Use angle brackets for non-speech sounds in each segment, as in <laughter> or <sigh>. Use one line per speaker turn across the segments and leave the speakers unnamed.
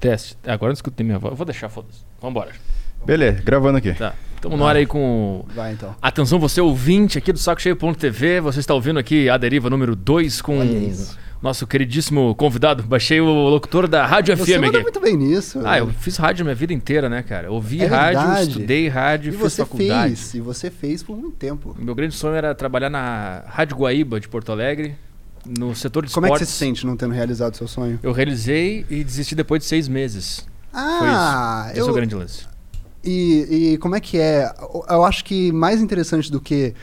Teste. Agora eu não escutei minha voz. Eu Vou deixar, foda-se. Vambora.
Beleza, gravando aqui.
Tá. Tamo no ar aí com.
Vai então.
Atenção, você ouvinte aqui do Saco Cheio.tv. Você está ouvindo aqui a deriva número 2 com
Olha isso.
nosso queridíssimo convidado. Baixei o locutor da Rádio
Você
FM
manda
É aqui.
muito bem nisso.
Ah,
né?
eu fiz rádio minha vida inteira, né, cara? Eu Ouvi
É
rádio,
verdade.
estudei rádio,
E
fiz
você
faculdade.
fez, e você fez por muito tempo.
Meu grande sonho era trabalhar na Rádio Guaíba de Porto Alegre, no setor de
Como é que
esportes.
você se sente não tendo realizado seu sonho?
Eu realizei e desisti depois de seis meses.
Ah,
Esse é o
eu,
grande lance.
e, e como é que é? Eu- Eu acho que mais interessante do que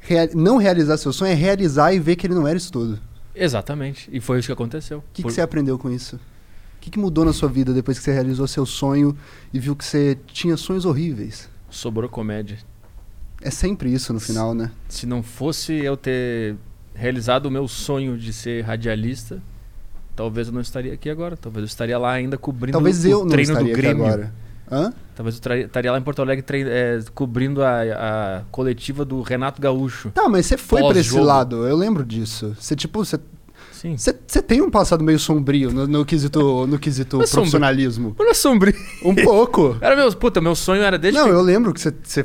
rea- não realizar seu sonho é realizar e ver que ele não era isso tudo.
Exatamente. E foi isso que aconteceu.
O que,
Por-
que você aprendeu com isso? O que, que mudou na sua vida depois que você realizou seu sonho e viu que você tinha sonhos horríveis?
Sobrou comédia.
É sempre isso no final, né?
Se não fosse eu ter realizado o meu sonho de ser radialista, talvez eu não estaria aqui agora. Talvez eu estaria lá ainda cobrindo
Talvez
o
eu não
treino
estaria
do
aqui
Grêmio.
agora. Hã?
Talvez eu tra- estaria lá em Porto Alegre trein- eh, cobrindo a, a coletiva do Renato Gaúcho.
Tá, mas você foi pra esse
Pós-jogo.
lado, eu lembro disso. Você, tipo, você
Sim.
Você você tem um passado meio sombrio no, no quesito, no quesito
Mas é sombrio. <laughs>
profissionalismo.
Olha sombrio.
Um pouco.
Era meu, puta, meu sonho era desde
Não,
que-
eu lembro que você- você.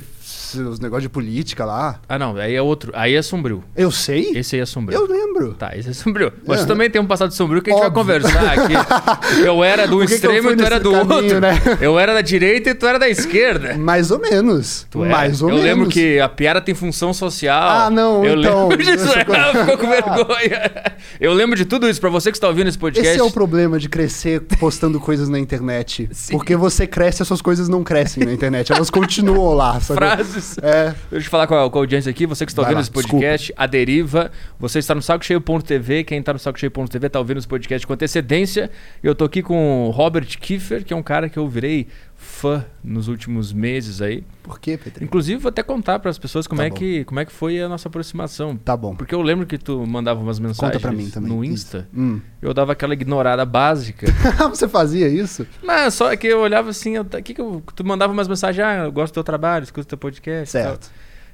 Os negócios de política lá.
Ah, não, aí é outro. Aí é sombrio.
Eu sei?
Esse aí é sombrio.
Eu lembro.
Tá, esse é sombrio. Mas
É.
tu também tem um passado sombrio que a gente
Óbvio.
vai conversar
<laughs>
aqui. Eu era do
Por que que eu
extremo
fui
e tu era
nesse
do
caminho,
outro.
né?
<laughs> Eu era da direita e tu era da esquerda.
Mais ou menos.
Tu era.
Mais ou
eu
menos.
lembro que a piada tem função social.
Ah, não,
eu
então,
lembro <laughs> disso.
essa coisa- Ah.
Ela ficou com vergonha. Eu lembro de tudo isso. Pra você que está ouvindo esse podcast.
Esse é o problema de crescer postando <laughs> coisas na internet.
Sim.
Porque você cresce, as suas coisas não crescem na internet. Elas continuam lá, sabe?
Frases.
É.
Deixa eu falar com a, com a audiência aqui, você que está
Vai
ouvindo
lá,
esse podcast, a deriva. Você está no sacocheio.tv, quem está no sacocheio.tv está tá ouvindo esse podcast com antecedência. E Eu tô aqui com o Robert Kiefer, que é um cara que eu virei fã nos últimos meses aí.
Por quê, Petri?
Inclusive, vou até contar para as pessoas como,
Tá
é
bom.
que, como é que foi a nossa aproximação.
Tá bom.
Porque eu lembro que tu mandava umas mensagens
Conta pra mim também.
no Insta.
Hum. <laughs>
Eu dava aquela ignorada básica.
você fazia isso?
Mas só que eu olhava assim, eu, que que eu- tu mandava umas mensagens, ah, eu gosto do teu trabalho, escuto teu podcast. e
Certo.
tal.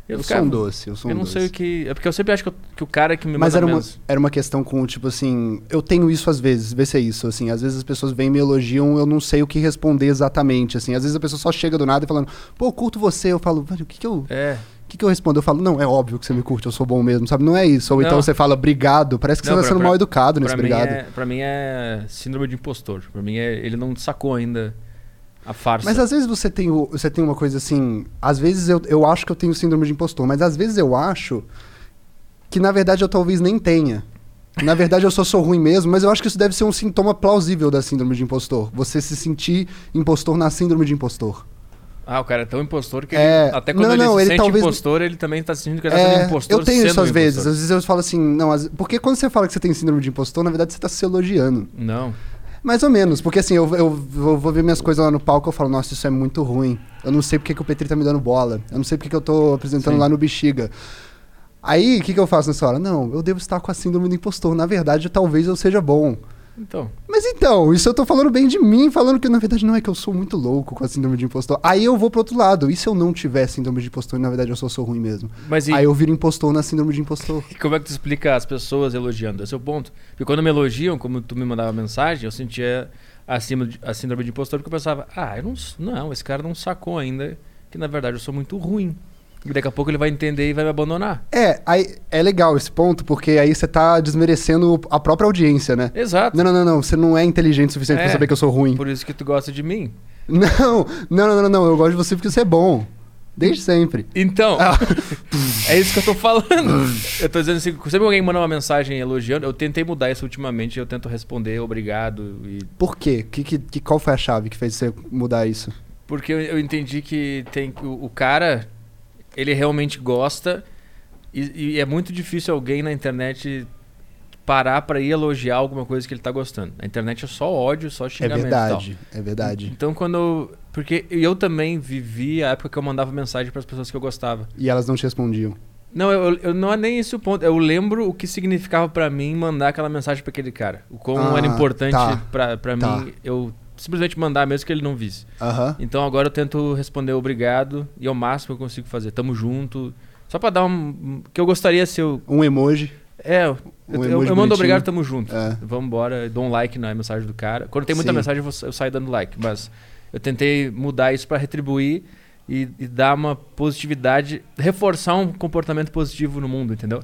Eu, sou
ficava-
um doce, eu sou um
eu não
doce.
sei o que. É porque eu sempre acho que, eu- que o cara que me
Mas
manda
era uma,
menos.
era uma questão com, tipo assim, eu tenho isso às vezes, vê se é isso, assim, às vezes as pessoas vêm e me elogiam, eu não sei o que responder exatamente, assim, às vezes a pessoa só chega do nada e falando, pô, eu curto você, eu falo, velho, o que que eu, o
É.
que que eu respondo? Eu falo, não, é óbvio que você me curte, eu sou bom mesmo, sabe? Não é isso, ou
Não.
então você fala, obrigado, parece que
Não,
você tá
pra-
sendo
pra-
mal educado nesse
Pra mim,
obrigado.
é, pra mim é síndrome de impostor. Pra mim é. Ele não sacou ainda a farsa.
Mas às vezes você tem, o- você tem uma coisa assim. Às vezes eu, eu acho que eu tenho síndrome de impostor, mas às vezes eu acho que na verdade eu talvez nem tenha. Na verdade eu só sou ruim mesmo, mas eu acho que isso deve ser um sintoma plausível da síndrome de impostor. Você se sentir impostor na síndrome de impostor.
Ah, o cara é tão impostor que
É.
ele, até quando
Não,
ele
não,
se
ele
sente
talvez-
impostor, ele também tá se sentindo que ele tá
É,
sendo impostor.
eu tenho
sendo
isso às
um
vezes.
impostor.
Às vezes eu falo assim, não, às- porque quando você fala que você tem síndrome de impostor, na verdade você tá se elogiando.
Não.
Mais ou menos, porque assim, eu, eu vou, vou ver minhas coisas lá no palco eu falo, nossa, isso é muito ruim. Eu não sei porque que o Petri tá me dando bola. Eu não sei porque que eu tô apresentando
Sim.
lá no Bexiga. Aí, o que, que eu faço nessa hora? Não, eu devo estar com a síndrome do impostor. Na verdade, eu- talvez eu seja bom.
Então.
Mas então, isso eu tô falando bem de mim, falando que na verdade não é que eu sou muito louco com a síndrome de impostor. Aí eu vou pro outro lado. E se eu não tiver síndrome de impostor e na verdade eu só sou ruim mesmo?
Mas e
Aí eu viro impostor na síndrome de impostor.
como é que tu explica as pessoas elogiando? Esse é o ponto. Porque quando me elogiam, como tu me mandava mensagem, eu sentia a síndrome de, a síndrome de impostor, porque eu pensava, ah, eu não, s- não, esse cara não sacou ainda que na verdade eu sou muito ruim. E daqui a pouco ele vai entender e vai me abandonar.
É, aí é legal esse ponto, porque aí você tá desmerecendo a própria audiência, né?
Exato.
Não, não, não, não. Você não é inteligente o suficiente
É.
pra saber que eu sou ruim.
Por isso que tu gosta de mim.
Não, não, não, não, não. Eu gosto de você porque você é bom. Desde sempre.
Então, <laughs>
Ah.
é isso que eu tô falando. eu tô dizendo assim, sempre que alguém manda uma mensagem elogiando, eu tentei mudar isso ultimamente, eu tento responder obrigado e
Por quê? Que, que, que- qual foi a chave que fez você mudar isso?
Porque eu, eu entendi que tem o, o cara, ele realmente gosta e, e é muito difícil alguém na internet parar pra ir elogiar alguma coisa que ele tá gostando. A internet é só ódio, só
É
xingamento. e tal.
verdade. É verdade.
Então quando eu, porque eu também vivi a época que eu mandava mensagem pras pessoas que eu gostava.
E elas não te respondiam.
Não, eu, eu- não é nem esse o ponto. Eu lembro o que significava pra mim mandar aquela mensagem pra aquele cara. O quão
Ah,
era importante
tá.
pra para
Tá.
mim eu simplesmente mandar mesmo que ele não visse.
Aham.
Então agora eu tento responder obrigado e é o máximo que eu consigo fazer. Tamo junto. Só pra dar um. Que eu um, gostaria se eu.
Um emoji.
É, eu, eu- eu
emoji
mando
bonitinho.
obrigado, tamo junto.
É.
Vamos embora, eu dou um like na mensagem do cara. Quando tem muita
Sim.
mensagem, eu, vou- eu saio dando like, mas eu tentei mudar isso pra retribuir e, e dar uma positividade, reforçar um comportamento positivo no mundo, entendeu?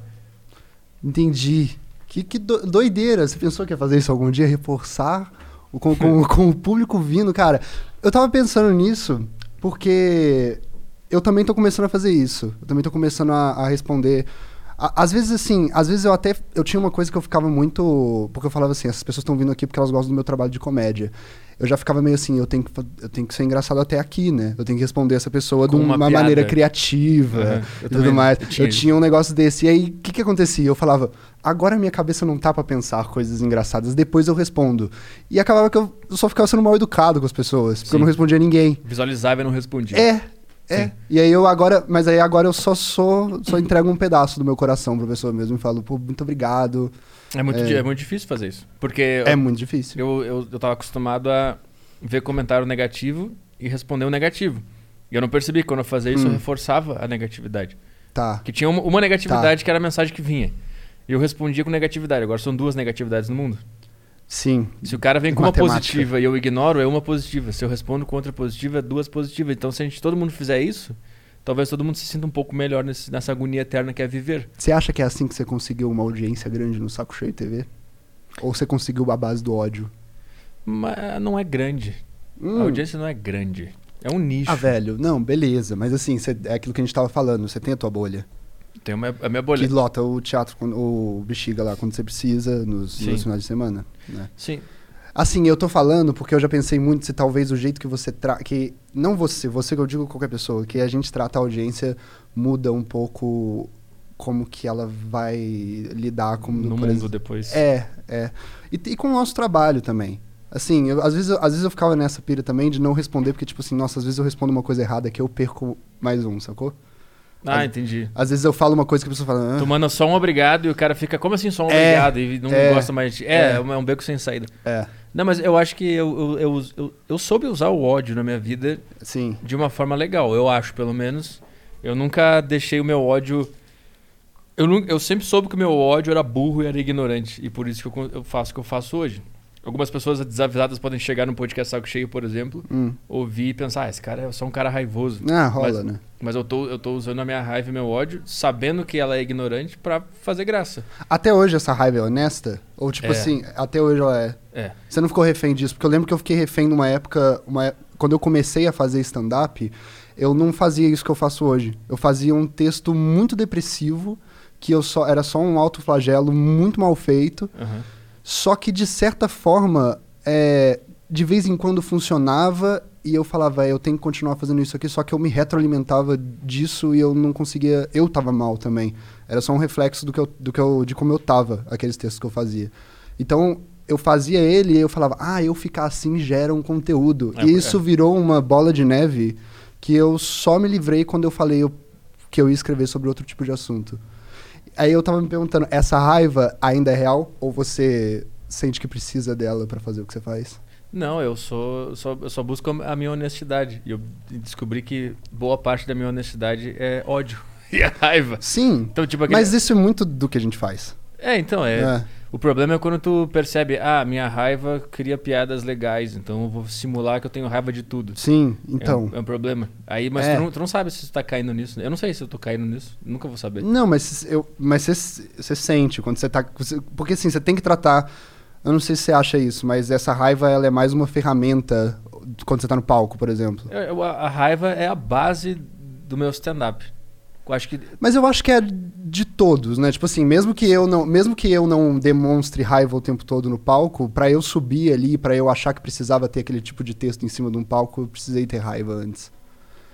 Entendi. Que, que do- doideira. Você pensou que ia fazer isso algum dia? Reforçar o- com, com- <laughs> com o público vindo? Cara, eu tava pensando nisso porque eu também tô começando a fazer isso. Eu também tô começando a, a responder. A- Às vezes, assim, às vezes eu até. Eu tinha uma coisa que eu ficava muito. Porque eu falava assim: essas pessoas estão vindo aqui porque elas gostam do meu trabalho de comédia. Eu já ficava meio assim: eu tenho que, fa- eu tenho que ser engraçado até aqui, né? Eu tenho que responder essa pessoa
Com
de
uma
uma, maneira
piada.
criativa
Uhum. Eu
e
também
tudo mais.
tinha
Eu
isso.
tinha um negócio desse. E aí, o que, que acontecia? Eu falava, agora minha cabeça não tá pra pensar coisas engraçadas, depois eu respondo. E acabava que eu só ficava sendo mal educado com as pessoas, porque
Sim.
eu não respondia ninguém.
Visualizava e não respondia.
É, é. E aí eu agora, mas aí agora eu só sou, só entrego um pedaço do meu coração pra pessoa mesmo e falo, pô, muito obrigado.
É muito,
É.
di- é muito difícil fazer isso. Porque
É muito difícil.
eu, eu, eu tava acostumado a ver comentário negativo e responder o negativo. E eu não percebi que quando eu fazia isso, eu
Hum.
reforçava a negatividade.
Tá.
Que tinha uma, uma negatividade que era a mensagem que vinha. E eu respondia com negatividade. Agora são duas negatividades no mundo.
Sim.
Se o cara vem com uma
Matemática.
positiva e eu ignoro, é uma positiva. Se eu respondo com outra positiva, é duas positivas. Então, se a gente todo mundo fizer isso, talvez todo mundo se sinta um pouco melhor nesse- nessa agonia eterna que é viver.
Você acha que é assim que você conseguiu uma audiência grande no Saco Cheio TV? Ou você conseguiu a base do ódio?
Mas não é grande.
Hum.
A audiência não é grande. É um nicho.
Ah, velho, não, beleza. Mas assim, cê- é aquilo que a gente tava falando. Você tem a tua bolha.
Tem uma, a minha bolha.
Que lota o teatro, quando- o bexiga lá quando você precisa, nos,
Sim.
nos finais de semana. né?
Sim.
Assim, eu tô falando porque eu já pensei muito se talvez o jeito que você trata. Que, não você, você que eu digo qualquer pessoa, que a gente trata a audiência muda um pouco como que ela vai lidar com
no
por
mundo
exemplo,
depois.
é, é. E, t- e com o nosso trabalho também. Assim, eu- às, vezes eu, às vezes eu ficava nessa pira também de não responder, porque, tipo assim, nossa, às vezes eu respondo uma coisa errada que eu perco mais um, sacou?
Ah, entendi.
Às vezes eu falo uma coisa que a pessoa fala. "Ah,
Tu manda só um obrigado e o cara fica, como assim só um
É,
obrigado? E não
é,
gosta mais de... É,
é.
é um é um beco sem saída.
é,
Não, mas eu acho que eu, eu, eu, eu, eu soube usar o ódio na minha vida
sim.
de uma forma legal, eu acho, pelo menos. Eu nunca deixei o meu ódio. Eu, nu- eu sempre soube que o meu ódio era burro e era ignorante. E por isso que eu, con- eu faço o que eu faço hoje. Algumas pessoas desavisadas podem chegar num podcast saco cheio, por exemplo,
Hum.
ouvir e pensar, ah, esse cara é só um cara raivoso.
Ah, rola,
Mas-
né?
Mas eu tô, eu tô usando a minha raiva e meu ódio, sabendo que ela é ignorante, pra fazer graça.
Até hoje essa raiva é honesta? Ou, tipo
É.
assim, até hoje ela é.
É.
Você não ficou refém disso? Porque eu lembro que eu fiquei refém numa época. Uma, é- quando eu comecei a fazer stand-up, eu não fazia isso que eu faço hoje. Eu fazia um texto muito depressivo, que eu só era só um autoflagelo muito mal feito.
Aham.
Só que, de certa forma, é, de vez em quando funcionava e eu falava, "É, eu tenho que continuar fazendo isso aqui, só que eu me retroalimentava disso e eu não conseguia. Eu tava mal também. Era só um reflexo do que eu, do que eu, de como eu tava, aqueles textos que eu fazia. Então, eu fazia ele e eu falava, ah, eu ficar assim gera um conteúdo.
É,
e
é.
isso virou uma bola de neve que eu só me livrei quando eu falei eu- que eu ia escrever sobre outro tipo de assunto. Aí eu tava me perguntando, essa raiva ainda é real? Ou você sente que precisa dela pra fazer o que você faz?
Não, eu sou, eu só, eu só busco a minha honestidade. E eu descobri que boa parte da minha honestidade é ódio <laughs> e é raiva.
Sim,
Então, tipo, aquele...
mas isso é muito do que a gente faz.
É, então, é.
É.
O problema é quando tu percebe, ah, minha raiva cria piadas legais, então eu vou simular que eu tenho raiva de tudo.
Sim,
É um-
então.
É um, problema. Aí, mas
É.
tu, não, tu não sabe se tu tá caindo nisso. Eu não sei se eu tô caindo nisso. Nunca vou saber.
Não, mas eu, mas você, você sente quando você tá, você- porque assim, você tem que tratar. Eu não sei se você acha isso, mas essa raiva ela é mais uma ferramenta quando você tá no palco, por exemplo.
Eu- eu- a a raiva é a base do meu stand-up. Eu acho que
Mas eu acho que é de todos, né? Tipo assim, mesmo que eu não, mesmo que eu não demonstre raiva o tempo todo no palco, pra eu subir ali, pra eu achar que precisava ter aquele tipo de texto em cima de um palco, eu precisei ter raiva antes.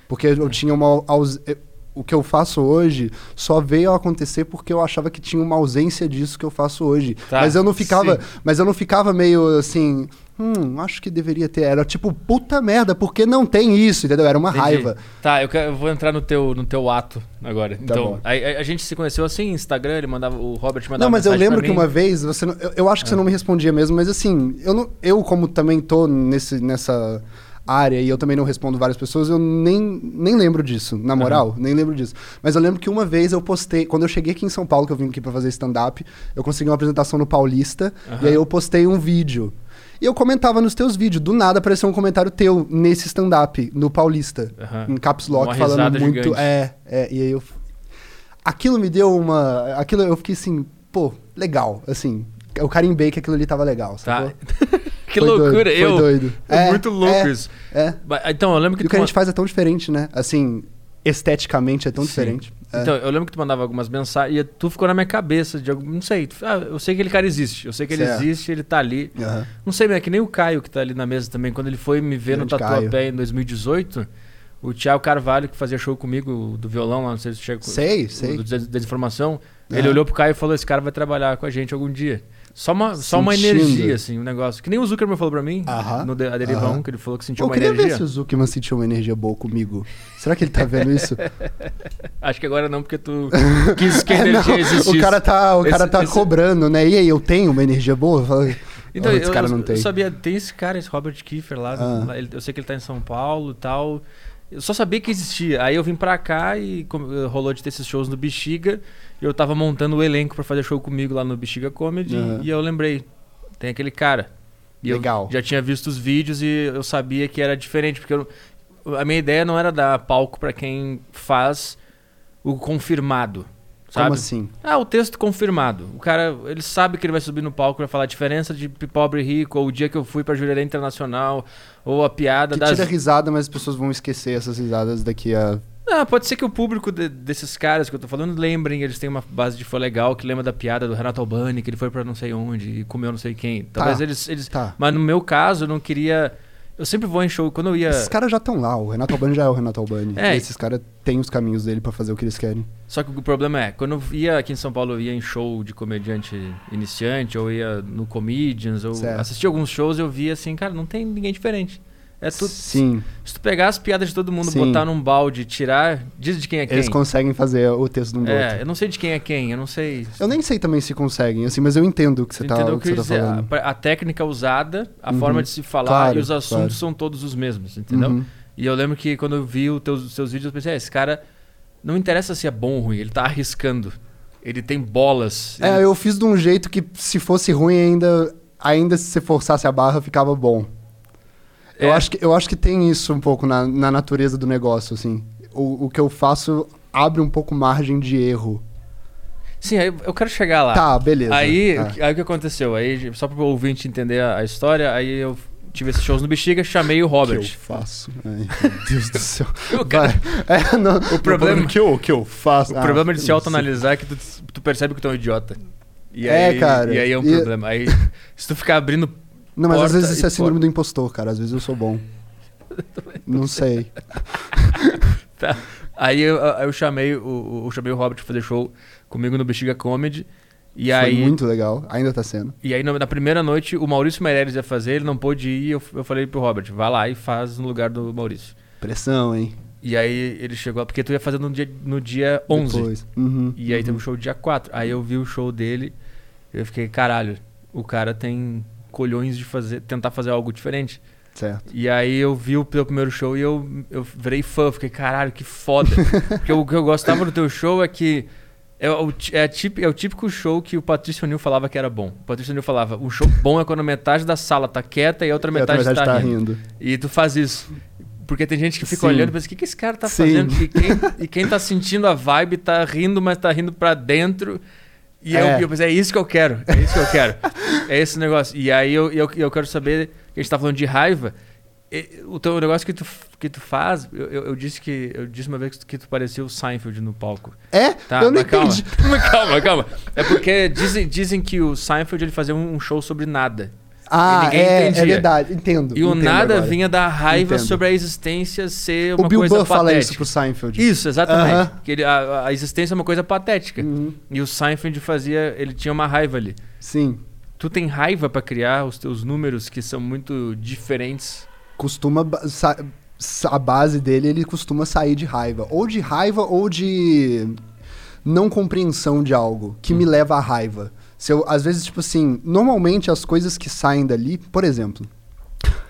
Porque eu tinha uma aus- eh, o que eu faço hoje só veio a acontecer porque eu achava que tinha uma ausência disso que eu faço hoje.
Tá,
mas eu não ficava,
sim.
mas eu não ficava meio assim, hum, acho que deveria ter. Era tipo, puta merda, porque não tem isso, entendeu? Era uma
Entendi.
raiva. Tá
Tá, eu, quero- eu vou entrar no teu, no teu ato agora. então,
bom.
aí- aí a, gente se conheceu assim, Instagram, ele mandava, o Robert mandava
Não, mas eu
mensagem
lembro
pra
que
mim.
uma vez você não- eu, eu acho que você não me respondia mesmo, mas assim, eu não, eu como também tô nesse nessa área e eu também não respondo várias pessoas, eu nem, nem lembro disso, na moral, nem lembro disso. Mas eu lembro que uma vez eu postei, quando eu cheguei aqui em São Paulo, que eu vim aqui pra fazer stand-up, eu consegui uma apresentação no Paulista, e
Aham.
aí eu postei um vídeo. E eu comentava nos teus vídeos, do nada apareceu um comentário teu nesse stand-up, no Paulista,
Aham.
em caps lock,
Uma
falando
risada
muito.
gigante.
É, é, e aí eu. Aquilo me deu uma. Aquilo eu fiquei assim, pô, legal, assim. Eu carimbei que aquilo ali tava legal,
Tá.
sacou?
que
Foi doido,
loucura, eu.
Foi doido.
É, muito louco
é,
isso.
É.
Ba- Então, eu lembro que
Porque o
tu
que a
ma-
gente faz é tão diferente, né? Assim, esteticamente é tão
Sim.
diferente. É.
Então, eu lembro que tu mandava algumas mensagens e tu ficou na minha cabeça de algum. Não sei. tu- Ah, eu sei que ele cara existe. Eu sei que ele
Certo.
existe, ele tá ali.
Aham.
Não sei, mas é que nem o Caio que tá ali na mesa também. Quando ele foi me ver no
Grande Caio.
Tatuapé em 2018, o Thiago Carvalho, que fazia show comigo do violão lá, não sei se tu chega
Sei,
o
sei. É.
do Des- Desinformação,
Aham.
ele olhou pro Caio e falou: Esse cara vai trabalhar com a gente algum dia. Só uma, só uma
Sentindo.
energia, assim, um negócio. Que nem o Zuckerman falou pra mim,
Aham.
no de- a Derivão,
Aham.
que ele falou que sentiu
Pô, eu
uma
queria
energia.
ver se o Zuckerman sentiu uma energia boa comigo. Será que ele tá
<laughs>
vendo isso?
Acho que agora não, porque
<laughs>
tu quis que a
É, não,
energia existisse.
o cara tá, o cara
Esse-
tá
esse-
cobrando, né? E aí, eu tenho uma energia boa? Fala,
Então,
"Ah,
eu,
esse cara
eu-
não
eu
tem.
sabia, tem esse cara, esse Robert Kiefer lá,
Ah.
lá, ele- eu sei que ele tá em São Paulo e tal. Eu só sabia que existia. Aí eu vim pra cá e com- rolou de ter esses shows no Bexiga. E eu tava montando o elenco pra fazer show comigo lá no Bexiga Comedy.
Aham.
E eu lembrei, tem aquele cara. E
Legal.
Eu já tinha visto os vídeos e eu sabia que era diferente, porque eu- a minha ideia não era dar palco pra quem faz o confirmado. Sabe?
Como assim?
Ah, o texto confirmado. O cara, ele sabe que ele vai subir no palco e vai falar a diferença de p- pobre e rico, ou o dia que eu fui pra Jurerê Internacional, ou a piada
Que
das...
tira risada, mas as pessoas vão esquecer essas risadas daqui a...
Ah, pode ser que o público de- desses caras que eu tô falando lembrem, eles têm uma base de fã legal que lembra da piada do Renato Albani, que ele foi pra não sei onde e comeu não sei quem. Talvez
Tá.
eles, eles...
Tá.
Mas no meu caso, eu não queria... Eu sempre vou em show, quando eu ia...
Esses caras já estão lá, o Renato Albani já é o Renato Albani.
É.
E Esses caras têm os caminhos dele pra fazer o que eles querem.
Só que o problema é, quando eu ia aqui em São Paulo, eu ia em show de comediante iniciante, ou ia no Comedians, ou
Certo.
assistia alguns shows, eu via assim, cara, não tem ninguém diferente. É tudo.
Sim,
Se tu pegar as piadas de todo mundo,
Sim.
botar num balde, tirar, diz de quem é quem.
eles conseguem fazer o texto de um do outro.
é, eu não sei de quem é quem, eu não sei.
Eu nem sei também se conseguem, assim, mas eu entendo o que você tá,
Entendeu
o
o ah,
que
eu
você tá
quis dizer?
falando.
A, a técnica usada, a
Uhum.
forma de se falar
Claro,
e os assuntos
claro.
são todos os mesmos, entendeu?
Uhum.
E eu lembro que quando eu vi os teus, os seus vídeos, eu pensei, ah, esse cara não interessa se é bom ou ruim, ele tá arriscando. Ele tem bolas. ele
É, eu fiz de um jeito que se fosse ruim ainda, ainda se você forçasse a barra, ficava bom. Eu,
É.
acho que, eu acho que tem isso um pouco na, na natureza do negócio, assim. O, o que eu faço abre um pouco margem de erro.
Sim, aí eu quero chegar lá.
Tá, beleza.
Aí,
Tá.
o que- aí o que aconteceu? Aí, só pro ouvinte entender a, a história, aí eu tive esses shows no Bexiga, chamei o
O que eu
Robert.
faço? Ai,
<laughs>
meu Deus do céu.
O cara-
Vai. Ah, É, não,
o problema-
o que eu, o que eu faço?
O problema de se
não
autoanalisar é que tu, tu percebe que tu é um idiota. E
É,
aí,
cara.
E aí é um
E-
problema.
<laughs>
Aí, se tu ficar abrindo.
sei. Não, mas às
porta
vezes
e
isso é síndrome
porta.
do impostor, cara. Às vezes eu
<laughs>
sou bom. não sei.
Aí eu, eu chamei o, eu chamei o Robert pra fazer show comigo no Bexiga Comedy. E
Foi
aí.
muito legal. Ainda tá sendo.
E aí, na na primeira noite, o Maurício Meirelles ia fazer, ele não pôde ir. Eu, eu falei pro Robert, vai lá e faz no lugar do Maurício.
Pressão, hein?
E aí ele chegou lá, porque tu ia fazer no dia, no dia 11.
Depois. Uhum.
E aí teve o show dia 4. Aí eu vi o show dele, eu fiquei, caralho, o cara tem colhões de fazer, tentar fazer algo diferente.
Uhum. Certo.
E aí eu vi o teu primeiro show e eu, eu virei fã, fiquei, caralho, que foda. Porque o que eu gostava do teu show é que é o, ti- é, a típica- é o típico show que o Patrício O'Neill falava que era bom. O Patrício O'Neill falava, o show bom é quando metade da sala tá quieta e a outra
E a outra
metade,
metade
tá
tá
rindo.
rindo.
E tu faz isso. Porque tem gente que fica
Sim.
olhando e pensa, o que, que esse cara tá
Sim.
fazendo? E
<laughs>
quem, e quem tá sentindo a vibe tá rindo, mas tá rindo pra dentro. E eu-
É.
eu pensei, é isso que eu quero, é isso que eu quero. é esse negócio. E aí eu, eu, eu quero saber, que a gente tá falando de raiva, e- o teu negócio que tu, que tu faz, eu, eu, eu disse que eu disse uma vez que tu, que tu parecia o Seinfeld no palco.
É?
Tá,
eu não
mas calma.
entendi.
<laughs> Mas calma, calma. É porque dizem, dizem que o Seinfeld ele fazia um show sobre nada.
Ah,
ninguém
é, é
entendia.
verdade. Entendo.
E o
entendo
nada
agora.
vinha da raiva
Entendo.
sobre a existência ser uma
O Bill
coisa
Burr
patética.
fala isso pro Seinfeld.
Isso, exatamente.
Aham.
Que ele- a, a existência é uma coisa patética.
Uhum.
E o Seinfeld fazia, ele tinha uma raiva ali.
Sim.
Tu tem raiva pra criar os teus números que são muito diferentes.
Costuma. ba- sa- sa- A base dele, ele costuma sair de raiva. Ou de raiva ou de não compreensão de algo que
Hum.
me leva à raiva. Se eu, às vezes, tipo assim, normalmente as coisas que saem dali, por exemplo. <laughs>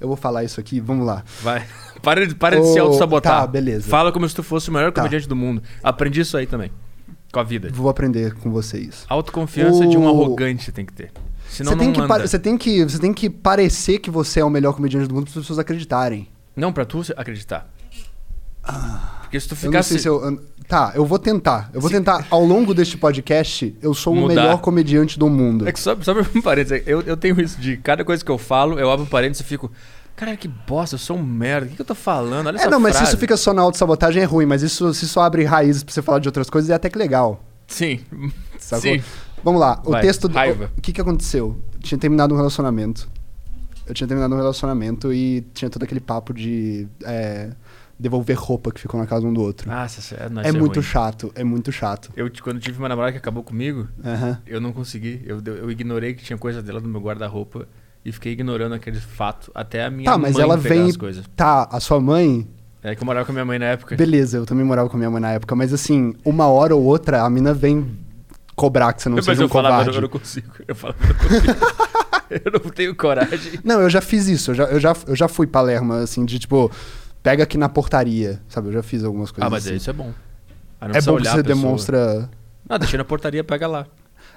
Eu vou falar isso aqui, vamos lá.
Vai. <laughs> Para, de- para de se
Ô,
auto-sabotar.
tá, beleza.
Fala como se tu fosse o maior
Tá.
comediante do mundo. Aprendi isso aí também. Com a vida.
Vou aprender com vocês.
Autoconfiança de um
O-
arrogante tem que ter. Senão
Você tem,
não
que
anda.
pa- você, tem que, você tem que parecer que você é o melhor comediante do mundo para as pessoas acreditarem.
Não, pra tu acreditar. Porque se tu
Ah, Eu não
ficasse...
sei se eu. eu- Tá, eu vou tentar. Eu vou tentar, ao longo deste podcast, eu sou o
Mudar.
melhor comediante do mundo.
É que só, <laughs> só pra um parênteses, eu, eu tenho isso de cada coisa que eu falo, eu abro um parênteses e fico... Caralho, que bosta, eu sou um merda. O que, que eu tô falando? Olha
É,
essa
não, mas se
frase.
isso fica só na autossabotagem é ruim, mas isso se só abre raízes pra você falar de outras coisas é até que legal.
Sim.
Sacou?
Sim.
Vamos lá, o
Vai,
texto do.
raiva.
O que, que aconteceu? Eu tinha terminado um relacionamento. Eu tinha terminado um relacionamento e tinha todo aquele papo de é, devolver roupa que ficou na casa um do outro.
Nossa, isso é, não,
é
isso
muito
ruim.
chato, é muito chato.
Eu, quando tive uma namorada que acabou comigo,
Aham.
Eu não consegui. Eu, eu ignorei que tinha coisa dela no meu guarda-roupa e fiquei ignorando aquele fato até a minha
Tá,
mãe
mas ela
pegar
vem.
as coisas.
Tá, a sua mãe.
É que eu morava com a minha mãe na época.
Beleza, eu também morava com a minha mãe na época, mas assim, uma hora ou outra a mina vem cobrar que você não
Depois
seja um
eu falava, eu
covarde.
não, eu não consigo. Eu falava, eu não consigo. <laughs> eu não tenho coragem.
Não, eu já fiz isso. Eu já, eu já, eu já fui Palermo, assim, de tipo, pega aqui na portaria, sabe? Eu já fiz algumas coisas.
Ah, mas
assim.
isso é bom. Ah, não
É
precisa
bom que
olhar
você
a pessoa.
demonstra.
Ah, deixei na portaria, pega lá.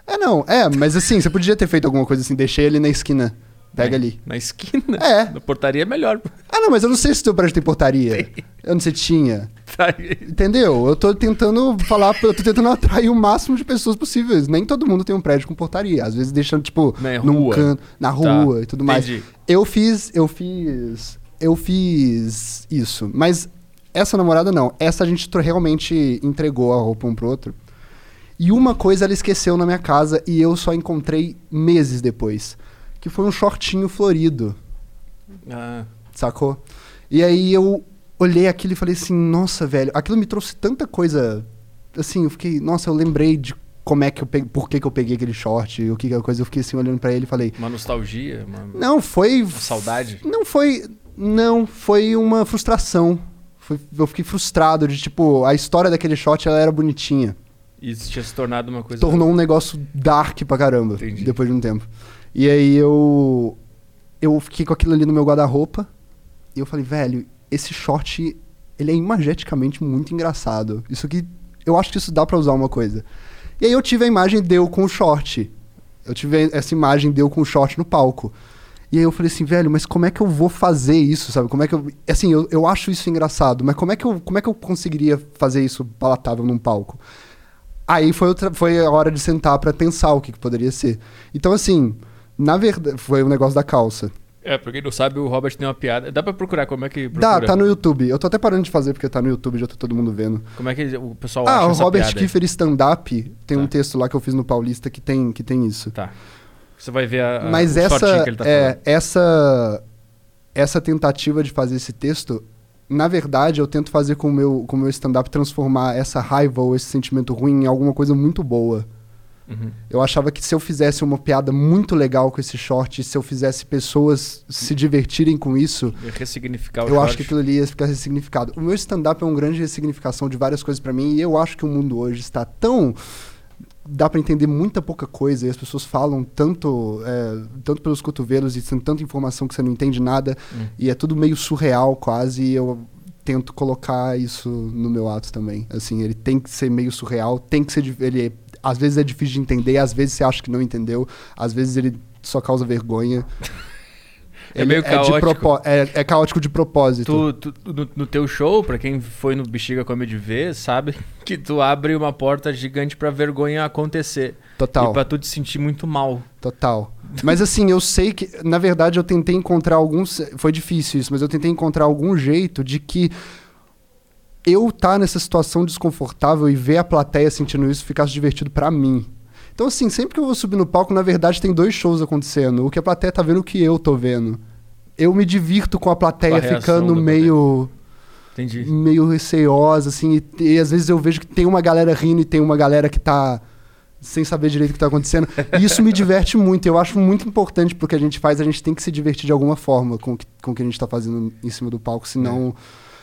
É, não, é, mas assim, você podia ter feito alguma coisa assim, deixei ele na esquina, pega
Na-
ali.
Na esquina.
É.
Na portaria é melhor. <laughs>
Ah, não, mas eu não sei se teu prédio tem portaria. Eu não sei se tinha.
Tá aí.
Entendeu? Eu tô tentando falar, eu tô tentando atrair o máximo de pessoas possíveis. Nem todo mundo tem um prédio com portaria. Às vezes deixando, tipo,
Na
num
rua. Tá.
canto, na rua e tudo mais.
Entendi.
Eu fiz, eu fiz, eu fiz isso. Mas essa namorada não. Essa a gente tro- realmente entregou a roupa um pro outro. E uma coisa ela esqueceu na minha casa e eu só encontrei meses depois. Que foi um shortinho florido
Ah,
sacou? E aí eu olhei aquilo e falei assim, nossa, velho, aquilo me trouxe tanta coisa. Assim, eu fiquei, nossa, eu lembrei de como é que eu peguei, por que, que eu peguei aquele short, o que que é a coisa, eu fiquei assim olhando pra ele e falei,
uma nostalgia. Uma...
não, foi
saudade?
Não foi, não, foi uma frustração. Foi- eu fiquei frustrado de tipo, a história daquele short ela era bonitinha
Isso tinha se tornado uma coisa.
tornou um negócio dark pra caramba
Entendi.
depois de um tempo. E aí eu eu fiquei com aquilo ali no meu guarda-roupa e eu falei, velho, esse short ele é imageticamente muito engraçado. Isso aqui, eu acho que isso dá pra usar uma coisa. E aí eu tive a imagem de eu com o short. Eu tive essa imagem de eu com o short no palco. E aí eu falei assim, velho, mas como é que eu vou fazer isso, sabe? Como é que eu... Assim, eu, eu acho isso engraçado, mas como é, que eu, como é que eu conseguiria fazer isso palatável num palco? Aí foi, outra- foi a hora de sentar pra pensar o que, que poderia ser. Então, assim, na verdade, foi o negócio da calça.
É, pra quem não sabe, o Robert tem uma piada. Dá pra procurar como é que.
Dá,
procura?
tá no YouTube. Eu tô até parando de fazer porque tá no YouTube, já tá todo mundo vendo.
Como é que o pessoal
ah,
acha
o
essa
Robert
piada aí?
Kiefer Stand-Up tem um
Tá.
texto lá que eu fiz no Paulista que tem, que tem isso.
Tá. Você vai ver a, a
Mas
Ah, o shortinho
essa,
que ele tá
é,
falando.
essa, essa tentativa de fazer esse texto, na verdade, eu tento fazer com o meu, com o meu stand-up transformar essa raiva ou esse sentimento ruim em alguma coisa muito boa.
Uhum.
Eu achava que se eu fizesse uma piada muito legal com esse short, se eu fizesse pessoas se divertirem com isso,
E Ressignificar o
eu acho
short.
que aquilo ali ia ficar ressignificado. O meu stand-up é uma grande ressignificação de várias coisas pra mim, e eu acho que o mundo hoje está tão. Dá pra entender muita pouca coisa, e as pessoas falam tanto, é, tanto pelos cotovelos e tem tanta informação que você não entende nada,
Hum.
e é tudo meio surreal quase, e eu tento colocar isso no meu ato também. Assim, ele tem que ser meio surreal, tem que ser. di- Ele é- às vezes é difícil de entender, às vezes você acha que não entendeu, às vezes ele só causa vergonha.
<laughs> É meio
de
caótico.
propó- é, é caótico de propósito.
Tu, tu- tu- no, no teu show, pra quem foi no Bexiga Comedy ver, sabe <laughs> que tu abre uma porta gigante pra vergonha acontecer.
Total,
E pra tu te sentir muito mal.
total. Mas assim, eu sei que, na verdade, eu tentei encontrar alguns. Foi difícil isso, mas eu tentei encontrar algum jeito de que eu estar nessa situação desconfortável e ver a plateia sentindo isso ficasse divertido pra mim. Então, assim, sempre que eu vou subir no palco, na verdade, tem dois shows acontecendo. O que a plateia tá vendo, o que eu tô vendo. Eu me divirto com a plateia
reação
ficando
da
meio,
Entendi.
meio receosa, assim. E, e às vezes eu vejo que tem uma galera rindo e tem uma galera que tá sem saber direito o que tá acontecendo. E isso me diverte muito. Eu acho muito importante pro que a gente faz, a gente tem que se divertir de alguma forma com o que, com o que a gente tá fazendo em cima do palco. Senão,
É.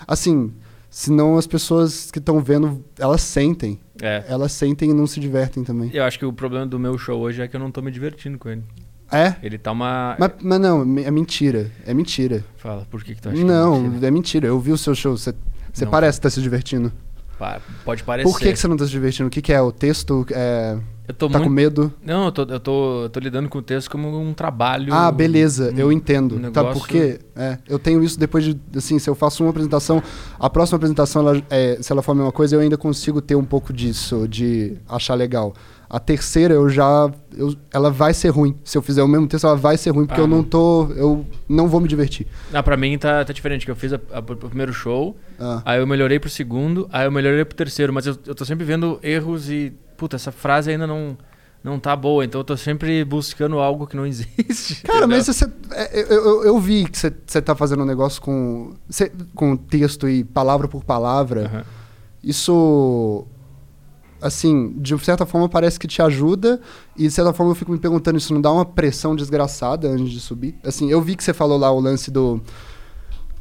assim, senão as pessoas que estão vendo, elas sentem.
É.
Elas sentem e não se divertem também.
Eu acho que o problema do meu show hoje é que eu não tô me divertindo com ele.
É?
Ele tá uma.
Mas, mas não, é mentira. É mentira.
Fala, por que, que tu acha que é
Não,
mentira?
é mentira. Eu vi o seu show. Você você
Não.
parece estar se divertindo.
né? Pa- Pode parecer.
Por que, que você não está se divertindo? O que, que é? O texto? É...
Eu tô
Tá
muito-
com medo?
Não, eu tô, eu, tô, eu tô lidando com o texto como um trabalho.
Ah, beleza,
um-
eu entendo.
um
Sabe
negócio-
por quê? É, eu tenho isso depois de. Assim, se eu faço uma apresentação, a próxima apresentação, ela, é, se ela for a mesma coisa, eu ainda consigo ter um pouco disso, de achar legal. A terceira, eu já. eu- ela vai ser ruim. Se eu fizer o mesmo texto, ela vai ser ruim, porque
Ah,
eu não
não.
tô. Eu não vou me divertir.
Ah, pra mim tá, tá diferente, que eu fiz a- a- o primeiro show,
Ah,
aí eu melhorei pro segundo, aí eu melhorei pro terceiro, mas eu, eu tô sempre vendo erros e. Puta, essa frase ainda não, não tá boa, então eu tô sempre buscando algo que não <laughs> existe.
Cara, mas
entendeu?
você, é, eu, eu, eu vi que você, você tá fazendo um negócio com, você- com texto e palavra por palavra.
Aham.
isso assim, de certa forma parece que te ajuda e de certa forma eu fico me perguntando isso não dá uma pressão desgraçada antes de subir? Assim, eu vi que você falou lá o lance do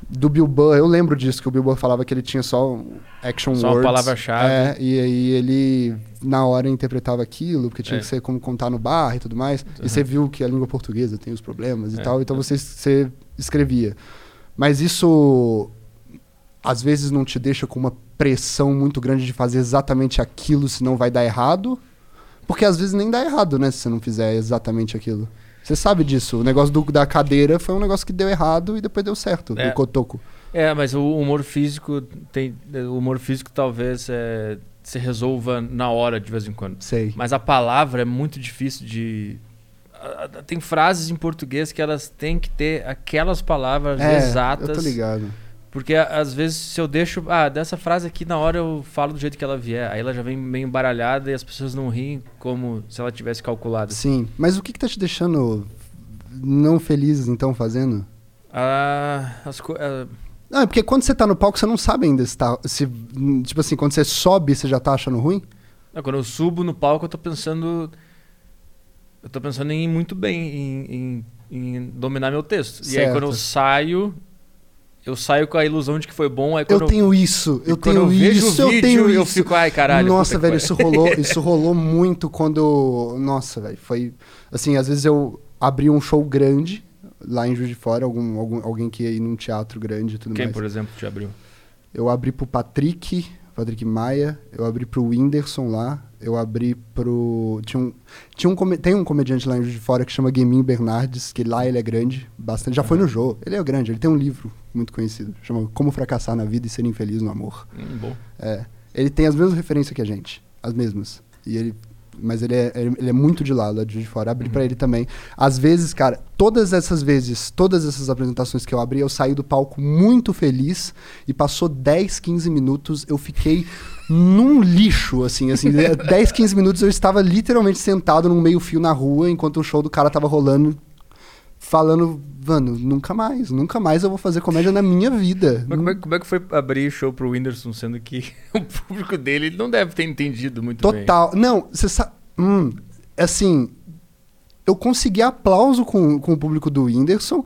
do Bill Burr, eu lembro disso que o Bill Burr falava que ele tinha só um action
Só uma
words.
palavra-chave.
É, e aí ele na hora interpretava aquilo, porque tinha
É.
que ser como contar no bar e tudo mais. E
Aham.
você viu que a língua portuguesa tem os problemas e
É,
tal, então
é.
você, você escrevia. Mas isso às vezes não te deixa com uma pressão muito grande de fazer exatamente aquilo, senão vai dar errado. Porque às vezes nem dá errado, né, se você não fizer exatamente aquilo. Você sabe disso. O negócio do- da cadeira foi um negócio que deu errado e depois deu certo,
É.
do cotoco.
É, mas o humor físico tem. O humor físico talvez é, se resolva na hora de vez em quando.
Sei.
Mas a palavra é muito difícil de. a- a- Tem frases em português que elas têm que ter aquelas palavras exatas.
É, eu tô ligado.
Porque a- às vezes se eu deixo. Ah, dessa frase aqui na hora eu falo do jeito que ela vier. Aí ela já vem meio embaralhada e as pessoas não riem como se ela tivesse calculado.
Sim. Mas o que que tá te deixando não feliz, então, fazendo?
Ah, as co- ah,
Não, é porque quando você tá no palco, você não sabe ainda se tá... Se, tipo assim, quando você sobe, você já tá achando ruim?
não, quando eu subo no palco eu tô pensando. Eu tô pensando em ir muito bem, em, em- em dominar meu texto. E aí
Certo.
quando eu saio. Eu saio com a ilusão de que foi bom. Aí
Eu,
quando
tenho isso, eu
E quando
tenho
vejo o
isso, eu
vídeo,
tenho
eu
isso.
fico, ai, caralho,
Nossa,
puta que
velho,
pariu.
isso
<laughs>
rolou, isso rolou muito quando. Nossa, velho, foi. Assim, às vezes eu abri um show grande lá em Juiz de Fora, algum, algum- alguém que ia ir num teatro grande e tudo
Quem,
mais.
por exemplo, te abriu?
Eu abri pro Patrick, Patrick Maia, eu abri pro Whindersson lá, eu abri pro. Tinha um, tinha um come- tem um comediante lá em Juiz de Fora que chama Guemin Bernardes, que lá ele é grande, bastante. Já foi no jogo, ele é grande, ele tem um livro muito conhecido, chama Como Fracassar na Vida e Ser Infeliz no Amor.
Hum, bom.
É. Ele tem as mesmas referências que a gente. As mesmas. E ele. Mas ele é, ele ele é muito de lá, lá de Juiz de fora. Abri
Uhum.
pra ele também. Às vezes, cara, todas essas vezes, todas essas apresentações que eu abri, eu saí do palco muito feliz e passou 10, 15 minutos, eu fiquei num lixo, assim, assim,
<laughs>
10, 15 minutos eu estava literalmente sentado num meio-fio na rua enquanto o show do cara tava rolando falando, mano, nunca mais, nunca mais eu vou fazer comédia na minha vida.
Mas como é, como é que foi abrir show pro Whindersson, sendo que <laughs> o público dele ele não deve ter entendido muito bem?
Total. Não, você sabe. Hum, assim, eu consegui aplauso com, com o público do Whindersson,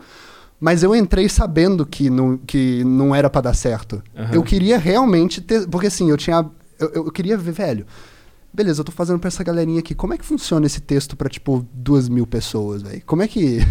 mas eu entrei sabendo que não, que não era pra dar certo.
Aham.
Eu queria realmente ter. Porque assim, eu tinha. Eu, eu queria ver, velho. Beleza, eu tô fazendo pra essa galerinha aqui. Como é que funciona esse texto pra, tipo, duas mil pessoas, velho? Como é que. <laughs>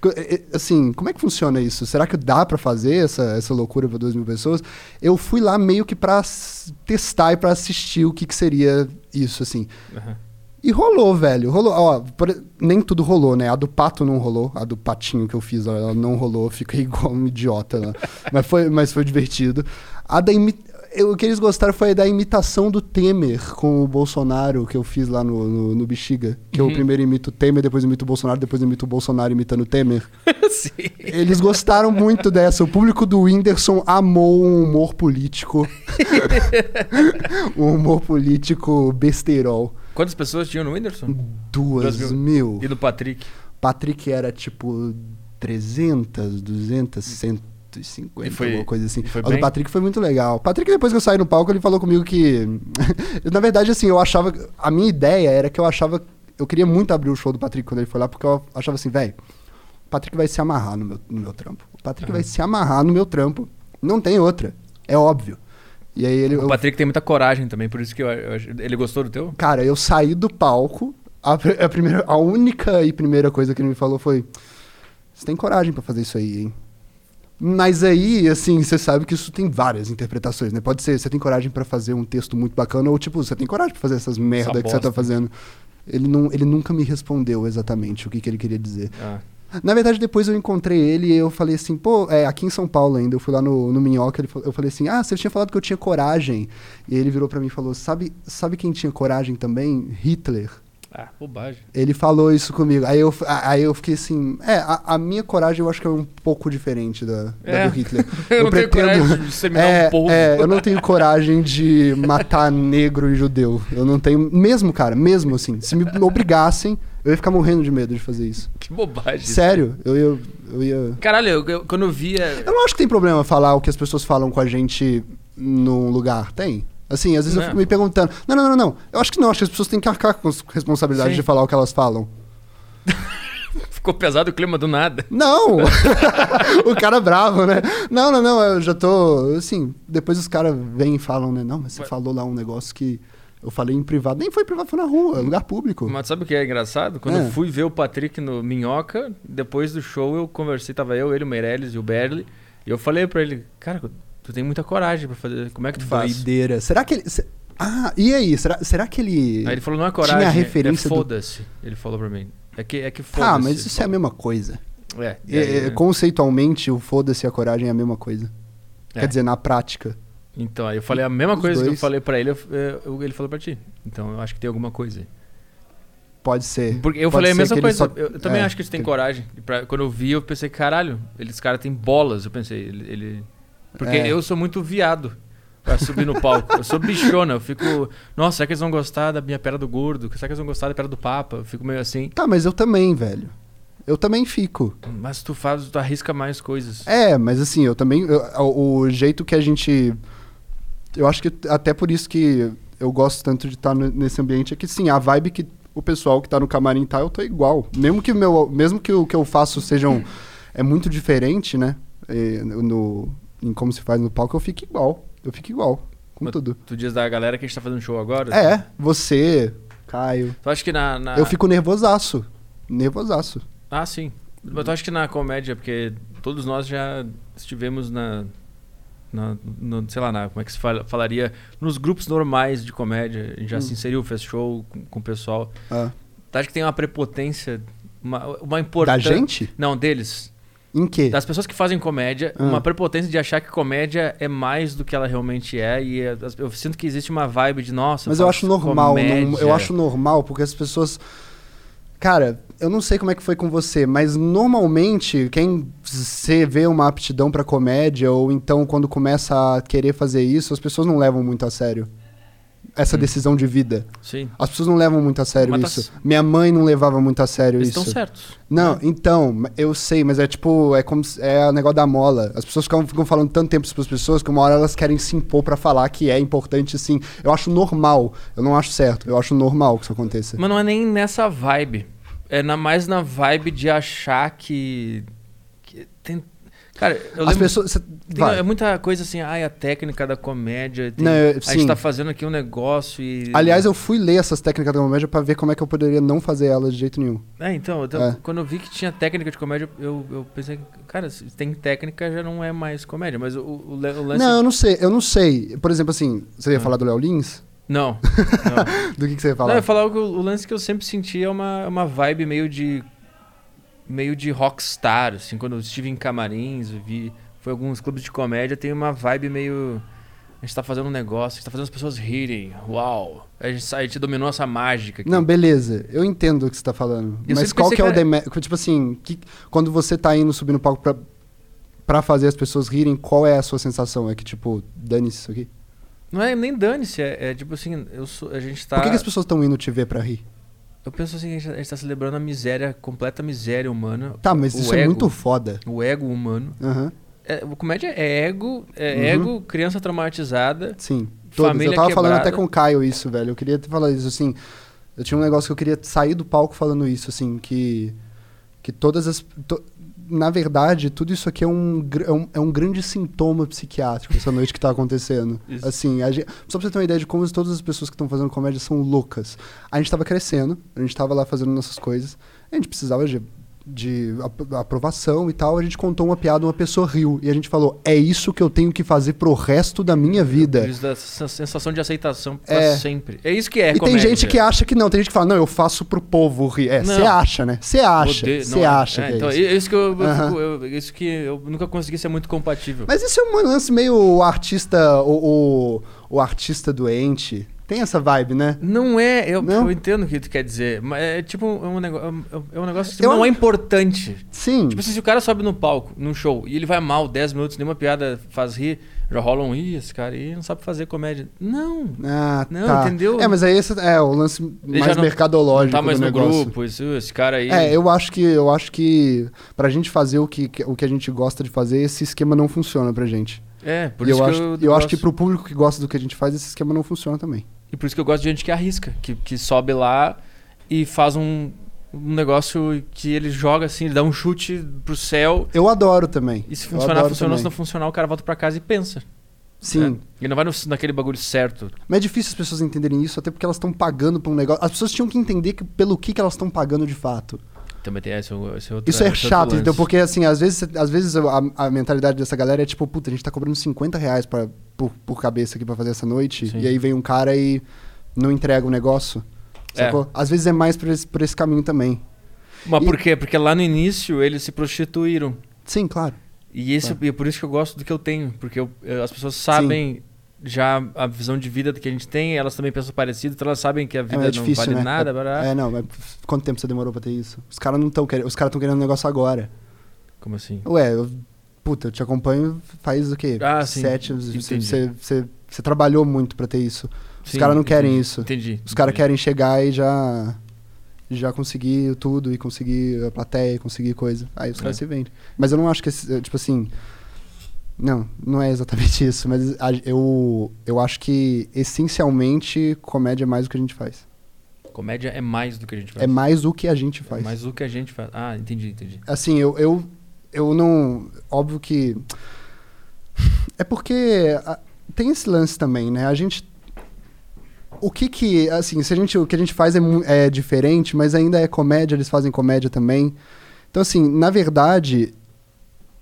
co- é- é- Assim, como é que funciona isso? Será que dá pra fazer essa, essa loucura pra duas mil pessoas? Eu fui lá meio que pra s- testar e pra assistir o que, que seria isso, assim.
Aham. <laughs>
E rolou, velho. Rolou. Ó, por- nem tudo rolou, né? A do pato não rolou. A do patinho que eu fiz, ó, ela não rolou. Eu Fiquei <laughs> igual um idiota lá. mas, foi, mas foi divertido. A da imi... eu, o que eles gostaram foi da imitação do Temer com o Bolsonaro que eu fiz lá no, no, no Bexiga. Que eu
Uhum.
primeiro imito o Temer, depois imito o Bolsonaro, depois imito o Bolsonaro imitando o Temer.
Sim.
Eles gostaram muito dessa. O público do Whindersson amou o humor político. <laughs> o humor político besteirol.
Quantas pessoas tinham no Whindersson?
Duas,
Duas
mil.
E no Patrick?
Patrick era tipo 300, 200, 150,
E foi-
alguma coisa assim.
e foi
A do
bem?
Patrick foi muito legal. Patrick, depois que eu saí no palco, ele falou comigo que. <laughs> Na verdade, assim, eu achava. A minha ideia era que eu achava. Eu queria muito abrir o show do Patrick quando ele foi lá, porque eu achava assim, velho. O Patrick vai se amarrar no meu, no meu trampo. O Patrick
Aham.
vai se amarrar no meu trampo. Não tem outra. É óbvio. E aí ele.
O
eu-
Patrick tem muita coragem também, por isso que eu, eu acho- ele gostou do teu?
Cara, eu saí do palco, A, pr- a primeira, a única e primeira coisa que ele me falou foi: Você tem coragem pra fazer isso aí, hein? Mas aí, assim, você sabe que isso tem várias interpretações, né? Pode ser, você tem coragem pra fazer um texto muito bacana, ou tipo, você tem coragem pra fazer essas merda que você
bosta.
tá fazendo. Ele, não, ele nunca me respondeu exatamente o que, que ele queria dizer.
Ah,
Na verdade, depois eu encontrei ele e eu falei assim, pô, é, aqui em São Paulo ainda, eu fui lá no, no Minhoca, ele fa- eu falei assim, ah, você tinha falado que eu tinha coragem. E ele virou pra mim e falou, sabe, sabe quem tinha coragem também? Hitler.
ah, bobagem.
Ele falou isso comigo. Aí eu, a- aí eu fiquei assim, é, a, a minha coragem eu acho que é um pouco diferente da, da
É.
do Hitler.
<laughs> <laughs> Eu, não
pretendo-
tenho coragem de seminar
É,
um povo.
é, eu não tenho coragem de matar negro e judeu. Eu não tenho. Mesmo, cara, mesmo assim. Se me obrigassem, eu ia ficar morrendo de medo de fazer isso.
Que bobagem.
Sério, eu ia. Eu, ia...
Caralho, eu- eu- quando eu via.
eu não acho que tem problema falar o que as pessoas falam com a gente num lugar. Tem? Assim, às vezes eu
Não.
fico me perguntando. Não, não, não, não. Eu acho que não. Acho que as pessoas têm que arcar com a responsabilidade
Sim.
de falar o que elas falam.
Ficou pesado o clima do nada. <laughs>
Não! <laughs> o cara bravo, né? Não, não, não, eu já tô. Assim, depois os caras vêm e falam, né? Não, mas você
Mas-
falou lá um negócio que eu falei em privado. Nem foi privado, foi na rua, é lugar público.
Mas sabe o que é engraçado? Quando
É.
eu fui ver o Patrick no Minhoca, depois do show eu conversei, tava eu, ele, o Meirelles e o Berli, e eu falei pra ele, cara, tu tem muita coragem pra fazer, como é que tu faz?
Doideira. Será que ele. se- Ah, e aí? Será, será que ele.
Aí ele falou, não é coragem,
Tinha a
é-
referência
é
do-
foda-se, ele falou pra mim. É que, é que foda-se.
Tá, mas isso é a mesma coisa.
É, e
É,
aí,
é,
né?
Conceitualmente, o foda-se e a coragem é a mesma coisa.
É.
Quer dizer, na prática.
Então, aí eu falei a mesma
Os
coisa que eu
dois.
falei pra ele, eu- eu- ele falou pra ti. Então eu acho que tem alguma coisa aí.
Pode ser.
Porque eu
Pode
falei a
ser
mesma
que ele
coisa.
só-
Eu, eu também
é,
acho que eles têm
tem-
coragem. E pra- quando eu vi, eu pensei, caralho, eles caras têm bolas. Eu pensei, ele. ele- Porque
É.
eu sou muito viado pra subir no palco. eu sou bichona. Eu fico. Nossa, será que eles vão gostar da minha pera do gordo? Será que eles vão gostar da pera do papa? Eu fico meio assim.
Tá, mas eu também, velho. Eu também fico.
Mas tu faz, tu arrisca mais coisas.
É, mas assim, eu também. eu- o, o jeito que a gente. Eu acho que até por isso que eu gosto tanto de estar no- nesse ambiente é que sim, a vibe que o pessoal que tá no camarim tá, eu tô igual. Mesmo que, meu, mesmo que o que eu faço sejam. é muito diferente, né? É, no, em como se faz no palco, eu fico igual. Eu fico igual. Com
Mas-
tudo.
Tu diz da galera que a gente tá fazendo show agora?
É, você, Caio.
Tu acha que na. na-
Eu fico nervosaço. Nervosaço.
Ah, sim. Mas eu acho que na comédia, porque todos nós já estivemos na. na no- sei lá, na, como é que se fala- falaria? Nos grupos normais de comédia. A gente
Hum.
já se inseriu, fez show com, com o pessoal.
Ah.
Tu acha que tem uma prepotência, uma, uma
Da
importância.
gente?
Não, deles.
Em quê?
Das pessoas que fazem comédia,
Ah.
uma prepotência de achar que comédia é mais do que ela realmente é. E é- as- eu sinto que existe uma vibe de, nossa,
Mas eu
faço
acho normal, não,
comédia.
eu acho normal porque as pessoas Cara, eu não sei como é que foi com você, mas normalmente quem você vê uma aptidão pra comédia ou então quando começa a querer fazer isso, as pessoas não levam muito a sério essa
Hum.
decisão de vida.
Sim.
As pessoas não levam muito a sério
Mas tá
isso.
c-
Minha mãe não levava muito a sério
Eles
isso.
estão certos.
Não, então, eu sei, mas é tipo, é como se- é o negócio da mola. As pessoas ficam, ficam falando tanto tempo isso pras pessoas que uma hora elas querem se impor pra falar que é importante sim. Eu acho normal. Eu não acho certo. Eu acho normal que isso aconteça.
Mas não é nem nessa vibe. É na, mais na vibe de achar que. que tem- cara, eu
As
lembro.
pessoas. cê-
tem-
vai.
é muita coisa assim, ai, a técnica da comédia. tem-
Não, eu-
a
né, sim.
gente tá fazendo aqui um negócio e.
Aliás, eu fui ler essas técnicas da comédia pra ver como é que eu poderia não fazer elas de jeito nenhum.
É, então, então,
É.
quando eu vi que tinha técnica de comédia, eu, eu pensei, cara, se tem técnica já não é mais comédia. Mas o, o le- o lance.
Não, eu não sei, eu não sei. Por exemplo, assim, você ia
Ah.
falar do Léo Lins?
Não. não.
Do que, que você ia falar?
Não, eu ia falar que o, o lance que eu sempre senti é uma, uma vibe meio de. meio de rockstar, assim, quando eu estive em camarins, eu vi. Foi alguns clubes de comédia, tem uma vibe meio. A gente tá fazendo um negócio, a gente tá fazendo as pessoas rirem. Uau! A gente, a gente dominou essa mágica aqui.
Não, beleza, eu entendo o que você tá falando.
Eu
mas
sempre
qual
pensei
que é o
que
demérito? Tipo assim, que- quando você tá indo subir no palco pra, pra fazer as pessoas rirem, qual é a sua sensação? É que, tipo, dane-se isso aqui?
Não é nem dane-se, é, é tipo assim, eu sou- a gente tá.
Por que, que as pessoas estão indo te ver pra rir?
Eu penso assim, a gente, a gente tá celebrando a miséria, a completa miséria humana.
Tá, mas
o
isso é
ego,
muito foda.
O ego humano.
Aham,
É, o comédia é ego, é
Uhum.
ego, criança traumatizada.
sim. Todas.
Família
eu tava falando
quebrada.
até com o Caio isso, velho. Eu queria te falar isso, assim. Eu tinha um negócio que eu queria sair do palco falando isso, assim, que. Que todas as. to- na verdade, tudo isso aqui é um, gr- é um, é um grande sintoma psiquiátrico, essa noite que tá acontecendo.
<laughs> Isso.
Assim, a gen- só pra você ter uma ideia de como todas as pessoas que estão fazendo comédia são loucas. A gente tava crescendo, a gente tava lá fazendo nossas coisas, a gente precisava de, de apro- aprovação e tal, a gente contou uma piada, uma pessoa riu, e a gente falou, é isso que eu tenho que fazer pro resto da minha vida.
Isso dá essa sensação de aceitação pra
É.
sempre. É isso que é
e tem gente que
acha.
acha que não, tem gente que fala, não, eu faço pro povo rir. É,
Não.
você acha, né? Você acha.
Poder-
Você
não, é-
acha
é,
que é
então,
isso.
isso. que eu, eu
Aham.
fico- eu- é isso que eu nunca consegui ser muito compatível.
Mas isso é um lance meio artista, o, o, o artista doente. Tem essa vibe, né?
Não é, eu,
Não?
eu entendo o que tu quer dizer, mas é tipo é um, nego- é um- é um negócio que
Eu- Hum.
não é importante.
Sim.
Tipo assim, se o cara sobe no palco, num show, e ele vai mal 10 minutos, nenhuma piada faz rir, já rola um, ih, esse cara aí não sabe fazer comédia. Não,
ah,
não,
tá.
entendeu?
É, mas aí esse é o lance mais
não- não
mercadológico
tá mais no
do negócio.
grupo, isso, esse cara aí.
É, eu acho que eu acho que pra gente fazer o que, o que a gente gosta de fazer, esse esquema não funciona pra gente.
É, por
e
isso
eu
que
acho,
eu,
eu acho que
gosto.
pro público que gosta do que a gente faz, esse esquema não funciona também.
E por isso que eu gosto de gente que arrisca, que, que sobe lá e faz um, um negócio que ele joga assim, ele dá um chute pro céu.
Eu adoro também.
E se
Eu
funcionar,
adoro
funcionou. Se não
também.
funcionar, o cara volta pra casa e pensa.
Sim.
né? Ele não vai no, naquele bagulho certo.
É. Mas é difícil as pessoas entenderem isso, até porque elas estão pagando por um negócio. As pessoas tinham que entender que, pelo que, que elas estão pagando de fato.
Também tem esse, esse outro
Isso é
esse outro
chato,
lance.
entendeu? Porque, assim, às vezes, às vezes a, a mentalidade dessa galera é tipo, puta, a gente tá cobrando 50 reais pra, por, por cabeça aqui pra fazer essa noite,
Sim.
e aí vem um cara e não entrega o negócio.
É.
Sacou? Às vezes é mais por esse, por esse caminho também.
Mas
E-
por quê? Porque lá no início eles se prostituíram.
Sim, claro.
E esse,
Tá.
e é por isso que eu gosto do que eu tenho. Porque eu- eu- as pessoas sabem já a visão de vida que a gente tem, elas também pensam parecido, então elas sabem que a
É,
vida
mas é
não
difícil,
vale
né?
nada.
É-
barará.
é, não, mas quanto tempo você demorou pra ter isso? Os caras não estão querendo. Os caras estão querendo um negócio agora.
Como assim?
Ué, eu, puta, eu te acompanho faz o quê?
Ah, sim.
Sete anos. Você-
Entendi.
Você você- você trabalhou muito pra ter isso. Os
Sim,
caras não querem
entendi.
isso.
Entendi.
Os caras
entendi.
querem chegar e já já conseguir tudo e conseguir a plateia e conseguir coisa. Aí os caras
É.
se vendem. Mas eu não acho que esse, eh, tipo assim, não, não é exatamente <laughs> isso, mas a- eu eu acho que essencialmente comédia é mais o que a gente faz.
Comédia é mais do que a gente faz.
É mais o que a gente
É
faz.
mais do que a gente faz. Ah, entendi, entendi.
Assim, eu, eu, eu não. Óbvio que. É porque a- tem esse lance também, né? A gente. O que que. Assim, se a gente, o que a gente faz é, mu- é diferente, mas ainda é comédia, eles fazem comédia também. Então, assim, na verdade,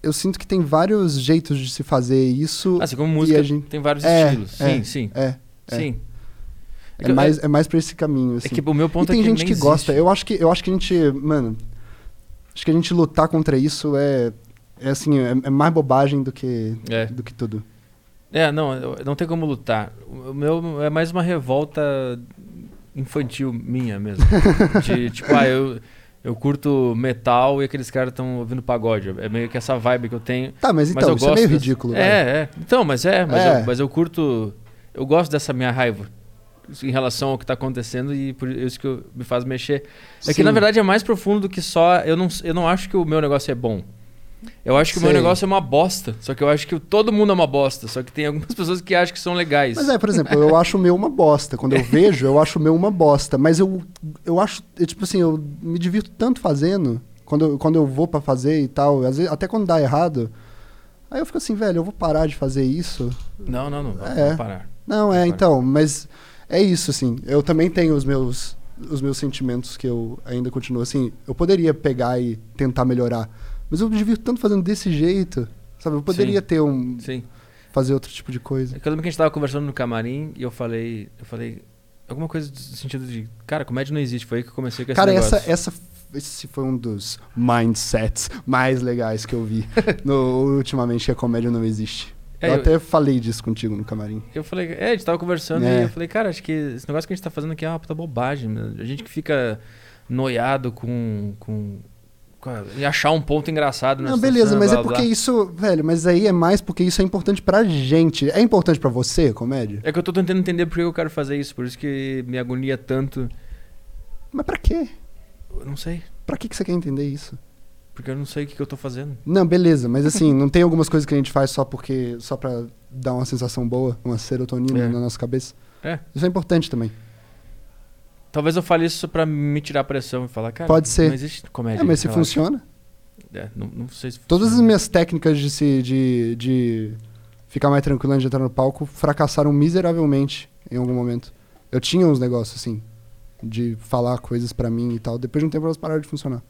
eu sinto que tem vários jeitos de se fazer isso.
Assim como música
a gente-
tem vários
É,
estilos. Sim,
é,
sim.
É. é.
Sim. É
É
que-
mais, é mais pra esse caminho.
É
Assim.
que o meu ponto
e tem
é que
gente
nem
que gosta.
existe.
Eu acho que, eu acho que a gente, mano, acho que a gente lutar contra isso é, é assim, é, é mais bobagem do que
É.
do que tudo.
É, não, eu- não tem como lutar. O meu é mais uma revolta infantil minha
<laughs>
mesmo. De, tipo, ah, eu, eu curto metal e aqueles caras estão ouvindo pagode. É meio que essa vibe que eu tenho.
Tá, mas
mas
então,
eu
isso
gosto
é meio
dessa-
ridículo. né?
É, é. Então, mas é, mas,
É.
Eu, mas eu curto. Eu gosto dessa minha raiva em relação ao que tá acontecendo e por isso que eu, me faz mexer. É que
Sim.
na verdade é mais profundo do que só. Eu não, eu não acho que o meu negócio é bom. Eu acho que o meu
Sei.
negócio é uma bosta. Só que eu acho que todo mundo é uma bosta. Só que tem algumas <laughs> pessoas que acham que são legais.
Mas é, por exemplo, eu acho o meu uma bosta.
<laughs>
Quando eu vejo, eu acho o meu uma bosta. Mas eu, eu acho, eu, tipo assim, eu me divirto tanto fazendo. Quando eu, quando eu vou pra fazer e tal, às vezes, até quando dá errado. Aí eu fico assim, velho, eu vou parar de fazer isso.
Não, não, não. Vamos
É.
parar.
Não, é,
Concordo.
então, mas é isso, assim. Eu também tenho os meus, os meus sentimentos que eu ainda continuo, assim. Eu poderia pegar e tentar melhorar, mas eu me divirto tanto fazendo desse jeito, sabe? Eu poderia ter um.
Sim.
fazer outro tipo de coisa.
É que Eu lembro que a gente tava conversando no camarim e eu falei. Eu falei. Alguma coisa no sentido de. Cara, comédia não existe. Foi aí que eu comecei com esse
Cara,
negócio.
essa, essa. Esse foi um dos mindsets mais legais que
<laughs>
eu vi no, ultimamente, que a comédia não existe.
É,
eu,
eu-
até falei disso contigo no camarim.
Eu falei, é, a gente tava conversando
É.
e eu falei, cara, acho que esse negócio que a gente tá fazendo aqui é uma puta bobagem. né? A gente que fica noiado com. com, com a- e achar um ponto engraçado na
Não, beleza,
situação,
mas
blá,
é porque
blá.
isso, velho, mas aí é mais porque isso é importante pra gente. É importante pra você, comédia?
É que eu tô tentando entender por que eu quero fazer isso, por isso que me agonia tanto.
Mas pra quê?
Eu não sei,
Pra que, que você quer entender isso?
porque eu não sei o que, que eu tô fazendo.
Não, beleza, mas assim, não tem algumas coisas que a gente faz só porque. só pra dar uma sensação boa, uma serotonina
É.
na nossa cabeça.
É.
Isso é importante também.
Talvez eu fale isso pra me tirar a pressão e falar, cara,
Pode ser.
não existe comédia.
é, mas se
relaxa.
funciona.
É, não, não sei se.
Todas as minhas técnicas de, se, de, de ficar mais tranquilo antes de entrar no palco fracassaram miseravelmente em algum momento. Eu tinha uns negócios, assim, de falar coisas pra mim e tal. Depois de um tempo elas pararam de funcionar.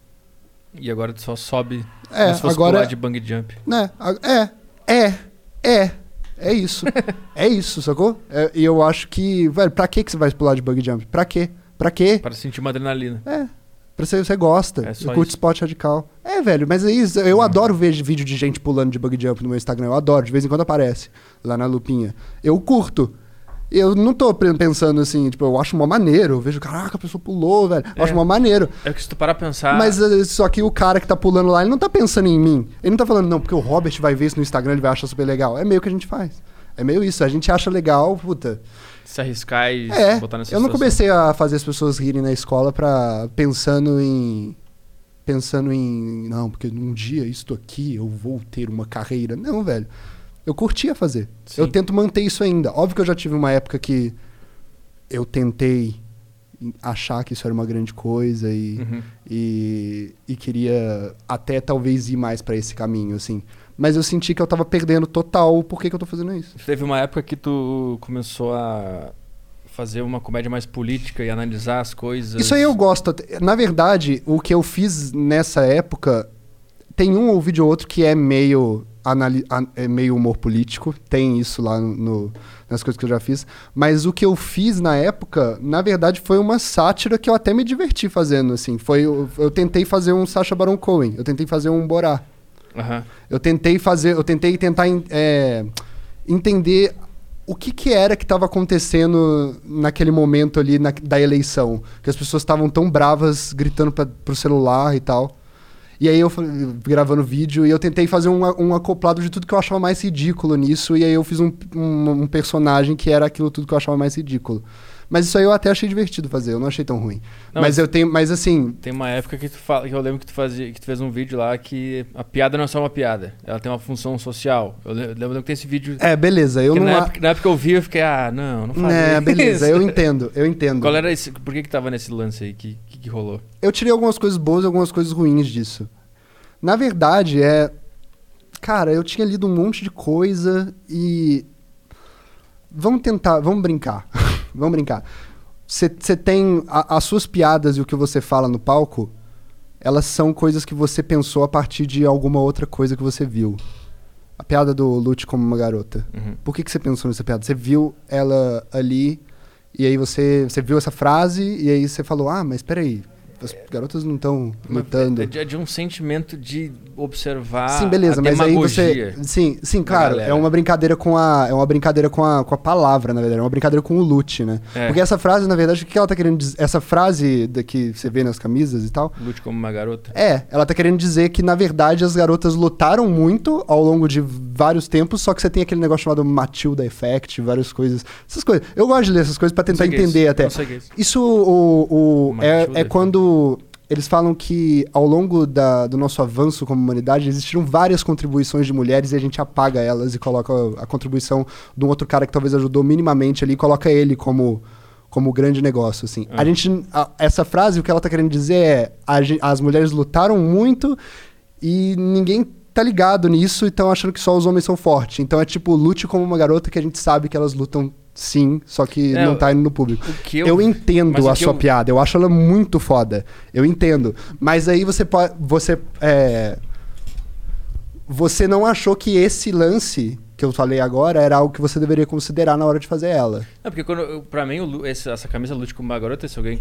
E agora tu só sobe
É,
como se fosse
agora.
pular de bang jump.
Né? a- É, é, é.
<laughs>
É isso. é isso, sacou? É, E eu acho que, velho, pra que que você vai pular de bug jump? Pra quê? Pra quê?
Para sentir uma adrenalina.
É. Pra você, você gosta.
É só
eu curto
isso.
esporte radical. É, velho, mas é isso. Eu adoro ver vídeo de gente pulando de bug jump no meu Instagram. Eu adoro. De vez em quando aparece lá na lupinha. Eu curto. Eu não tô pre- pensando assim, tipo, eu acho mó maneiro. Eu vejo, caraca, a pessoa pulou, velho.
É.
Eu acho mó maneiro.
É que se tu parar pra pensar.
Mas eh, só que o cara que tá pulando lá, ele não tá pensando em mim. Ele não tá falando, não, porque o Robert vai ver isso no Instagram, ele vai achar super legal. É meio que a gente faz. É meio isso. A gente acha legal, puta.
se arriscar e
É.
se botar nessa
Eu não
situação.
comecei a fazer as pessoas rirem na escola pra. pensando em. Pensando em. Não, porque num dia isto aqui eu vou ter uma carreira. Não, velho. Eu curtia fazer.
Sim.
Eu tento manter isso ainda. Óbvio que eu já tive uma época que eu tentei achar que isso era uma grande coisa e
Uhum.
e, e queria até talvez ir mais pra esse caminho, assim. Mas eu senti que eu tava perdendo total por que, que eu tô fazendo isso.
Teve uma época que tu começou a fazer uma comédia mais política e analisar as coisas.
Isso aí eu gosto. até- Na verdade, o que eu fiz nessa época tem um ou vídeo ou outro que é meio anali- an- é meio humor político, tem isso lá no- no- nas coisas que eu já fiz, mas o que eu fiz na época, na verdade, foi uma sátira que eu até me diverti fazendo, assim. Foi eu, eu tentei fazer um Sacha Baron Cohen, eu tentei fazer um Borá.
Aham.
Eu tentei fazer, eu tentei tentar en- é, entender o que, que era que estava acontecendo naquele momento ali na- da eleição, que as pessoas estavam tão bravas gritando pra, pro celular e tal. E aí eu fa- gravando vídeo e eu tentei fazer um, a- um acoplado de tudo que eu achava mais ridículo nisso e aí eu fiz um, um- um personagem que era aquilo tudo que eu achava mais ridículo. Mas isso aí eu até achei divertido fazer, eu não achei tão ruim.
Não,
mas eu tenho, mas assim,
Tem uma época que tu fala, que eu lembro que tu fazia, que tu fez um vídeo lá que a piada não é só uma piada, ela tem uma função social. Eu le- lembro que tem esse vídeo.
é beleza, eu
que
não
na,
a-
época, na época que eu vi, eu fiquei, ah, não, não faz
né,
isso. <laughs>
beleza, <laughs> eu entendo, eu entendo.
Qual era esse? Por que que tava nesse lance aí? Que que, que rolou?
eu tirei algumas coisas boas e algumas coisas ruins disso. Na verdade, é. Cara, eu tinha lido um monte de coisa e. Vamos tentar, vamos brincar. <laughs> vamos brincar. Você tem. a- as suas piadas e o que você fala no palco, elas são coisas que você pensou a partir de alguma outra coisa que você viu. A piada do Lute como uma garota.
Uhum.
Por que, que você pensou nessa piada? Você viu ela ali e aí você, você viu essa frase e aí você falou: Ah, mas peraí, as garotas não estão lutando.
É de, é de um sentimento de observar
Sim, beleza,
a
mas aí
demagogia.
você. Sim, sim,
da
claro. É
galera.
uma brincadeira com a. É uma brincadeira com a, com a palavra, na verdade. É uma brincadeira com o lute, né?
É.
Porque essa frase, na verdade, o que ela tá querendo dizer? Essa frase da, que você vê nas camisas e tal.
Lute como uma garota.
É, ela tá querendo dizer que, na verdade, as garotas lutaram muito ao longo de vários tempos, só que você tem aquele negócio chamado Matilda Effect, várias coisas. Essas coisas. Eu gosto de ler essas coisas pra tentar
Não sei o que é
entender
isso,
até.
Não sei o que é isso.
Isso o, o- é,
Matilda,
é quando eles falam que ao longo da- do nosso avanço como humanidade existiram várias contribuições de mulheres e a gente apaga elas e coloca a contribuição de um outro cara que talvez ajudou minimamente ali e coloca ele como como grande negócio assim. A
Ah.
gente a- essa frase o que ela tá querendo dizer é a gen- as mulheres lutaram muito e ninguém tá ligado nisso e estão achando que só os homens são fortes. Então é tipo lute como uma garota que a gente sabe que elas lutam sim, só que
É,
não tá indo no público.
O que
Eu,
eu, mas
entendo
o
a
que
sua
eu-
piada, eu acho ela muito foda. Eu entendo. Mas aí você pode. Você. é, Você não achou que esse lance que eu falei agora era algo que você deveria considerar na hora de fazer ela.
Não, É, porque quando, eu- pra mim, o Lu- esse- essa camisa lute como uma garota, se alguém.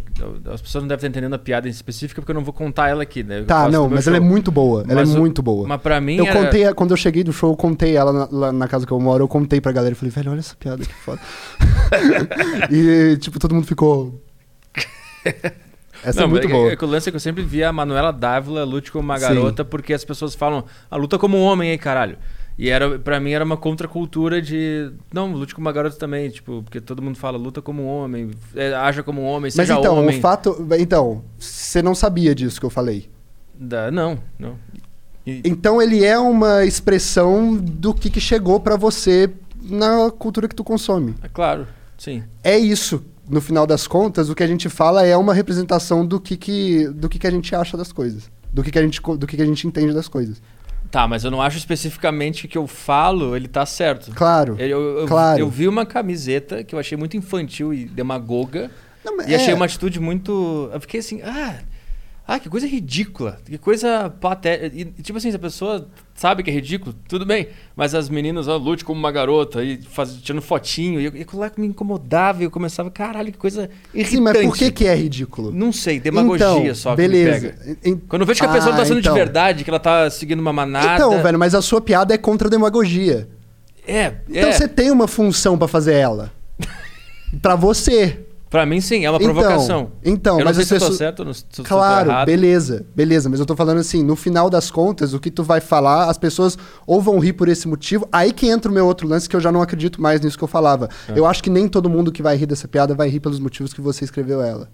As pessoas não devem estar entendendo a piada em específica, porque eu não vou contar ela aqui, né? Eu
tá,
faço no
não,
meu
mas
show.
ela é muito boa. Ela
Mas
é
o-
muito boa.
Mas pra mim.
Eu
era-
contei, quando eu cheguei do show, eu contei ela na, lá na casa que eu moro, eu contei pra galera, eu falei, velho, olha essa piada, que
<laughs>
foda. e, tipo, todo mundo ficou. Essa
Não,
é muito
mas
boa.
É, que o lance é que eu sempre via a Manuela Dávila lute como uma
Sim.
garota, porque as pessoas falam, a luta como um homem aí, caralho. E era, pra mim era uma contracultura de. Não, lute como uma garota também, tipo, porque todo mundo fala, luta como um homem, é, haja como um homem,
Mas
seja
então,
homem.
o fato. Então, você não sabia disso que eu falei.
Da- não, não. E-
Então ele é uma expressão do que, que chegou pra você na cultura que tu consome.
é claro, sim.
É isso. No final das contas, o que a gente fala é uma representação do que, que, do que, que a gente acha das coisas. do que, que a gente, co- do que, que a gente entende das coisas.
Tá, mas eu não acho especificamente que o que eu falo, ele tá certo.
Claro.
Eu, eu- eu-
Claro.
eu vi uma camiseta que eu achei muito infantil e demagoga.
Não, mas
E achei
é,
uma atitude muito. Eu fiquei assim, ah, ah que coisa ridícula, que coisa patética. E, tipo assim, se a pessoa sabe que é ridículo, tudo bem. Mas as meninas, ó, lute como uma garota, e faz, tirando fotinho, e, eu- e aquilo lá que me incomodava, e eu começava, caralho, que coisa irritante.
Sim, mas por que, que é ridículo?
Não sei, demagogia
então,
só que me
beleza.
pega.
En-
Quando eu vejo que a
Ah,
pessoa não tá sendo
então.
de verdade, que ela tá seguindo uma manada.
Então, velho, mas a sua piada é contra a demagogia.
É,
Então
é.
você tem uma função pra fazer ela. Pra você.
Pra mim, sim, é uma
Então,
provocação.
então,
eu não
mas
sei
as
se eu tô
pessoas-
certo, não, se eu tô
claro,
errado.
beleza, beleza. Mas eu tô falando assim, no final das contas, o que tu vai falar, as pessoas ou vão rir por esse motivo. Aí que entra o meu outro lance, que eu já não acredito mais nisso que eu falava.
É.
Eu acho que nem todo mundo que vai rir dessa piada vai rir pelos motivos que você escreveu ela.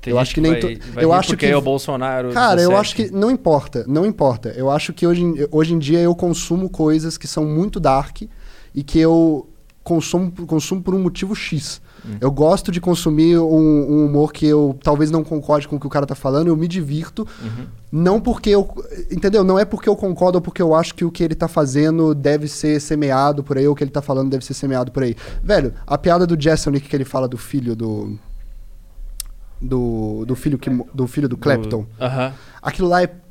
Tem
Eu
gente
acho que nem
vai-
to-
vai
eu
rir
acho
porque
que-
é o Bolsonaro.
Cara, eu
17.
acho que não importa, não importa. Eu acho que hoje, em- hoje em dia eu consumo coisas que são muito dark e que eu consumo, consumo por um motivo X. Eu gosto de consumir um, um humor que eu talvez não concorde com o que o cara tá falando, eu me divirto. Não porque eu. Entendeu? Não é porque eu concordo ou porque eu acho que o que ele tá fazendo deve ser semeado por aí, ou o que ele tá falando deve ser semeado por aí. Velho, a piada do Jason Nick que ele fala do filho do. Do, do filho que mo- do filho do Clapton.
Aham.
Aquilo lá é pesadíssimo.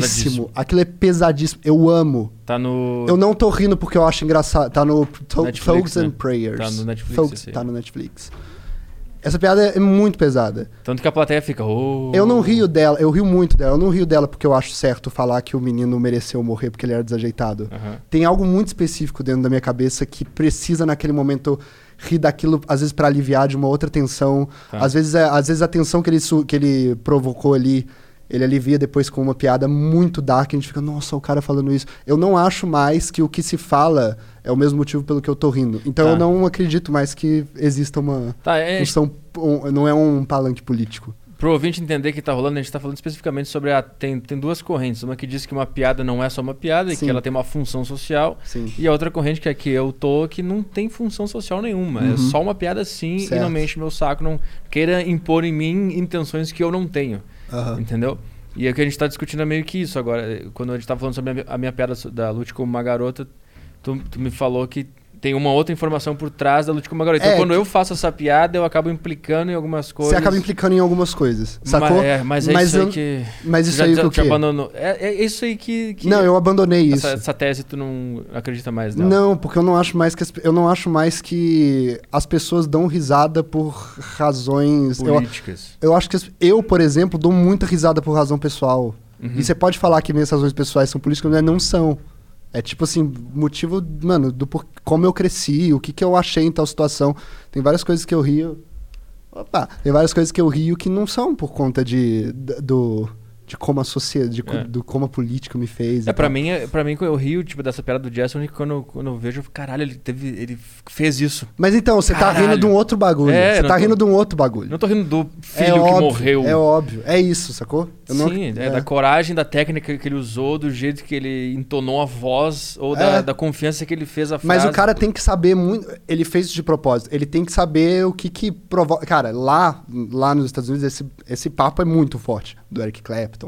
Pesadíssimo.
Aquilo é pesadíssimo. Eu amo.
Tá no.
Eu não tô rindo porque eu acho engraçado. Tá no to
Netflix,
Thugs and
né?
Prayers.
Tá no Netflix
Thugs-
esse aí.
tá no Netflix. Essa piada é muito pesada.
Tanto que a plateia fica. "Oh".
Eu não rio dela, eu rio muito dela. Eu não rio dela porque eu acho certo falar que o menino mereceu morrer porque ele era desajeitado.
Aham.
Tem algo muito específico dentro da minha cabeça que precisa naquele momento eu rir daquilo, às vezes pra aliviar de uma outra tensão.
Tá.
Às, vezes, é- às vezes a tensão que ele, su- que ele provocou ali, ele alivia depois com uma piada muito dark. A gente fica, nossa, o cara falando isso. Eu não acho mais que o que se fala é o mesmo motivo pelo que eu tô rindo. Então
Tá.
eu não acredito mais que exista uma
Tá, é,
função, um- não é um palanque político.
pro ouvinte entender o que tá rolando, a gente tá falando especificamente sobre a. Tem, tem duas correntes. Uma que diz que uma piada não é só uma piada, e
Sim.
que ela tem uma função social.
Sim.
E a outra corrente que é que eu tô, que não tem função social nenhuma. É só uma piada sim e
Uhum. Certo.
não me enche meu saco. Não queira impor em mim intenções que eu não tenho. Entendeu? E é o que a gente tá discutindo é meio que isso agora. Quando a gente tá falando sobre a minha, a minha piada so- da Lute como uma garota, tu, tu me falou que tem uma outra informação por trás da Lute como uma garota. Então
É,
quando
que-
eu faço essa piada, eu acabo implicando em algumas coisas.
Você acaba implicando em algumas coisas, sacou?
Mas é, mas é
Mas
isso
eu-
aí que...
Mas isso
já,
aí
já
que o
te
quê?
abandonou. É, é isso aí que... que-
Não, eu abandonei isso.
essa, essa tese tu não acredita mais né? nela.
Não, porque eu não acho mais que as, eu não acho mais que as pessoas dão risada por razões. Eu,
Políticas.
eu acho que as- eu, por exemplo, dou muita risada por razão pessoal.
Uhum.
E você pode falar que minhas razões pessoais são políticas, mas não são. É tipo assim, motivo, mano, do por, como eu cresci, o que, que eu achei em tal situação. Tem várias coisas que eu rio. Opa, tem várias coisas que eu rio que não são por conta de d- do de como a sociedade, de co-
É.
do como a política me fez.
É,
e
pra
tal.
mim, é- pra mim, eu rio, tipo, dessa piada do Jason, e quando, eu- quando eu vejo, eu fico, caralho, ele teve. Ele f- fez isso.
Mas então, você tá
Caralho.
rindo de um outro bagulho.
É,
você
não
tá
tô-
rindo de um outro bagulho.
Não tô rindo do filho
é
que
óbvio,
morreu.
É óbvio. É isso, sacou? Eu não-
Sim, é, da coragem, da técnica que ele usou, do jeito que ele entonou a voz, ou da,
É.
da confiança que ele fez a frase.
Mas o cara tem que saber muito. Ele fez isso de propósito. Ele tem que saber o que que provoca. Cara, lá, lá nos Estados Unidos, esse, esse papo é muito forte do Eric Clapton.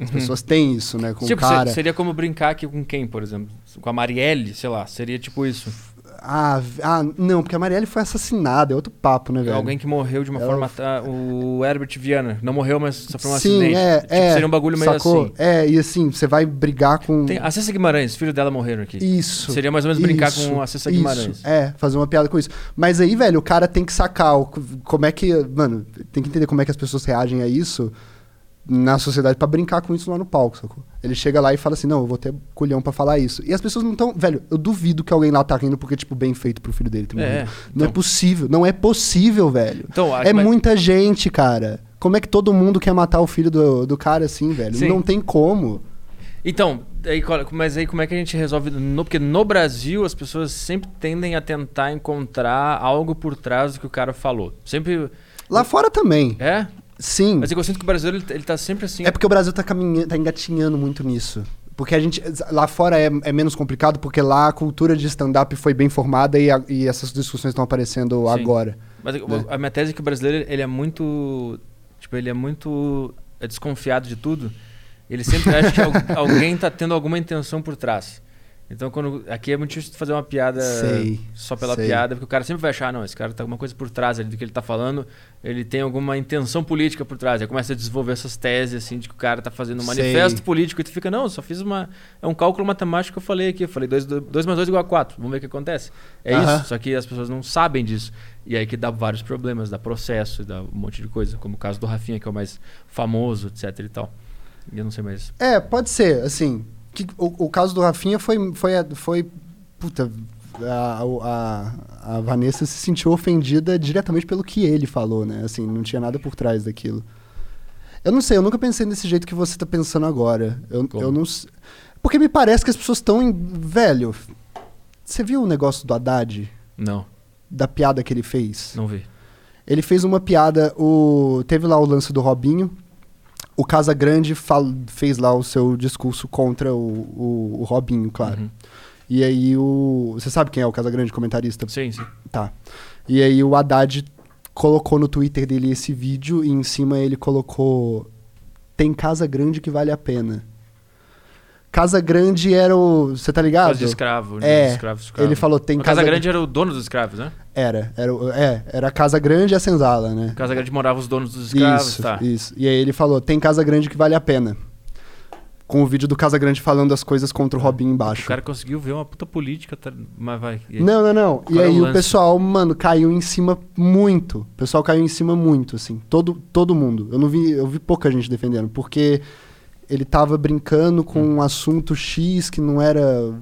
As pessoas têm isso, né? Com o
Uhum. Tipo, se-
cara.
seria como brincar aqui com quem, por exemplo? Com a Marielle, sei lá, seria tipo isso.
Ah, v- ah, não, porque a Marielle foi assassinada. É outro papo, né, velho?
Alguém que morreu de uma
Eu-
forma. tá, o Herbert Viana. Não morreu, mas sofreu um
Sim,
acidente.
é,
Tipo,
é.
seria um bagulho meio
sacou?
assim.
É, e assim, você vai brigar com.
Tem, a Cissa Guimarães, filho dela morreram aqui.
Isso.
Seria mais ou menos brincar
Isso,
com a Cissa
isso.
Guimarães.
É, fazer uma piada com isso. Mas aí, velho, o cara tem que sacar o- como é que. Mano, tem que entender como é que as pessoas reagem a isso na sociedade pra brincar com isso lá no palco, sacou? Ele chega lá e fala assim: não, eu vou ter culhão pra falar isso. E as pessoas não estão. Velho, eu duvido que alguém lá tá rindo porque, tipo, bem feito pro filho dele também.
É,
Não é
então.
possível, não é possível, velho.
Então, a-
é
mas-
muita gente, cara. Como é que todo mundo quer matar o filho do, do cara assim, velho?
Sim.
Não tem como.
Então, aí, qual- mas aí como é que a gente resolve? No, porque no Brasil as pessoas sempre tendem a tentar encontrar algo por trás do que o cara falou. Sempre.
Lá fora também.
É?
Sim.
Mas eu sinto que o brasileiro ele, ele tá sempre assim.
É porque o Brasil tá, caminha- tá engatinhando muito nisso. Porque a gente. Lá fora é, é menos complicado, porque lá a cultura de stand-up foi bem formada e, a- e essas discussões estão aparecendo
Sim.
agora.
Mas eu-
Né.
a minha tese é que o brasileiro ele é muito. Tipo, ele é muito. é desconfiado de tudo. Ele sempre acha que al-
<laughs>
alguém está tendo alguma intenção por trás. Então, quando aqui é muito difícil tu fazer uma piada
Sei,
só pela
sei.
piada, porque o cara sempre vai achar, não, esse cara tá alguma coisa por trás ali do que ele tá falando, ele tem alguma intenção política por trás. Aí começa a desenvolver essas teses, assim, de que o cara tá fazendo um
Sei.
manifesto político e tu fica, não, eu só fiz uma. É um cálculo matemático que eu falei aqui. Eu falei 2 mais 2 igual a 4. Vamos ver o que acontece. É
Aham.
isso, só que as pessoas não sabem disso. E aí que dá vários problemas, dá processo, dá um monte de coisa, como o caso do Rafinha, que é o mais famoso, etc e tal. E eu não sei mais.
É, pode ser, assim. que- o, o caso do Rafinha foi. foi, a- foi puta. A, a, a Vanessa se sentiu ofendida diretamente pelo que ele falou, né? Assim, não tinha nada por trás daquilo. Eu não sei, eu nunca pensei desse jeito que você tá pensando agora. Eu,
Como?
eu não. s- Porque me parece que as pessoas estão em. Velho, você viu o negócio do Haddad?
Não,
Da piada que ele fez?
não vi.
Ele fez uma piada, o... teve lá o lance do Robinho. O Casa Grande fal- fez lá o seu discurso contra o, o- o Robinho, claro.
Uhum.
E aí o. Você sabe quem é o Casa Grande, comentarista?
Sim, sim.
Tá. E aí o Haddad colocou no Twitter dele esse vídeo e em cima ele colocou. Tem Casa Grande que vale a pena. Casa Grande era o. Você tá ligado?
Caso de escravo, né?
É,
escravo, escravo.
Ele falou, tem
A Casa Grande era o dono dos escravos, né?
Era, era, o- é, era a Casa Grande e a senzala, né?
Casa Grande morava os donos dos escravos,
isso,
tá.
isso. E aí ele falou: tem Casa Grande que vale a pena. Com o vídeo do Casa Grande falando as coisas contra o Robinho embaixo.
O cara conseguiu ver uma puta política, tá- mas vai. e aí?
Não, não, não. E
Qual é o
aí o,
lance?
pessoal, mano, caiu em cima muito. O pessoal caiu em cima muito, assim. Todo, todo mundo. Eu não vi, eu vi pouca gente defendendo, porque ele tava brincando com
Hum.
um assunto X que não era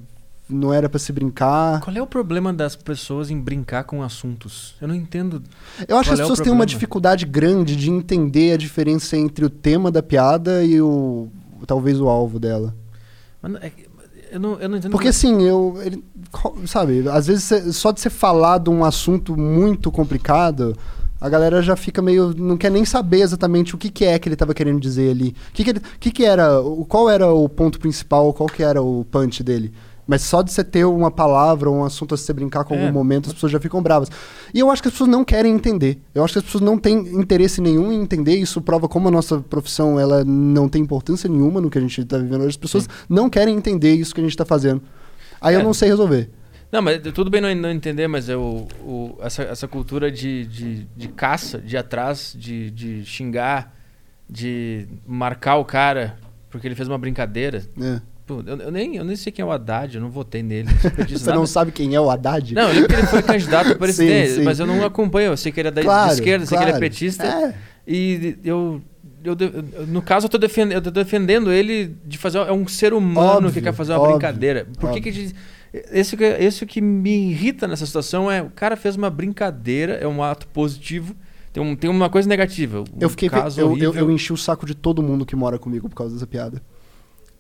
não era para se brincar.
Qual é o problema das pessoas em brincar com assuntos? Eu não entendo.
Eu acho
Qual
que as
é o
pessoas têm uma
problema?
dificuldade grande de entender a diferença entre o tema da piada e o talvez o alvo dela.
Mano, é que- Eu não, eu não entendo.
Porque assim, eu. ele- co- sabe, às vezes cê- só de você falar de um assunto muito complicado, a galera já fica meio. não quer nem saber exatamente o que, que é que ele tava querendo dizer ali. O que, que, ele- o que, que era. o- Qual era o ponto principal, qual que era o punch dele. Mas só de você ter uma palavra, um assunto a se você brincar com algum
É.
momento, as pessoas já ficam bravas. E eu acho que as pessoas não querem entender. Eu acho que as pessoas não têm interesse nenhum em entender. Isso prova como a nossa profissão ela não tem importância nenhuma no que a gente está vivendo hoje. As pessoas não querem entender isso que a gente está fazendo. Aí
É.
eu não sei resolver.
Não, mas tudo bem não, não entender, mas eu, o, essa, essa cultura de, de, de caça, de ir atrás, de, de xingar, de marcar o cara porque ele fez uma brincadeira.
É.
Pô, eu, eu nem, eu nem sei quem é o Haddad, eu não votei nele. Eu disse
Você não
nada.
sabe quem é o Haddad?
Não, eu lembro que ele foi candidato
<laughs>
a presidente,
Sim, sim.
mas eu não acompanho. Eu sei que ele é da
Claro,
de esquerda, eu sei que ele é
claro.
petista.
É.
E eu, eu de- eu- no caso, eu tô, defendendo, eu tô defendendo ele de fazer. É um ser humano
Óbvio,
que quer fazer uma
óbvio,
brincadeira. Por que que. diz- Esse que, esse que me irrita nessa situação é o cara fez uma brincadeira, é um ato positivo. Tem, um, tem uma coisa negativa. Um
Eu fiquei.
Caso
eu, eu,
horrível,
eu enchi o saco de todo mundo que mora comigo por causa dessa piada.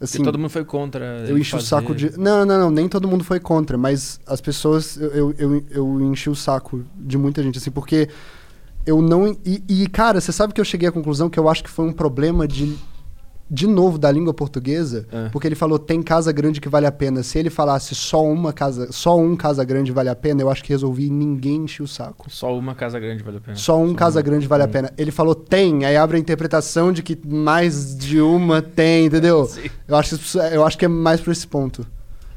e
Assim,
todo mundo foi contra.
eu
ele
enchi o
fazer.
saco de. Não, não, não, nem todo mundo foi contra, mas as pessoas. Eu, eu, eu, eu enchi o saco de muita gente, assim, porque eu não. E, e, cara, você sabe que eu cheguei à conclusão que eu acho que foi um problema de. De novo, da língua portuguesa,
É.
porque ele falou tem casa grande que vale a pena. Se ele falasse só uma casa, só um casa grande vale a pena, eu acho que resolvi e ninguém enchia o saco.
Só uma casa grande vale a pena. <laughs>
Só um Casa
É, uma.
Grande vale a
Hum.
pena. Ele falou tem, aí abre a interpretação de que mais de uma tem, entendeu?
É, Sim.
Eu acho, que as pessoas- eu acho que é mais por esse ponto.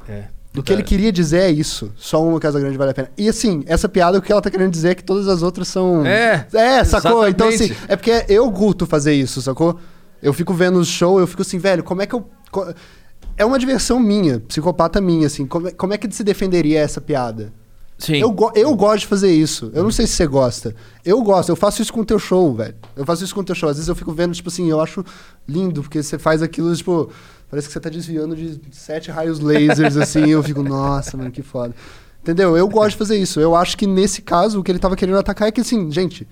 É.
O que ele queria dizer é isso. Só uma Casa Grande vale a pena. E assim, essa piada, o que ela tá querendo dizer é que todas as outras são.
É,
É, sacou?
exatamente.
Então, assim, é porque eu curto fazer isso, sacou? Eu fico vendo o show, eu fico assim, velho, como é que eu. co- É uma diversão minha, psicopata minha, assim. Como, é- como é que se defenderia essa piada?
Sim.
Eu, go- eu gosto de fazer isso. Eu não sei se você gosta. Eu gosto. Eu faço isso com o teu show, velho. Eu faço isso com o teu show. Às vezes eu fico vendo, tipo assim, eu acho lindo, porque você faz aquilo, tipo, parece que você tá desviando de sete raios lasers,
<laughs>
assim. e eu fico, nossa, mano, que foda. Entendeu? Eu gosto de fazer isso. Eu acho que nesse caso, o que ele tava querendo atacar é que, assim, gente.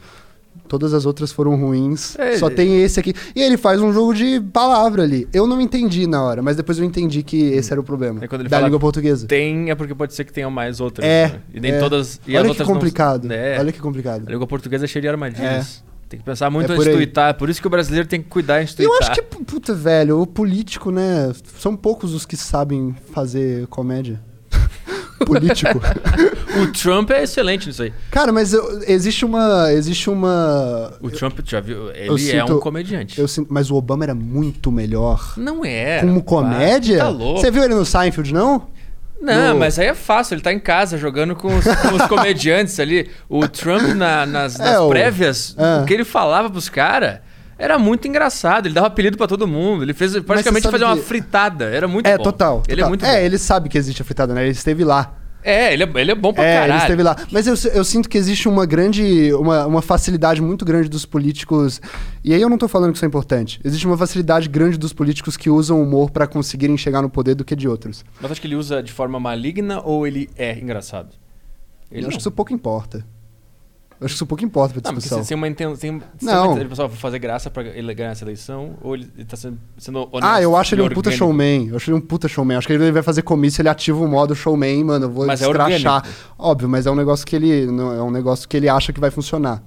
Todas as outras foram ruins,
É,
só
ele-
tem esse aqui. E ele faz um jogo de palavra ali. Eu não entendi na hora, mas depois eu entendi que esse era o problema.
É quando ele
da
fala-
língua portuguesa.
Tem, é porque pode ser que tenha mais outras.
É,
né? E nem
é.
todas. E as
Olha que
outras não-
complicado.
É.
Olha que complicado.
A língua portuguesa é cheia de armadilhas. Tem que pensar muito
É
antes
por
de
aí.
tuitar. Por isso que o brasileiro tem que cuidar antes de
E eu
tuitar.
acho que, pu- puta, velho, o político, né? São poucos os que sabem fazer comédia. <laughs>
<laughs>
político.
O Trump é excelente nisso aí.
Cara, mas eu- existe uma. Existe uma.
O Trump, tu já viu? Ele
eu
é
sinto-
um comediante.
Eu sinto, mas o Obama era muito melhor.
Não é.
Como
rapaz.
comédia?
Tá louco.
Você viu ele no Seinfeld, não?
Não,
No-
mas aí é fácil. Ele tá em casa jogando com os, com
<laughs>
os comediantes ali. O Trump, na- nas, nas
É, o-
prévias,
Ah.
o que ele falava pros caras era muito engraçado. Ele dava apelido pra todo mundo. Ele fez praticamente
sabe
fazer uma
que-
fritada. Era muito
é,
bom.
total.
Ele é
total.
muito
É,
bom.
ele sabe que existe a fritada, né? Ele esteve lá.
É, ele é, ele é bom pra
é, ele
caralho.
esteve lá. Mas eu, eu sinto que existe uma grande. Uma, uma facilidade muito grande dos políticos. E aí eu não tô falando que isso é importante. Existe uma facilidade grande dos políticos que usam humor pra conseguirem chegar no poder do que de outros.
Mas acho que ele usa de forma maligna ou ele é engraçado? Ele
eu acho
não.
que isso pouco importa. Eu acho que isso pouco importa pra
Não, porque
discussão.
você tem uma intenção.
Não.
Não. Ele pessoal vai fazer graça pra ele ganhar essa eleição ou ele ele tá sendo, sendo honesto?
ah, eu acho ele
e
um puta
orgânico?
showman. Eu acho ele um puta showman. Acho que ele vai fazer comício, ele ativa o modo showman, mano. Eu vou
Mas é
escrachar. óbvio, mas é um negócio que ele. Não, é um negócio que ele acha que vai funcionar.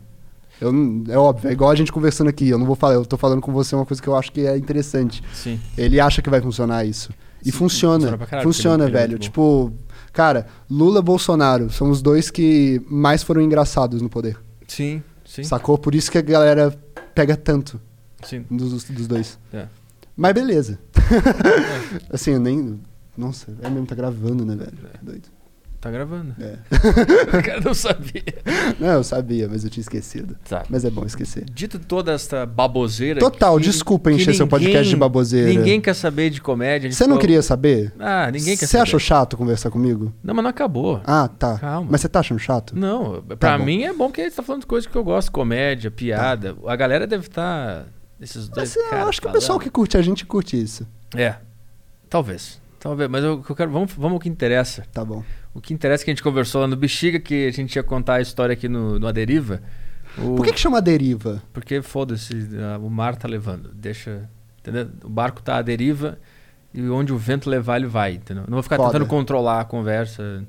Eu não- é óbvio, é igual a gente conversando aqui. Eu não vou falar, eu tô falando com você uma coisa que eu acho que é interessante.
Sim.
Ele acha que vai funcionar isso. E
Sim,
funciona.
funciona
Funciona,
pra caralho, porque ele é muito
velho.
bom.
tipo, cara, Lula Bolsonaro são os dois que mais foram engraçados no poder.
Sim, sim.
Sacou? Por isso que a galera pega tanto
sim.
dos, dos dois.
É.
Mas beleza. assim, eu nem. Nossa, é mesmo, tá gravando, né, velho? Doido.
Tá gravando.
É. <laughs>
O cara não sabia.
Não, eu sabia, mas eu tinha esquecido.
Tá.
Mas é bom esquecer.
Dito toda esta baboseira.
Total,
que-
desculpa
que
encher seu podcast de baboseira.
Ninguém quer saber de comédia. a gente
Você não
falou-
queria saber?
Ah, ninguém quer
Você
saber.
achou chato conversar comigo?
Não, mas não acabou.
Ah, tá.
Calma.
Mas você tá achando chato?
Não, pra
bom.
mim é bom que ele tá falando de coisa que eu gosto, comédia, piada. A galera deve estar. esses dois.
Tá. Mas eu
caras
acho que o pessoal que
falando.
curte a gente curte isso.
É. Talvez. Talvez. Mas eu, eu quero. Vamos, vamos ao que interessa.
Tá bom.
O que interessa é que a gente conversou lá no Bexiga, que a gente ia contar a história aqui no, no A Deriva. O-
Por que, que chama deriva?
Porque foda-se, ah, o mar tá levando. Deixa. Entendeu? O barco tá à deriva e onde o vento levar, ele vai, entendeu? Não vou ficar
Foda.
tentando controlar a conversa.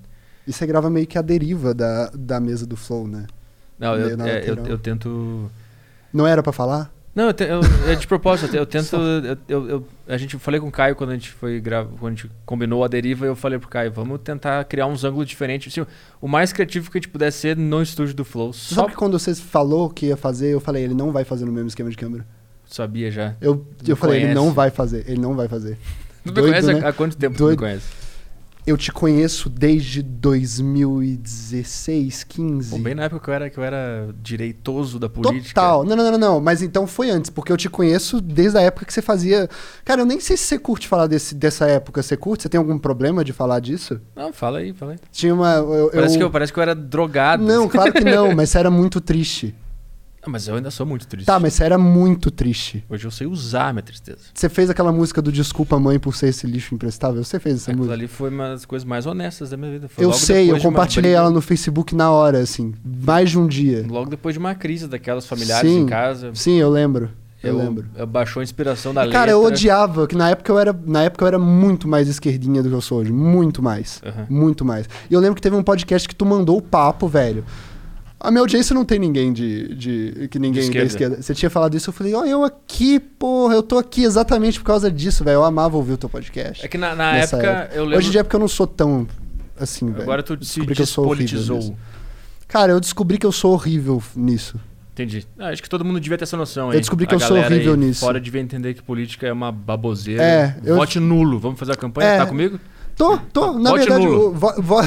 E você grava meio que a deriva da, da mesa do Flow, né?
Não,
Meio
eu,
na
é, eu,
lateral.
eu tento.
Não era pra falar?
Não, eu, te, eu é de propósito, eu <laughs> tento. eu, eu- eu- a gente eu falei com o Caio quando a gente foi gravar, quando a gente combinou a deriva, eu falei pro Caio, vamos tentar criar uns ângulos diferentes. assim, o mais criativo que a gente puder ser no estúdio do Flow.
Você
Só
sabe que quando você falou que ia fazer, eu falei, ele não vai fazer no mesmo esquema de câmera.
sabia já.
Eu,
Me
eu falei, ele
conhece.
não vai fazer, ele não vai fazer.
Tu me
Doido,
conhece
né?
há, há quanto tempo
Doido.
tu me conhece?
Eu te conheço desde 2016, 15.
Bom, bem na época que eu era, que eu era direitoso da política.
Total. Não, não, não, não, mas então foi antes, porque eu te conheço desde a época que você fazia. Cara, eu nem sei se você curte falar desse, dessa época. Você curte? Você tem algum problema de falar disso?
Não, fala aí, fala aí.
Tinha uma. eu-
Parece, que eu, parece que eu era drogado.
Não, claro que não, mas você era muito triste.
Ah, mas eu ainda sou muito <laughs> triste.
Tá, mas você era muito triste.
Hoje eu sei usar a minha tristeza.
Você fez aquela música do Desculpa Mãe por ser esse lixo imprestável? Você fez essa
Aquilo
música?
ali foi uma das coisas mais honestas da minha vida. Foi
Eu
logo
sei,
depois
eu
de uma
compartilhei
briga-
ela no Facebook na hora, assim, mais de um dia.
Logo depois de uma crise daquelas familiares
Sim,
em casa.
Sim, eu lembro. Eu,
eu
lembro.
eu baixou a inspiração da
E, cara,
letra.
eu odiava, que na época eu era, na época eu era muito mais esquerdinha do que eu sou hoje, muito mais.
Aham.
Muito mais. E eu lembro que teve um podcast que tu mandou o papo, velho. A minha audiência não tem ninguém de. de que ninguém
De
da
esquerda.
esquerda. Você tinha falado isso, eu falei, ó, eu aqui, porra, eu tô aqui exatamente por causa disso, velho. Eu amava ouvir o teu podcast.
É que na, na
Nessa
época, eu lembro...
Hoje em dia é porque eu não sou tão assim, velho.
Agora tu se
Descobri que eu sou horrível
despolitizou.
nisso. Cara, eu descobri que eu sou horrível nisso.
Entendi. Ah, acho que todo mundo devia ter essa noção aí.
Eu descobri que
A
eu sou
galera
horrível
aí
nisso.
Fora devia entender que política é uma baboseira.
É, eu-
Vote nulo. Vamos fazer a campanha?
É.
Tá comigo?
Tô, tô. Na
Vote
verdade,
nulo.
eu vo- vo-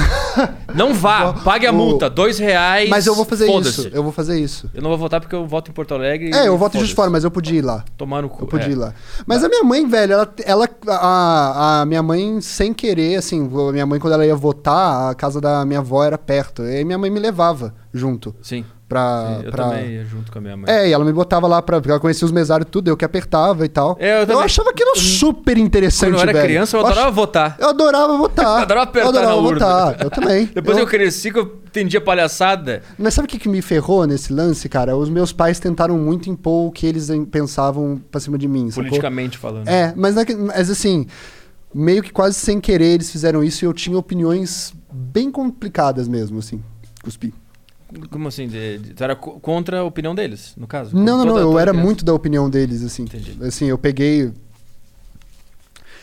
Não vá.
Vo-
Pague a
o-
multa. Dois reais.
mas eu vou fazer
É foda-se.
isso. Eu vou fazer isso.
Eu não vou votar porque eu voto em Porto Alegre.
É,
e
eu voto
foda-se.
de fora, mas eu podia ir lá.
Tomar no cu.
Eu podia
é.
ir lá. Mas a minha mãe, velho, ela. ela a, a minha mãe, sem querer, assim, a minha mãe, quando ela ia votar, a casa da minha avó era perto. E aí minha mãe me levava junto
Sim.
pra.
eu
pra-
também ia junto com a minha mãe.
É, e ela me botava lá pra. porque Ela conhecia os mesários e tudo, eu que apertava e tal.
É, eu também.
achava aquilo super interessante,
Quando eu era
velho.
criança, eu
ach-
adorava votar.
Eu adorava votar.
<laughs> Eu adorava apertar
Eu adorava
na urna.
votar. Eu também.
<laughs> Depois eu... cresci que eu entendia palhaçada.
Mas sabe o que, que me ferrou nesse lance, cara? Os meus pais tentaram muito impor o que eles em- pensavam pra cima de mim. sacou?
Politicamente falando.
É, mas, na- mas assim, meio que quase sem querer eles fizeram isso e eu tinha opiniões bem complicadas mesmo, assim. Cuspi.
Como assim? De, de- tu era co- contra a opinião deles, no caso?
Não, não,
Toda-
não. Eu
toda
era
criança.
muito da opinião deles, assim.
Entendi.
Assim, eu peguei.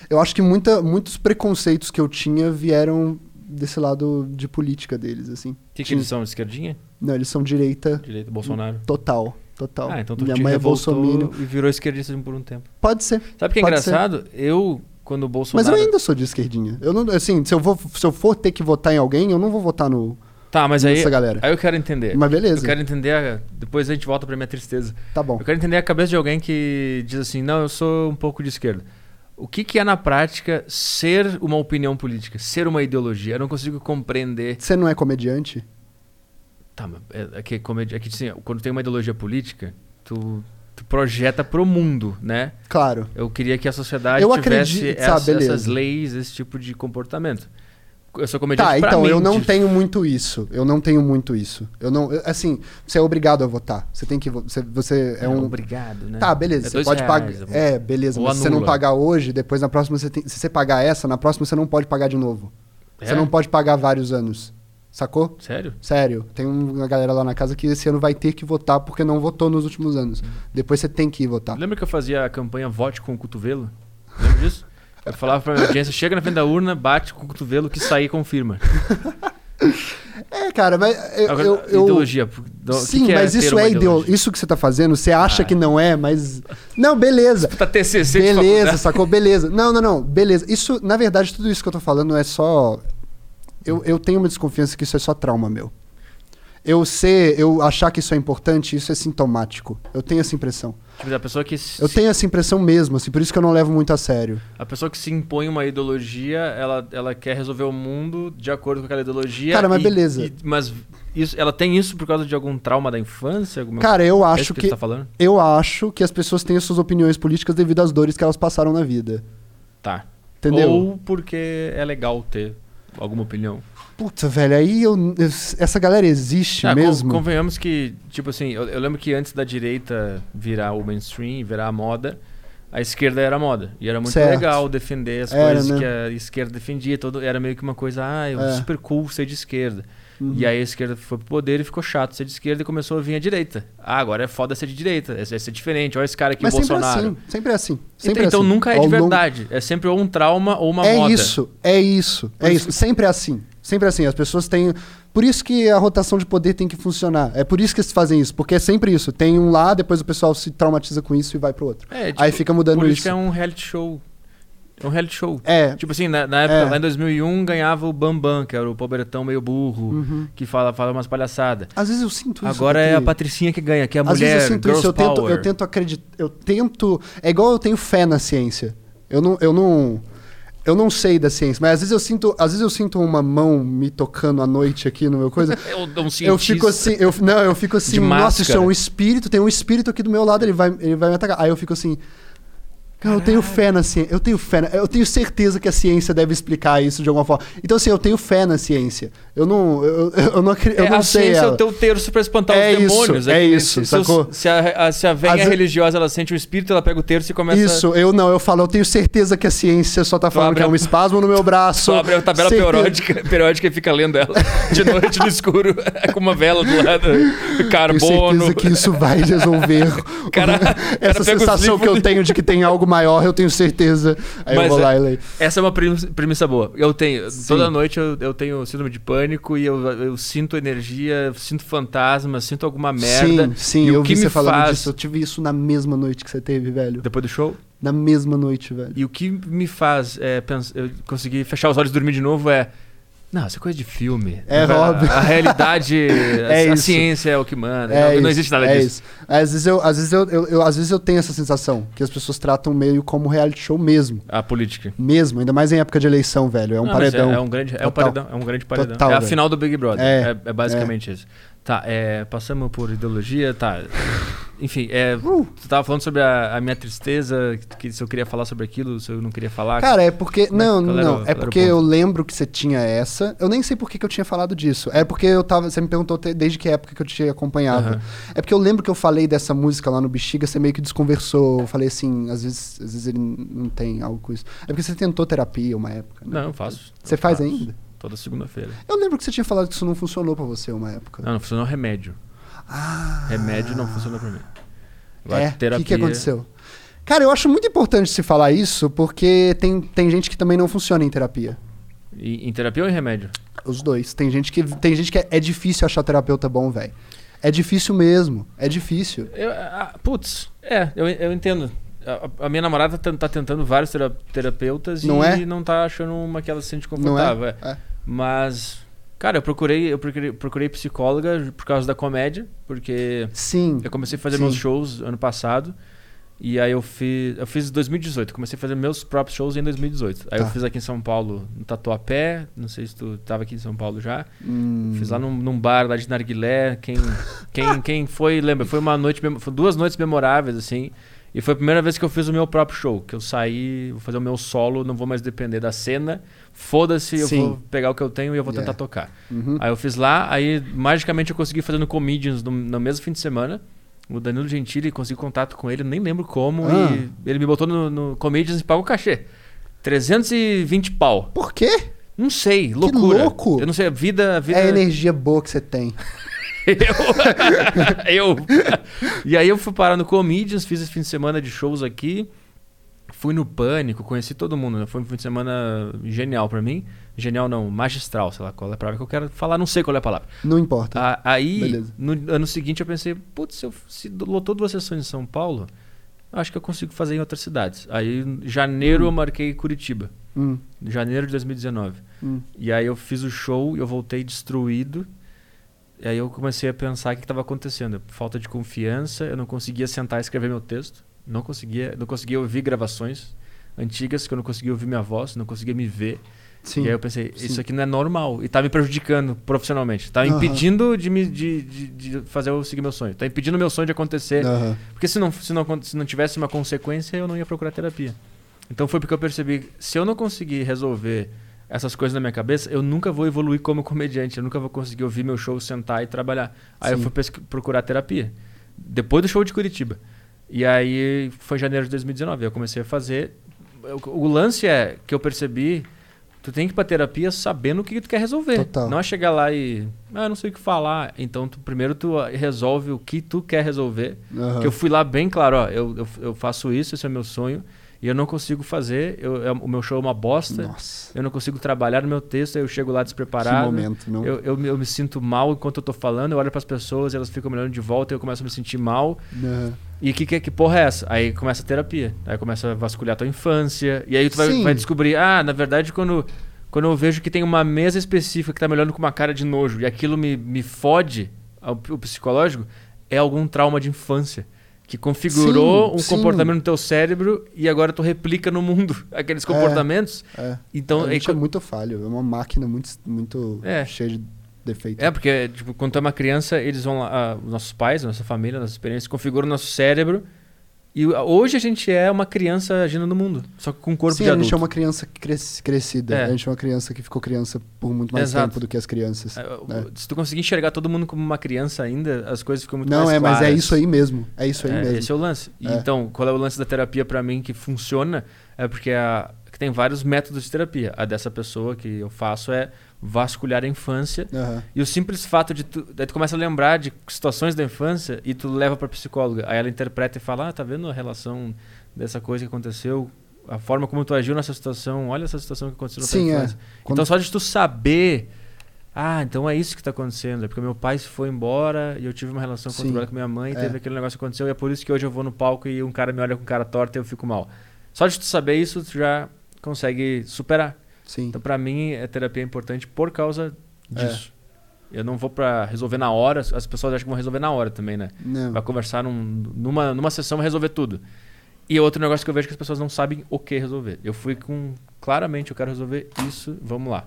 Eu acho que muita, muitos preconceitos que eu tinha vieram desse lado de política deles, assim.
O que, que eles são? Esquerdinha?
Não, eles são direita
Direita, Bolsonaro?
total, total.
Ah, então tu
Minha
te
mãe é
revoltou
bolsominion.
e virou esquerdista por um tempo.
Pode ser.
Sabe o que é
Pode ser.
engraçado? Eu, quando o
Mas
Bolsonaro...
eu ainda sou de esquerdinha. Eu não, assim, se eu, vou, se eu for ter que votar em alguém, eu não vou votar no,
Tá, mas aí,
nessa galera.
aí eu quero entender.
Mas beleza,
É. Eu quero entender... a- Depois a gente volta pra minha tristeza.
tá bom.
Eu quero entender a cabeça de alguém que diz assim, não, eu sou um pouco de esquerda. O que, que é na prática ser uma opinião política, ser uma ideologia? Eu não consigo compreender.
Você não é comediante?
Tá, mas é, é que, comédia, é que assim, quando tem uma ideologia política, tu, tu projeta pro mundo, né?
Claro.
Eu queria que a sociedade
Eu
tivesse
acredito- tá,
essa-
beleza.
essas leis, esse tipo de comportamento. Eu sou comediante
Tá,
pra
então,
mim,
eu não
de-
tenho muito isso. Eu não tenho muito isso. Eu não. eu- assim, você é obrigado a votar. Você tem que. vo- Você, você é um.
Obrigado, né?
Tá, beleza.
É
você
dois
pode
reais, eu
pagar.
vou-
É, beleza.
Ou
Mas se você não
anula.
pagar hoje, depois na próxima você tem. Se você pagar essa, na próxima você não pode pagar de novo. Você
É?
não pode pagar vários anos. Sacou?
Sério?
Sério, tem um, uma galera lá na casa que esse ano vai ter que votar porque não votou nos últimos
Uhum.
anos. Depois você tem que ir votar.
Lembra que eu fazia a campanha Vote com o Cotovelo? Lembra disso? Eu falava pra minha audiência, chega na frente da urna, bate com o cotovelo, que sair confirma.
É, cara, mas eu.
Agora,
eu- eu-
ideologia. p- do- o que
Sim,
que
mas
ter
isso
uma
é ideolo...
ideologia?
isso que você tá fazendo, você acha
Ah,
que não é, mas. Não,
<laughs>
beleza.
Tá TCC de
Beleza,
faculdade.
sacou? Beleza. Não, não, não. Beleza. Isso, na verdade, tudo isso que eu tô falando é só. Eu, eu tenho uma desconfiança que isso é só trauma meu. Eu ser, eu achar que isso é importante, isso é sintomático. Eu tenho essa impressão.
Tipo, a pessoa que se,
Eu tenho essa impressão mesmo, assim, por isso que eu não levo muito a sério.
a pessoa que se impõe uma ideologia, ela, ela quer resolver o mundo de acordo com aquela ideologia.
Cara, mas
e-
beleza.
e- mas isso, ela tem isso por causa de algum trauma da infância, alguma
Cara, eu
É isso
acho
que você
que
tá falando?
eu acho que as pessoas têm as suas opiniões políticas devido às dores que elas passaram na vida.
Tá.
Entendeu?
Ou porque é legal ter alguma opinião.
Puta, velho, aí eu, eu- essa galera existe
Ah, con-
mesmo.
convenhamos que, tipo assim, eu, eu lembro que antes da direita virar o mainstream, virar a moda, a esquerda era a moda. E era muito
Certo.
legal defender as
Era,
coisas
né?
que a esquerda defendia. Todo, era meio que uma coisa, ah, eu
É.
super cool ser de esquerda.
Uhum.
E aí a esquerda foi pro poder e ficou chato ser de esquerda e começou a vir a direita. Ah, agora é foda ser de direita, é, é ser diferente. Olha esse cara aqui,
Mas sempre é
Bolsonaro.
assim, sempre é assim.
Então-
Sempre é
então
assim.
nunca é
Ao
de
longo-
verdade. É sempre ou um trauma ou uma
é
moda.
isso, é isso, é isso. Sempre é assim. Sempre é assim. As pessoas têm. Por isso que a rotação de poder tem que funcionar. É por isso que eles fazem isso, porque é sempre isso. Tem um lá, depois o pessoal se traumatiza com isso e vai pro outro.
É, tipo,
Aí fica mudando
política
isso.
é um reality show. É um reality show.
É.
Tipo assim, na, na época,
É.
lá em 2001, ganhava o Bambam, que era o pobretão meio burro,
Uhum.
que fala, fala umas palhaçadas.
Às vezes eu sinto isso.
Agora é a
Patrick.
Patricinha que ganha, que é a
Às
mulher,
vezes eu sinto
girls
isso, eu
power.
tento, eu tento acreditar, eu tento, é igual eu tenho fé na ciência. Eu não, eu não, eu não sei da ciência, mas às vezes eu sinto, às vezes eu sinto uma mão me tocando à noite aqui no
<laughs>
meu coisa.
Eu dou um
Eu
cientista.
fico assim, eu, não, eu fico assim,
De
nossa, isso é um
máscara.
espírito, tem um espírito aqui do meu lado, ele vai, ele vai me atacar. Aí eu fico assim, cara, eu tenho fé na ciência, eu tenho fé, na, eu tenho certeza que a ciência deve explicar isso de alguma forma. Então assim, eu tenho fé na ciência. Eu não, eu, eu- eu não, acre- eu
É,
não
a
sei
ciência é
ela.
o teu terço pra espantar
É
os
isso,
demônios.
é
que nem
isso,
se, se os-
sacou?
Se a, a, se a velha
Às ve-
religiosa ela sente o espírito, ela pega o terço e começa...
Isso, eu não, eu falo, eu tenho certeza que a ciência só tá falando
abre
que é
a-
um espasmo no meu braço.
Só abre a tabela
Certeza.
periódica, <laughs> periódica e fica lendo ela de noite no escuro, <laughs> com uma vela do lado,
Tenho
carbono.
certeza que isso vai resolver.
<laughs> Cara, cara pega
<laughs> Essa
os
sensação que
livros
eu
e-
tenho de que tem algo maior, eu tenho certeza. Aí eu
Mas
vou
é-
lá e leio.
Essa é uma premi- premissa boa. Eu tenho.
Sim.
Toda noite eu, eu tenho síndrome de pânico e eu, eu sinto energia, eu sinto fantasma, sinto alguma merda.
Sim, sim,
e o
eu
que
vi
me
você falando
faz-
disso. Eu tive isso na mesma noite que você teve, velho.
Depois do show.
Na mesma noite, velho.
E o que me faz é, pens- eu conseguir fechar os olhos e dormir de novo é. Não, isso é coisa de filme.
É,
a,
óbvio.
A realidade, a-
<laughs> É
a,
isso.
ciência é o que manda.
É
não,
isso,
não existe nada
é
disso.
isso. Às vezes, eu, às, vezes eu, eu- eu- às vezes eu tenho essa sensação, que as pessoas tratam meio como reality show mesmo.
A política.
Mesmo, ainda mais em época de eleição, velho. É um
Não, mas
paredão.
É, é um grande, é um
Total.
paredão, é um grande paredão.
Total,
é a
velho.
final do Big Brother.
É,
É, é basicamente isso. Tá, é, passamos por ideologia,
<laughs>
tá. Enfim, é,
Uh!
tu tava falando sobre a, a minha tristeza, que, que se eu queria falar sobre aquilo, se eu não queria falar.
Cara, é porque.
Como é que-
Não,
qual era o-
não.
qual
É
era o
porque
ponto?
eu lembro que você tinha essa. Eu nem sei por que, que eu tinha falado disso. É porque eu tava. Você me perguntou te- desde que época que eu te acompanhava.
Aham.
É porque eu lembro que eu falei dessa música lá no Bexiga, você meio que desconversou. Eu falei assim, às vezes, às vezes ele n- não tem algo com isso. É porque você tentou terapia uma época, né?
Não, eu faço.
Você
Eu
faz
faço.
ainda?
Toda segunda-feira.
Eu lembro que você tinha falado que isso não funcionou pra você uma época.
Não, não funcionou remédio.
Ah.
Remédio não funcionou pra mim. Agora,
É, o
terapia.
que, que aconteceu? Cara, eu acho muito importante se falar isso, porque tem, tem gente que também não funciona em terapia.
E- em terapia ou em remédio?
Os dois. Tem gente que, tem gente que é, é difícil achar terapeuta bom, velho. É difícil mesmo. É difícil.
Eu, ah, putz, é, eu, eu entendo. A, a minha namorada tá, tá tentando vários tera- terapeutas
Não
e
é?
não tá achando uma que ela se sente
Não é?
confortável. é.
É.
Mas, cara, eu procurei, eu procurei, procurei psicóloga por causa da comédia, porque
Sim.
eu comecei a fazer
Sim.
meus shows ano passado. E aí eu fiz. Eu fiz em 2018, comecei a fazer meus próprios shows em 2018. Aí
Tá.
eu fiz aqui em São Paulo no Tatuapé, não sei se tu tava aqui em São Paulo já.
Hum.
Fiz lá num, num bar lá de Narguilé. Quem,
<laughs>
quem, quem foi, lembra? Foi uma noite, mem- foi duas noites memoráveis, assim. E foi a primeira vez que eu fiz o meu próprio show. Que eu saí, vou fazer o meu solo, não vou mais depender da cena. Foda-se, eu
Sim.
vou pegar o que eu tenho e eu vou tentar
Yeah.
tocar.
Uhum.
Aí eu fiz lá, aí magicamente eu consegui fazer no Comedians no, no mesmo fim de semana. O Danilo Gentili, consegui contato com ele, nem lembro como.
Ah.
E ele me botou no, no Comedians e pagou o cachê. 320 pau.
Por quê?
Não sei, loucura.
louco!
Eu não sei, a vida... A vida
É a energia boa que você tem.
<laughs> Eu. eu. E aí eu fui parar no Comedians, fiz esse fim de semana de shows aqui. Fui no Pânico, conheci todo mundo. né? Foi um fim de semana genial pra mim. Genial não, magistral, sei lá qual é a palavra que eu quero falar, não sei qual é a palavra.
Não importa.
A- aí,
Beleza.
no ano seguinte, eu pensei, putz, se, eu, se lotou duas sessões em São Paulo, acho que eu consigo fazer em outras cidades. Aí, em janeiro, eu marquei Curitiba.
Hum,
em Janeiro de 2019.
hum.
E aí eu fiz o show e eu voltei destruído. E aí eu comecei a pensar o que estava acontecendo. Falta de confiança, eu não conseguia sentar e escrever meu texto. Não conseguia, não conseguia ouvir gravações antigas, que eu não conseguia ouvir minha voz, não conseguia me ver.
Sim.
E aí eu pensei,
sim.
isso aqui não é normal. E tá me prejudicando profissionalmente. Tá me
Aham.
impedindo de, me, de, de, de fazer eu seguir meu sonho. Tá impedindo meu sonho de acontecer.
Aham.
Porque se não, se, não, acon- se não tivesse uma consequência, eu não ia procurar terapia. Então foi porque eu percebi, se eu não conseguir resolver essas coisas na minha cabeça, eu nunca vou evoluir como <laughs> comediante, eu nunca vou conseguir ouvir meu show, sentar e trabalhar. Aí eu
Sim.
fui pesqu- procurar terapia, depois do show de Curitiba. E aí foi janeiro de 2019, eu comecei a fazer. O- O lance é que eu percebi, tu tem que ir pra terapia sabendo o que que tu quer resolver.
Total.
Não é chegar lá e, ah, eu não sei o que falar. Então tu, primeiro tu ah, resolve o que tu quer resolver.
Aham.
Que eu fui lá bem claro, ó, eu, eu, eu faço isso, esse é meu sonho, e eu não consigo fazer, eu, é- o meu show é uma bosta,
Nossa.
eu não consigo trabalhar no meu texto, aí eu chego lá despreparado.
Que momento, não?
Eu, eu, me- eu me sinto mal enquanto eu tô falando, eu olho pras pessoas, elas ficam me olhando de volta, eu começo a me sentir mal.
Aham.
E que, que, que porra é essa? Aí começa a terapia. Aí começa a vasculhar tua infância. E aí tu vai,
Sim.
vai descobrir, ah, na verdade, quando, quando eu vejo que tem uma mesa específica que tá me olhando com uma cara de nojo e aquilo me, me fode ao, o psicológico, é algum trauma de infância. Que configurou
Sim,
um
sim.
comportamento no teu cérebro e agora tu replica no mundo <laughs> aqueles comportamentos.
É.
Então,
a
aí
gente é
co-
muito falho. É uma máquina muito, muito
É.
cheia de defeitos.
É, porque, tipo, quando tu é uma criança, eles vão lá, ah, os nossos pais, nossa família, nossas experiências, configuram o nosso cérebro. E o- hoje a gente é uma criança agindo no mundo, só que com um corpo
Sim,
de
a gente
adulto.
é uma criança cres- crescida.
É.
A gente é uma criança que ficou criança por muito mais
Exato.
tempo do que as crianças.
Ah,
né?
o- Se tu conseguir enxergar todo mundo como uma criança ainda, as coisas ficam muito
não,
mais
é, mas é
claras.
isso aí mesmo. É isso aí
É,
mesmo.
Esse é o lance. E
É.
Então, qual é o lance da terapia pra mim que funciona? É porque a- que tem vários métodos de terapia. A dessa pessoa que eu faço é vasculhar a infância
Aham.
E o simples fato de tu. Daí tu começa a lembrar de situações da infância e tu leva pra psicóloga. Aí ela interpreta e fala: Ah, tá vendo a relação dessa coisa que aconteceu? A forma como tu agiu nessa situação, olha essa situação que aconteceu na tua
Sim, é.
infância.
Quando-
Então só de tu saber. Ah, então é isso que tá acontecendo. É porque meu pai se foi embora e eu tive uma relação
Sim.
conturbada com minha mãe,
É.
teve aquele negócio que aconteceu, e é por isso que hoje eu vou no palco e um cara me olha com cara torta e eu fico mal. Só de tu saber isso, tu já consegue superar.
Sim.
Então, pra mim, a terapia é importante por causa
É.
disso. Eu não vou pra resolver na hora. As pessoas acham que vão resolver na hora também, né?
Não.
Vai conversar num- numa, numa sessão vai resolver tudo. E outro negócio que eu vejo que as pessoas não sabem o que resolver. Eu fui com... Claramente, eu quero resolver isso. Vamos lá.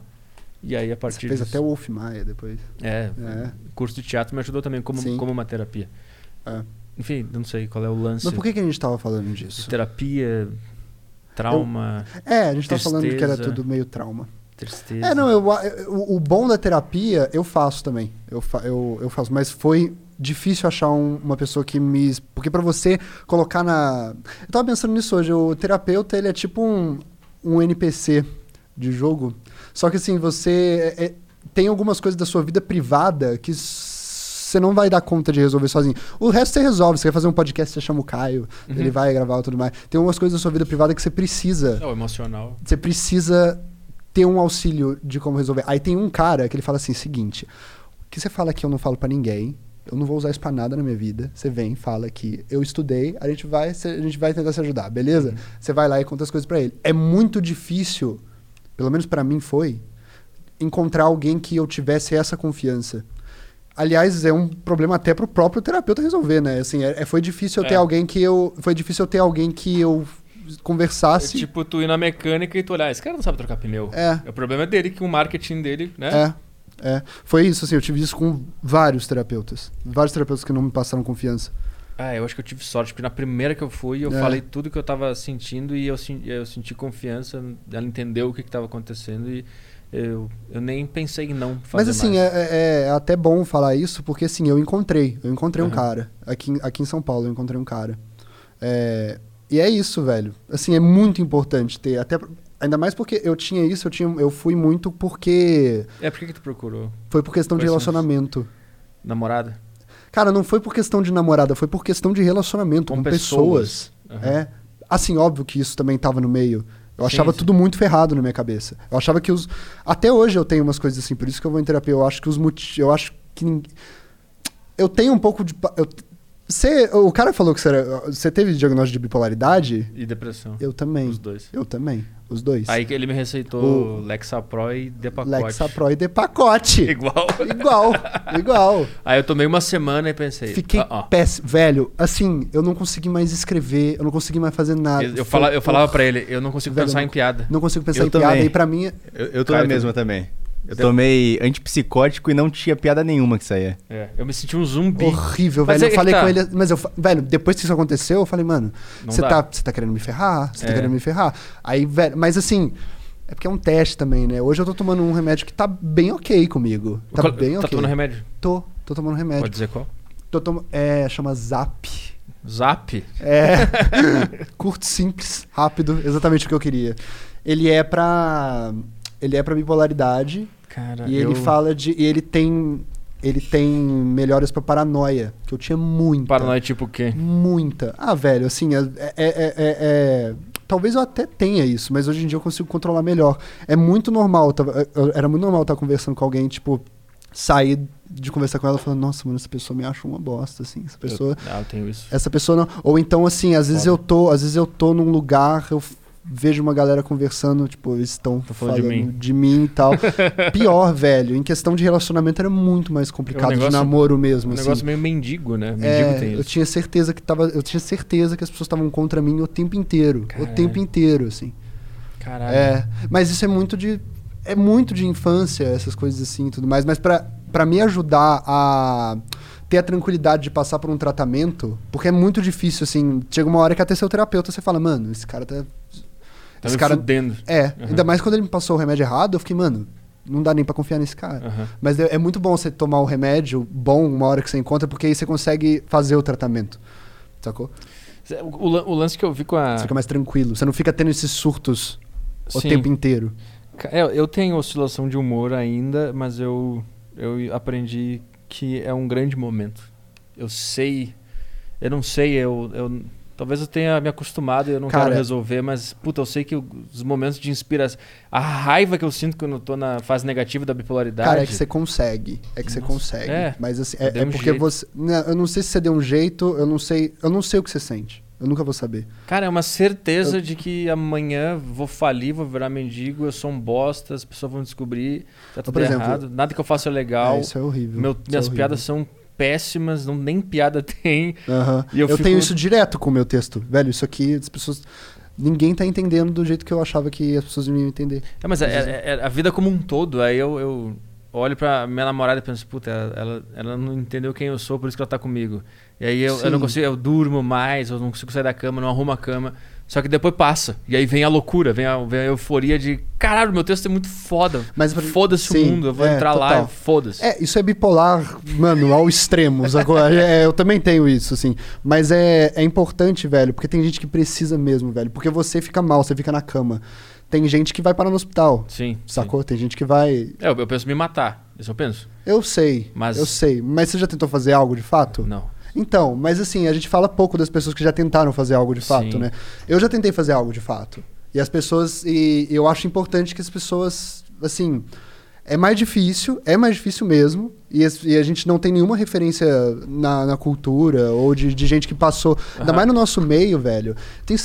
E aí, a
Você
partir
fez
disso...
até o Wolf Maia depois.
É,
É.
curso de teatro me ajudou também como,
Sim.
como uma terapia.
É.
Enfim, não sei qual é o lance.
Mas por que, que a gente tava falando
de
disso?
terapia, trauma,
É, a gente tava falando que era
Tristeza.
tudo meio trauma.
tristeza...
É, não, eu, eu- o- o bom da terapia eu faço também. Eu, fa- eu, eu faço, mas foi difícil achar um- uma pessoa que me. Porque pra você colocar na. Eu tava pensando nisso hoje, o terapeuta ele é tipo um, um NPC de jogo. Só que assim, você é- é- tem algumas coisas da sua vida privada que você não vai dar conta de resolver sozinho. O resto você resolve. Você quer fazer um podcast, você chama o Caio,
Uhum.
ele vai gravar e tudo mais. Tem algumas coisas da sua vida privada que você precisa
É, o emocional.
você precisa ter um auxílio de como resolver. Aí tem um cara que ele fala assim: seguinte, o que você fala aqui eu não falo pra ninguém. Eu não vou usar isso pra nada na minha vida. Você vem, fala que eu estudei, a gente vai, a gente vai tentar se ajudar, beleza?
Uhum.
Você vai lá e conta as coisas pra ele. É muito difícil, pelo menos pra mim foi, encontrar alguém que eu tivesse essa confiança. Aliás, é um problema até pro próprio terapeuta resolver, né? Assim, é- é- foi difícil eu ter
É.
alguém que eu, foi difícil eu ter alguém que eu
É
conversasse.
tipo tu ir na mecânica e tu olhar, esse cara não sabe trocar pneu.
É.
O problema é dele, que o marketing dele, né?
É. É. Foi isso, assim, eu tive isso com vários terapeutas. Vários terapeutas que não me passaram confiança.
Ah, eu acho que eu tive sorte, porque na primeira que eu fui, eu
É.
falei tudo que eu tava sentindo e eu, sen- eu senti confiança, ela entendeu o que, que tava acontecendo e eu, eu nem pensei em não fazer
Mas assim,
mais.
é, é- é até bom falar isso, porque assim, eu encontrei. Eu encontrei um
Aham.
cara. Aqui, em- aqui em São Paulo eu encontrei um cara. É, e é isso, velho. Assim, é muito importante ter. Até, ainda mais porque eu tinha isso, eu, tinha, eu fui muito porque.
É, por que, que tu procurou?
Foi por questão de
Quais são os-
relacionamento.
Namorada?
Cara, não foi por questão de namorada, foi por questão de relacionamento com,
Com
pessoas.
Aham.
É. Assim, óbvio que isso também tava no meio. Eu
Sim,
achava
sim.
tudo muito ferrado na minha cabeça. Eu achava que os. Até hoje eu tenho umas coisas assim, por isso que eu vou em terapia. Eu acho que os motivos. Eu acho que. nin- Eu tenho um pouco de. pa- Eu... Cê... O cara falou que você era. Você teve diagnóstico de bipolaridade?
E depressão.
É. Eu também.
Os dois.
Eu também. Os dois.
Aí que ele me receitou Lexapro e Depacote.
Lexapro e de pacote.
<laughs> Igual.
igual, igual.
Aí eu tomei uma semana e pensei.
Fiquei
ah, ó.
péssimo. Velho, assim, eu não consegui mais escrever, eu não consegui mais fazer nada.
Eu,
Foi
eu, fala, eu falava
horrível.
pra ele, eu não consigo
Velho,
pensar
não-
em piada.
Não consigo pensar
Eu
em piada.
também.
E pra mim.
Eu, eu tô
Cara,
na
eu
mesma também. Eu tomei antipsicótico e não tinha piada nenhuma que saía.
É, eu me senti um zumbi.
Horrível,
Mas
velho.
é
eu
que
falei
tá.
com ele. Mas eu. fa- Velho, depois que isso aconteceu, eu falei, mano,
Não
você
dá.
tá, você tá querendo me ferrar? Você tá
É.
querendo me ferrar? Aí, velho. Mas assim. É porque é um teste também, né? Hoje eu tô tomando um remédio que tá bem ok comigo. Tá
Qual-
bem
tá
ok. É, tipo,
tomando remédio?
Tô, tô tomando remédio.
Pode dizer qual?
Tô tomo- É, chama Zap.
Zap? <laughs>
É. Curto, simples, rápido, exatamente o que eu queria. Ele é pra. Ele é pra bipolaridade.
Cara,
E
É, eu...
ele fala de. E ele tem. Ele tem melhoras pra paranoia, que eu tinha muita.
Paranoia tipo o quê?
Muita. Ah, velho, assim, é, é- é- é- é- Talvez eu até tenha isso, mas hoje em dia eu consigo controlar melhor. É muito normal, eu tava- eu- era muito normal eu estar conversando com alguém, tipo, sair de conversar com ela falando, nossa, mano, essa pessoa me acha uma bosta, assim, essa pessoa
Ah, eu tenho isso.
essa pessoa não. Ou então, assim, às vezes
Foda.
eu tô, às vezes eu tô num lugar, eu f- vejo uma galera conversando, tipo, eles estão
Tô
falando,
falando de mim.
de mim
<laughs>
e tal. Pior, velho, em questão de relacionamento era muito mais complicado,
negócio-
de namoro
Um
mesmo, assim.
negócio meio mendigo, né? Mendigo
É,
tem
eu
isso.
tinha certeza que tava, eu tinha certeza que as pessoas estavam contra mim o tempo inteiro, o
Caralho.
tempo inteiro, assim.
Caralho.
É, mas isso é muito de é muito de infância, essas coisas assim e tudo mais, mas pra para me ajudar a ter a tranquilidade de passar por um tratamento, porque é muito difícil assim, chega uma hora que até seu terapeuta você fala, mano, esse cara tá
tá
esse
me
cara-
fudendo.
é,
Uhum.
ainda mais quando ele me passou o remédio errado, eu fiquei, mano, não dá nem pra confiar nesse cara.
Aham.
Mas é é muito bom você tomar o remédio bom uma hora que você encontra, porque aí você consegue fazer o tratamento. Sacou?
Cê- O, o lan- o lance que eu vi com a.
Você fica mais tranquilo. Você não fica tendo esses surtos o
Ah. Sim.
tempo inteiro.
Ca- é, eu tenho oscilação de humor ainda, mas eu, eu aprendi que é um grande momento. Eu sei. Eu não sei, eu. eu- talvez eu tenha me acostumado e eu não
Cara-
quero resolver, mas, puta, eu sei que o- os momentos de inspiração. A raiva que eu sinto quando eu tô na fase negativa da bipolaridade.
Cara, é que você consegue. É que você
Nossa,
consegue.
é.
Mas assim,
Eu
é,
dei
é
um
porque
jeito.
você. Não, eu não sei se você deu um jeito, eu não sei. Eu não sei o que você sente. Eu nunca vou saber.
Cara, é uma certeza de que amanhã vou falir, vou virar mendigo, eu sou um bosta, as pessoas vão descobrir, tá tudo
por exemplo,
errado, nada que eu faço é legal,
É, isso é horrível.
meu-
Isso é
minhas
horrível.
piadas são péssimas, não, nem piada <laughs> tem.
Aham.
E
eu
eu fico-
tenho isso direto com o meu texto. Velho, isso aqui, as pessoas. Ninguém tá entendendo do jeito que eu achava que as pessoas iam entender.
É, mas é, é- é a vida como um todo, aí eu, eu olho pra minha namorada e penso, puta, ela, ela, ela não entendeu quem eu sou, por isso que ela tá comigo. E aí eu, eu
Sim.
não consigo, eu durmo mais, eu não consigo sair da cama, não arrumo a cama. Só que depois passa. E aí vem a loucura, vem a, vem a euforia de caralho, meu texto é muito foda.
Mas pra-
Foda-se o
Sim,
mundo, eu vou
é,
entrar
total.
lá, foda-se.
É, isso é bipolar, mano, ao extremo. sacou? É, eu também tenho isso, assim. Mas é, é importante, velho, porque tem gente que precisa mesmo, velho. Porque você fica mal, você fica na cama. Tem gente que vai parar no hospital,
Sim.
sacou? Tem gente que vai.
sim. É, eu, eu penso em me matar. Isso eu penso?
Eu sei,
Mas-
eu sei. Mas você já tentou fazer algo de fato?
Não.
Então, mas assim, a gente fala pouco das pessoas que já tentaram fazer algo de fato,
Sim.
né? Eu já tentei fazer algo de fato. E as pessoas. E eu acho importante que as pessoas. Assim. É mais difícil, é mais difícil mesmo. E, as- e a gente não tem nenhuma referência na, na cultura ou de, de gente que passou. Ainda mais no nosso meio, velho. Tenho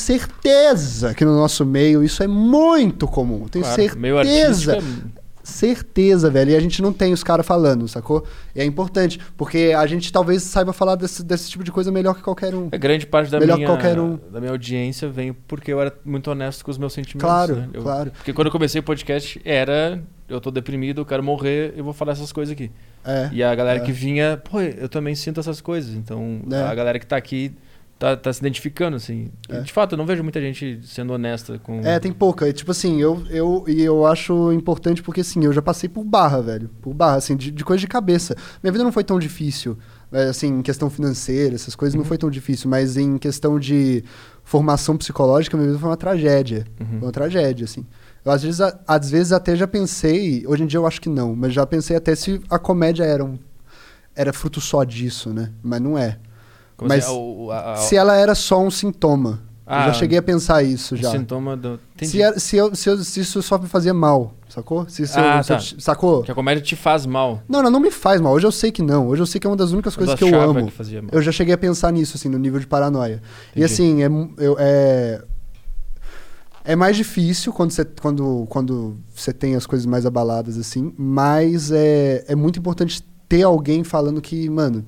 certeza que no nosso meio isso é muito comum. Tenho certeza.
meio artístico é-
Certeza, velho. E a gente não tem os caras falando, sacou? E é importante, porque a gente talvez saiba falar desse, desse tipo de coisa melhor que qualquer um.
A grande parte da
Melhor
minha,
que qualquer um.
da minha audiência veio porque eu era muito honesto com os meus sentimentos.
Claro,
né? Eu-
claro.
Porque quando eu comecei o podcast era eu tô deprimido, eu quero morrer, eu vou falar essas coisas aqui.
É.
E a galera
é.
que vinha, pô, eu também sinto essas coisas. Então
É.
a galera que tá aqui tá, tá se identificando, assim. E,
É.
de fato, eu não vejo muita gente sendo honesta com.
É, tem pouca. E, tipo assim, eu, eu, e eu acho importante porque, assim, eu já passei por barra, velho. Por barra, assim, de, de coisa de cabeça. Minha vida não foi tão difícil. né, Assim, em questão financeira, essas coisas, não foi tão difícil. Mas em questão de formação psicológica, minha vida foi uma tragédia.
Uhum.
Foi uma tragédia, assim. Eu, às, vezes, a- às vezes até já pensei, hoje em dia eu acho que não, mas já pensei até se a comédia era um. Era fruto só disso, né? Mas não é.
como
mas
se- o- a- a-
Se é ela era só um sintoma.
Ah, um
eu já cheguei a pensar isso
o
já.
sintoma do.
Se, é- era- se eu- se eu- se isso só me fazia mal, sacou? Se isso-
Ah,
se eu-
tá.
se- sacou?
Que a comédia te faz mal.
Não, não, não me faz mal. Hoje eu sei que não. Hoje eu sei que é uma das únicas coisas que eu
achava
amo.
que fazia mal.
Eu já cheguei a pensar nisso, assim, no nível de paranoia. E
Entendi.
assim, é, mu- eu- é, é mais difícil quando você quando, quando você tem as coisas mais abaladas, assim, mas é, é muito importante ter alguém falando que, mano,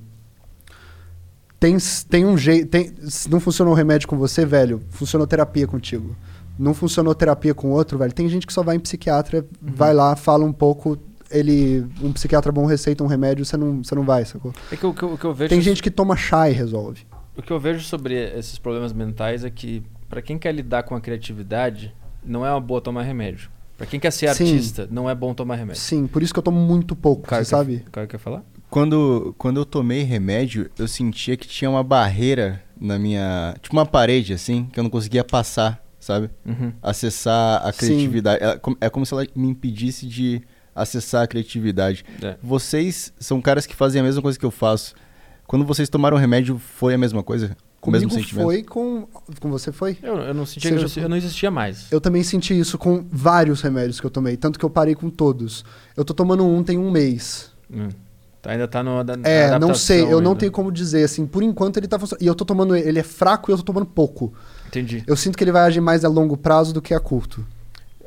tem, s- tem um jeito. Tem, se não funcionou o remédio com você, velho, funcionou terapia contigo. Não funcionou terapia com outro, velho. Tem gente que só vai em psiquiatra, vai lá, fala um pouco. Ele, um psiquiatra bom receita um remédio, você não, você não vai, sacou?
É que o que eu, o que eu vejo.
Tem gente que toma chá e resolve.
O que eu vejo sobre esses problemas mentais é que, pra quem quer lidar com a criatividade, não é uma boa tomar remédio. Pra quem quer ser
Sim.
artista, não é bom tomar remédio.
Sim, por isso que eu tomo muito pouco,
Caio
você
quer-
sabe?
Caio quer falar?
Quando, quando eu tomei remédio, eu sentia que tinha uma barreira na minha. Tipo uma parede, assim, que eu não conseguia passar, sabe?
Uhum.
Acessar a
Sim.
criatividade. Ela- com- é como se ela me impedisse de acessar a criatividade.
É.
Vocês são caras que fazem a mesma coisa que eu faço. Quando vocês tomaram remédio, foi a mesma coisa? Com o mesmo
Comigo
sentimento?
foi com. Com você foi?
Eu, eu não sentia
Você
que
já
eu,
foi?
eu não existia mais.
Eu também senti isso com vários remédios que eu tomei, tanto que eu parei com todos. Eu tô tomando um tem um mês.
Hum. Tá- ainda tá no.
Hum,
da- na
É, não sei, eu
adaptação
não
né?
ainda.
tenho como dizer, assim, por enquanto ele tá funcionando. E eu tô tomando, ele é fraco e eu tô tomando pouco.
Entendi.
Eu sinto que ele vai agir mais a longo prazo do que a curto.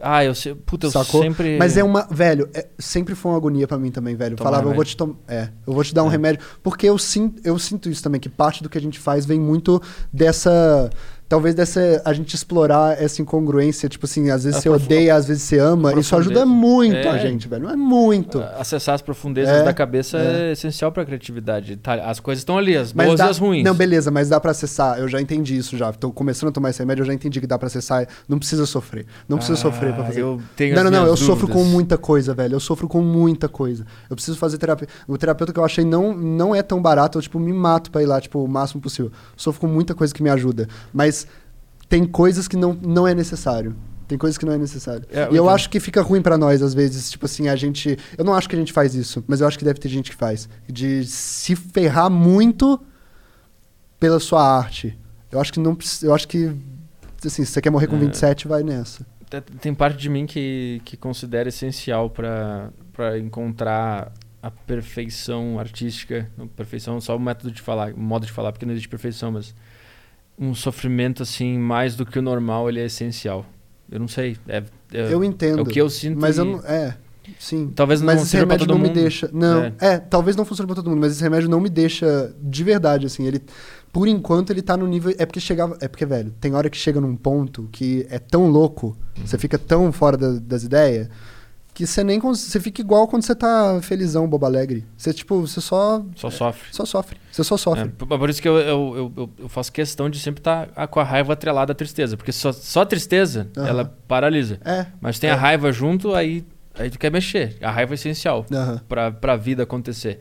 Ah, eu sei. Puta, eu
sacou?
sempre.
Mas é uma. Velho, é- sempre foi uma agonia pra mim também, velho.
Tomar
Falava, eu vou
remédio.
te tomar. É, eu vou te dar um remédio. Porque eu sinto, eu sinto isso também, que parte do que a gente faz vem muito dessa. Talvez dessa. A gente explorar essa incongruência. Tipo assim, às vezes
A
você
profu-
odeia, às vezes você ama. Isso ajuda
profundeza.
muito
É.
a gente, velho. É muito.
A- Acessar as profundezas
É,
da cabeça é, essencial pra criatividade. Tá, as coisas estão ali, as
Mas
boas
dá-
e as ruins.
Não, beleza, mas dá pra acessar. Eu já entendi isso já. Tô começando a tomar esse remédio, eu já entendi que dá pra acessar. Não precisa sofrer. Não precisa
Ah,
sofrer pra fazer.
eu tenho as
não, não, não. Eu
minhas
sofro com
dúvidas.
muita coisa, velho. Eu sofro com muita coisa. Eu preciso fazer terapia. O terapeuta que eu achei não, não é tão barato. Eu, tipo, me mato pra ir lá, tipo, o máximo possível. Sofro com muita coisa que me ajuda. Mas tem coisas que não, não é necessário. Tem coisas que não é necessário.
É, eu
e eu
entendo.
acho que fica ruim pra nós, às vezes. Tipo assim, a gente. Eu não acho que a gente faz isso, mas eu acho que deve ter gente que faz. De se ferrar muito pela sua arte. Eu acho que não precisa. Eu acho que. Assim, se você quer morrer com
É.
27, vai nessa.
Te- Tem parte de mim que, que considera essencial pra pra encontrar a perfeição artística. Não, perfeição é só o método de falar, o modo de falar, porque não existe perfeição, mas um sofrimento assim, mais do que o normal, ele é essencial. Eu não sei. É, é-
eu entendo.
é o que eu sinto.
Mas eu
e-
não. É. Sim.
Talvez não
mas esse
sirva pra
remédio
todo
não
mundo.
me deixa. Não.
É.
É. talvez não funcione pra todo mundo, mas esse remédio não me deixa de verdade, assim. Ele. Por enquanto, ele tá no nível. É porque chegava. É porque, velho, tem hora que chega num ponto que é tão louco, você fica tão fora da- das ideias, que você nem. cons- Você fica igual quando você tá felizão, bobo alegre. Você, tipo, você só.
Só sofre.
Só sofre. Você só sofre.
É, por por isso que eu, eu, eu- eu- eu faço questão de sempre estar com a raiva atrelada à tristeza. Porque só, só a tristeza,
Aham.
ela paralisa.
É.
Mas tem a
É.
raiva junto, aí, aí tu quer mexer. A raiva é essencial
Aham.
pra pra vida acontecer.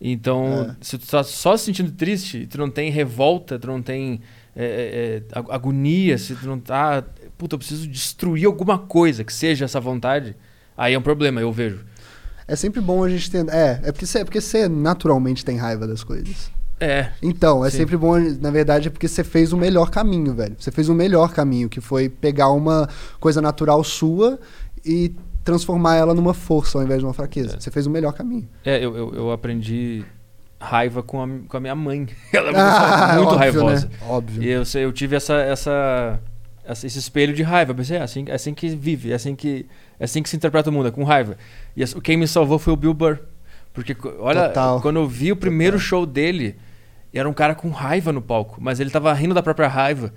Então,
É.
se tu tá só se sentindo triste, tu não tem revolta, tu não tem é, é, é, ag- agonia, se tu não tá. Puta, eu preciso destruir alguma coisa que seja essa vontade, aí é um problema, eu vejo.
É sempre bom a gente ter. É, é porque você é porque você naturalmente tem raiva das coisas.
É.
Então, é
Sim.
sempre bom, na verdade, é porque você fez o melhor caminho, velho. Você fez o melhor caminho, que foi pegar uma coisa natural sua e transformar ela numa força ao invés de uma fraqueza.
É.
Você fez o melhor caminho.
É, eu, eu, eu aprendi raiva com a, com a minha mãe. <laughs> Ela é uma pessoa
Ah,
muito
óbvio,
raivosa.
Né? Óbvio.
E eu, sei- eu tive essa, essa, essa- esse espelho de raiva. Eu pensei, é assim, é assim que vive, é assim que, é assim que se interpreta o mundo, é com raiva. E as- quem me salvou foi o Bill Burr. Porque, co- olha,
Total.
quando eu vi o primeiro show dele, era um cara com raiva no palco, mas ele tava rindo da própria raiva.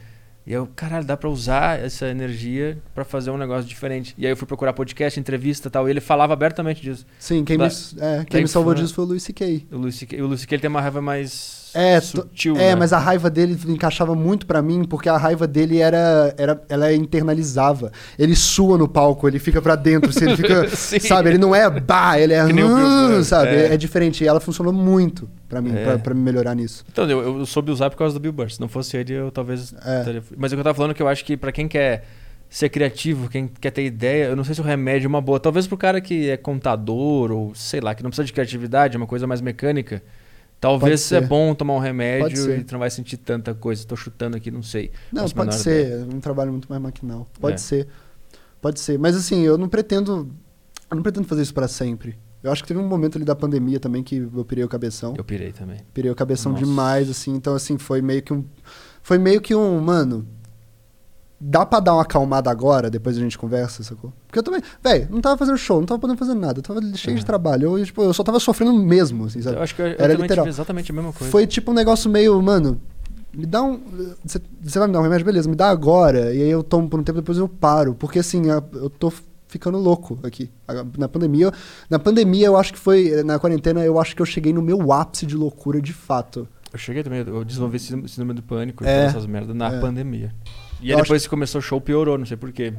E eu, caralho, dá pra usar essa energia pra fazer um negócio diferente. E aí eu fui procurar podcast, entrevista e tal, e ele falava abertamente disso.
Sim, quem,
Da-
me, é,
da
quem me salvou
infância.
disso foi o Louis C.K.
O Lucy, o Lucy que ele tem uma raiva mais
É, to-
sutil.
É,
né?
mas a raiva dele encaixava muito pra mim, porque a raiva dele era, era. Ela internalizava. Ele sua no palco, ele fica pra dentro, assim, ele fica.
<laughs> Sim.
sabe, ele não é bah, ele é.
Que nem o Bill
"Ah",
Burr,
sabe?
é.
É. diferente. E ela funcionou muito pra mim,
É.
pra, pra me melhorar nisso.
Então, eu, eu soube usar por causa do Bill Burr. Se não fosse ele, eu talvez.
É.
teria- Mas o que eu tava falando é que eu acho que pra quem quer ser criativo, quem quer ter ideia, eu não sei se o remédio é uma boa. Talvez pro cara que é contador ou sei lá, que não precisa de criatividade, é uma coisa mais mecânica. Talvez
ser.
é bom tomar um
Pode
remédio
ser.
e tu não vai sentir tanta coisa. Tô chutando aqui, não sei.
Não,
Faço a
pode
menor
ser.
ideia.
É um trabalho muito mais maquinal. Pode
É.
ser. Pode ser. Mas assim, eu não pretendo. Eu não pretendo fazer isso pra sempre. Eu acho que teve um momento ali da pandemia também que eu pirei o cabeção.
Eu pirei também.
Pirei o cabeção
Nossa.
demais, assim. Então, assim, foi meio que um. Foi meio que um, mano. Dá pra dar uma acalmada agora, depois a gente conversa, sacou? Porque eu também. Véi, não tava fazendo show, não tava podendo fazer nada. Eu tava cheio de
É.
trabalho. Eu, tipo, eu só tava sofrendo mesmo, assim, sabe?
Eu acho que eu, eu
Era
também
literal.
tive exatamente a mesma coisa.
Foi tipo um negócio meio, mano. Me dá um. Você vai me dar um remédio? Beleza, me dá agora. E aí eu tomo por um tempo, depois eu paro. Porque assim, a- eu tô ficando louco aqui. A- Na pandemia. Na pandemia, eu acho que foi. Na quarentena, eu acho que eu cheguei no meu ápice de loucura de fato.
Eu cheguei também, eu desenvolvi sínd- síndrome do pânico e
É.
todas essas merdas na
É.
pandemia. E
Eu
aí
acho-
depois que começou o show, piorou, não sei porquê.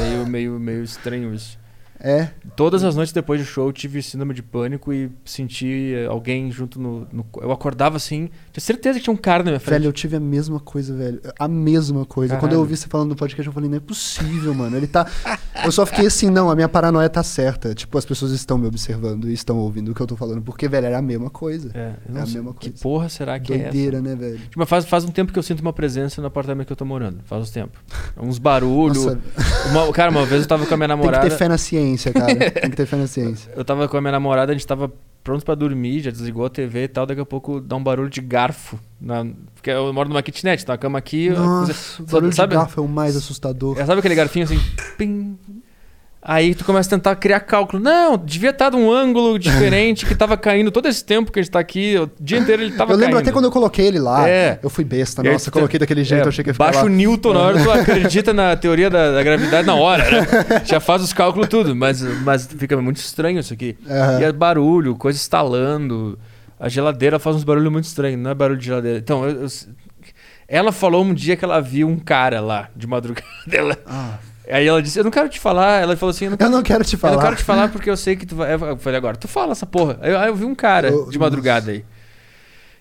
meio, meio, meio estranho isso.
É.
Todas as noites depois do show eu tive síndrome de pânico e senti eh, alguém junto no, no co- Eu acordava assim, tinha certeza que tinha um cara na minha frente.
Velho, eu tive a mesma coisa, velho. A mesma coisa. Quando eu
Caralho.
ouvi você falando no podcast, eu falei, não é possível, mano. Ele tá. <laughs> Eu só fiquei assim, não, a minha paranoia tá certa. Tipo, as pessoas estão me observando e estão ouvindo o que eu tô falando. Porque, velho, era a mesma coisa.
É, eu
É
não
a
sei,
mesma
que
coisa.
porra será que é
Doideira,
essa?
né, velho?
Tipo, faz, faz um tempo que eu sinto uma presença no apartamento que eu tô morando. Faz um tempo. Uns barulhos.
Nossa,
Uma- cara, uma vez eu tava com a minha
<laughs> tem que
namorada.
ter fé na ciência, cara. Tem que ter fé na ciência.
<laughs> Eu tava com a minha namorada, a gente tava pronto pra dormir, já desligou a TV e tal, daqui a pouco dá um barulho de garfo. na- Porque eu moro numa kitnet, tá? A cama aqui. a cozinha-
Nossa, o barulho de
sabe-
garfo é o mais assustador.
É, Sabe aquele garfinho assim? Pim. Aí tu começa a tentar criar cálculo. Não, devia estar de um ângulo diferente que tava caindo todo esse tempo que a gente tá aqui. O dia inteiro ele tava
eu lembro
caindo.
até quando eu coloquei ele lá.
É.
Eu fui besta.
E aí
Nossa,
tu
eu coloquei daquele jeito,
É,
eu achei que ia ficar
Baixa
lá.
o Newton na hora, tu acredita na teoria da, da gravidade na hora,
<laughs>
né? Já faz os cálculos tudo, mas, mas fica muito estranho isso aqui.
Aham.
E é barulho, coisa estalando. A geladeira faz uns barulhos muito estranhos, não é barulho de geladeira. Então, eu- eu- ela falou um dia que ela viu um cara lá, de madrugada. <laughs> Ela,
Ah,
aí ela disse, eu não quero te falar. Ela falou assim, eu não quero,
eu não quero te
eu
falar.
não quero te falar porque eu sei que tu vai... Eu falei, agora, tu fala essa porra. Aí eu, aí eu vi um cara
Eu-
de madrugada aí.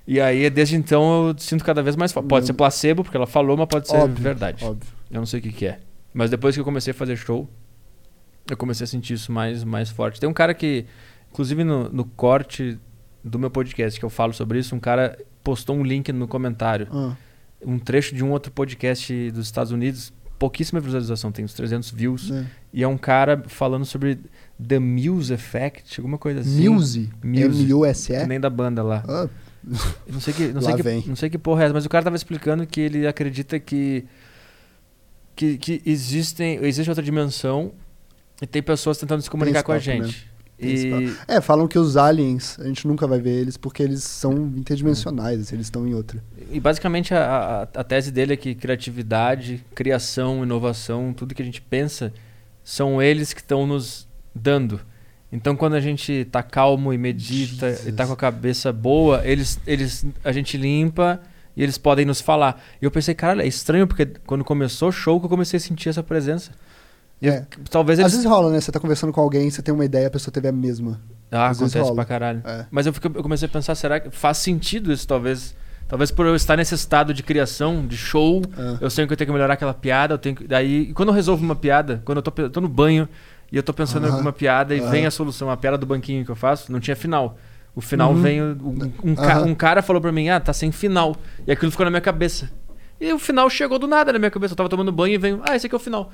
E aí, desde então, eu sinto cada vez mais... fa- Pode ser placebo, porque ela falou, mas pode ser
Óbvio,
verdade.
Óbvio.
Eu não sei o que, que é. Mas depois que eu comecei a fazer show, eu comecei a sentir isso mais, mais forte. Tem um cara que, inclusive no, no corte do meu podcast que eu falo sobre isso, um cara postou um link no comentário.
Ah,
Um trecho de um outro podcast dos Estados Unidos. Pouquíssima visualização, tem uns 300 views.
né.
E é um cara falando sobre The Muse Effect, alguma coisa assim.
Muse? É
Muse. Que
M-U-S-E?
nem da banda lá.
Ah,
Eu Não sei que, não sei
Lá
que,
vem.
não sei que porra é essa, mas o cara tava explicando que ele acredita que que, que existem, existe outra dimensão e tem pessoas tentando se comunicar
esse
com a
papo
gente.
Tem esse
E
É, falam que os aliens, a gente nunca vai ver eles porque eles são interdimensionais, assim, eles estão em outra.
E basicamente a, a, a tese dele é que criatividade, criação, inovação, tudo que a gente pensa, são eles que estão nos dando. Então quando a gente tá calmo e medita e tá
Jesus.
com a cabeça boa, eles, eles a gente limpa e eles podem nos falar. E eu pensei, caralho, é estranho porque quando começou o show que eu comecei a sentir essa presença. E eu-
É.
Talvez
Às
eles
vezes rola, né? Você tá conversando com alguém, você tem uma ideia, a pessoa teve a mesma.
Ah,
às vezes
acontece
rola.
pra caralho.
É.
Mas eu, fico- eu comecei a pensar, será que faz sentido isso talvez? Talvez por eu estar nesse estado de criação, de show,
Ah.
Eu sei que eu tenho que melhorar aquela piada, eu tenho que... Daí, e quando eu resolvo uma piada, quando eu tô, pe- eu tô no banho e eu tô pensando em
Aham.
alguma piada e
Aham.
vem a solução, a piada do banquinho que eu faço, não tinha final. O final
Uhum.
vem. Um, um ca-
Aham.
um cara falou pra mim, ah, tá sem final. E aquilo ficou na minha cabeça. E o final chegou do nada na minha cabeça. Eu tava tomando banho e veio, ah, esse aqui é o final.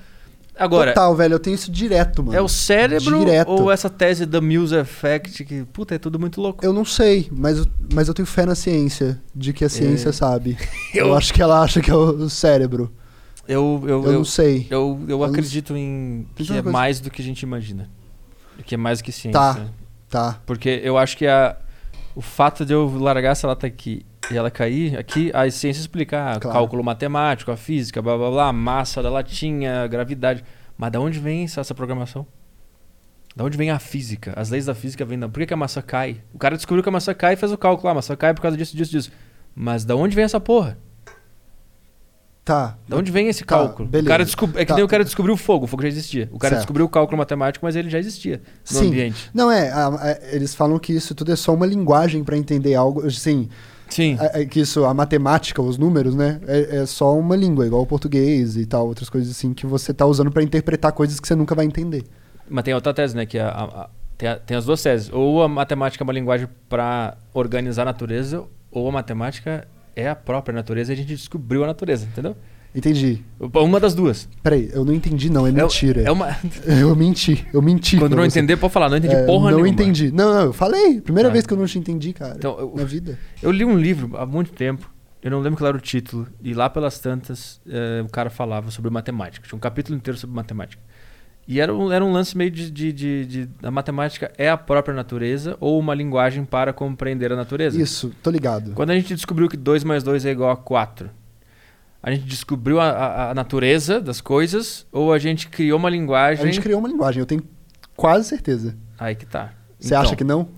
Agora,
Total, velho, eu tenho isso direto, mano.
é o cérebro
Direto.
ou essa tese da Muse Effect que, puta, é tudo muito louco.
Eu não sei, mas, mas eu tenho fé na ciência, de que a ciência
<laughs>
sabe. Eu...
É. Eu-
acho que ela acha que é o cérebro.
Eu, eu,
Eu,
eu,
não sei.
eu, eu
não
acredito em que
Pensa
é
uma coisa.
mais do que a gente imagina. Que é mais do que ciência.
Tá. Tá.
Porque eu acho que a, o fato de eu largar essa lata aqui e ela cair, aqui a ciência explica ah,
Claro.
cálculo matemático, a física, blá blá blá, massa da latinha, gravidade. Mas da onde vem essa, essa programação? Da onde vem a física? As leis da física vêm da. Por que, que a massa cai? O cara descobriu que a massa cai e fez o cálculo. Ah, a massa cai por causa disso, disso, disso. Mas da onde vem essa porra?
Tá.
Da onde vem esse
Tá,
cálculo? o
beleza.
cara descob... É que
Tá.
nem o cara descobriu o fogo, o fogo já existia. O cara
Certo.
descobriu o cálculo matemático, mas ele já existia no
Sim.
ambiente.
Não, é, a- a- eles falam que isso tudo é só uma linguagem pra entender algo. Assim,
Sim.
é- é que isso, a matemática, os números, né? É, é só uma língua, igual o português e tal, outras coisas assim, que você tá usando pra interpretar coisas que você nunca vai entender.
Mas tem outra tese, né? Que a, a- a- tem, a- tem as duas teses. Ou a matemática é uma linguagem para organizar a natureza, ou a matemática é a própria natureza e a gente descobriu a natureza, entendeu?
Entendi.
Uma das duas.
Peraí, eu não entendi, não, é mentira.
É, é uma...
<laughs> Eu menti, eu menti.
Quando
pra
não
você.
entender, pode falar. Não entendi
É,
porra
não
nenhuma.
entendi. Não, não, eu falei. Primeira
Ah.
vez que eu não te entendi, cara.
Então, eu-
na vida.
Eu li um livro há muito tempo, eu não lembro qual era o título, e lá pelas tantas eh, o cara falava sobre matemática. Tinha um capítulo inteiro sobre matemática. E era um, era um lance meio de, de, de, de- A matemática é a própria natureza ou uma linguagem para compreender a natureza?
Isso, tô ligado.
Quando a gente descobriu que 2 mais 2 é igual a 4, a gente descobriu a, a- a natureza das coisas ou a gente criou uma linguagem.
A gente criou uma linguagem, eu tenho quase certeza.
Aí que tá.
Você acha que não?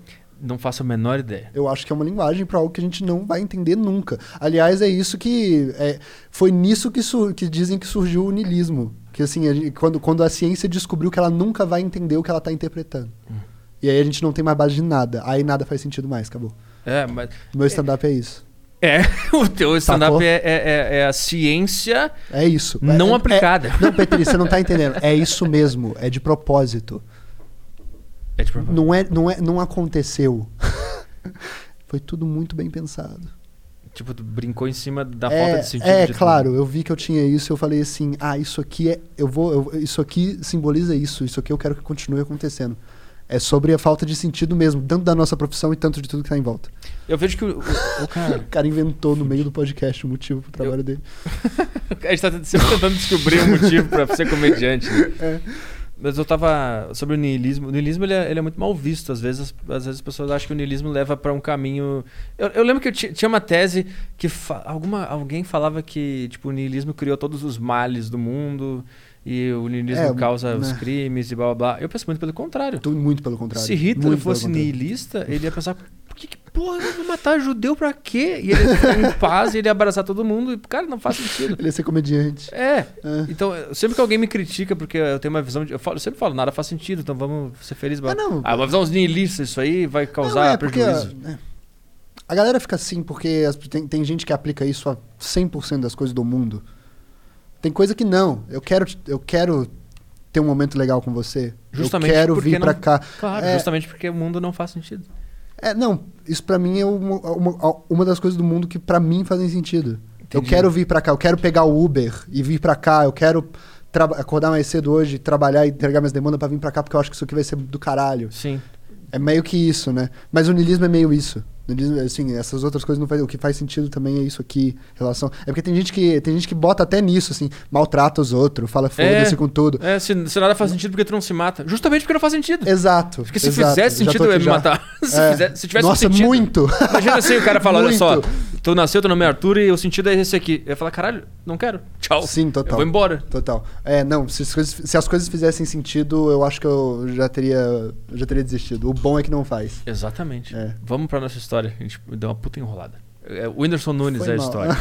Não faço a menor ideia.
Eu acho que é uma linguagem pra algo que a gente não vai entender nunca. Aliás, é isso que. é, foi nisso que, sur- que dizem que surgiu o niilismo. Que assim, a gente- quando, quando a ciência descobriu que ela nunca vai entender o que ela tá interpretando. E aí a gente não tem mais base de nada. Aí nada faz sentido mais, acabou.
É, mas.
Meu stand-up é isso.
É, <laughs> o teu stand-up
Sacou?
é, é- é- é a ciência
É isso. É-
não
é-
aplicada.
é- não, Petri, você não tá entendendo. É isso mesmo. É de propósito.
É de propósito.
Não é, não é, não aconteceu. <laughs> Foi tudo muito bem pensado.
Tipo, tu brincou em cima da
é,
falta de sentido.
é
de tudo.
claro. Eu vi que eu tinha isso. Eu falei assim, ah, isso aqui é, eu vou, eu- isso aqui simboliza isso. Isso aqui eu quero que continue acontecendo. É sobre a falta de sentido mesmo, tanto da nossa profissão e tanto de tudo que tá em volta.
Eu vejo que o, o- o cara.
O <laughs> cara inventou no meio do podcast o motivo pro trabalho dele.
A gente tá sempre tentando <laughs> descobrir um motivo pra ser comediante. né?
É.
Mas eu tava. Sobre o niilismo. O niilismo ele é, ele é muito mal visto. Às vezes, as- às vezes as pessoas acham que o niilismo leva pra um caminho. Eu, eu lembro que eu ti- tinha uma tese que fa- alguma, alguém falava que tipo, o niilismo criou todos os males do mundo e o niilismo
É,
causa os
né.
crimes e blá blá blá. Eu penso muito pelo contrário.
Tô Muito pelo contrário.
Se Hitler
muito pelo
fosse
contrário.
niilista, ele ia pensar: por que, que porra, eu vou matar judeu pra quê? E ele ia ficar em paz e ele ia abraçar todo mundo. E, cara, não faz sentido.
Ele ia ser
<laughs>
comediante.
É.
É.
Então, eu- sempre que alguém me critica porque eu tenho uma visão de. Eu, falo- eu sempre falo, nada faz sentido, então vamos ser felizes. blá.
Ah, não.
Ah, uma visão niilista, isso aí vai causar
Não, é porque,
prejuízo.
é, a galera fica assim porque as- tem, tem gente que aplica isso a 100% das coisas do mundo. Tem coisa que não. Eu quero, te- eu quero ter um momento legal com você.
Justamente
eu quero
porque
vir pra
não-
cá.
Claro,
é-
justamente porque o mundo não faz sentido.
É, não, isso pra mim é uma, uma, uma das coisas do mundo que pra mim fazem sentido. Eu
Entendi.
quero vir pra cá, eu quero pegar o Uber e vir pra cá, eu quero traba- acordar mais cedo hoje, trabalhar e entregar minhas demandas pra vir pra cá porque eu acho que isso aqui vai ser do caralho.
Sim.
É meio que isso, né? Mas o niilismo é meio isso. O niilismo, assim, essas outras coisas não faz, o que faz sentido também é isso aqui, relação. É porque tem gente que tem gente que bota até nisso assim, maltrata os outros, fala foda-se com tudo.
É, se, se nada faz sentido, porque tu não se mata? Justamente porque não faz sentido.
Exato.
Porque se
exato.
fizesse
Já tô
sentido,
aqui
eu ia me
já.
matar. <laughs> se,
É.
fizesse- se tivesse
Nossa,
sentido.
muito.
Imagina assim, o cara fala, olha só,
Muito.
tu nasceu, teu nome é Arthur e o sentido é esse aqui. Eu ia falar, caralho, não quero. Tchau.
Sim, total.
Eu vou embora.
Total. É, não, se as, coisas, se as coisas fizessem sentido, eu acho que eu já teria já teria desistido. O bom é que não faz.
Exatamente.
É.
Vamos pra nossa história. A gente deu uma puta enrolada. É, O Whindersson Nunes
Foi
é a
mal.
<laughs> história.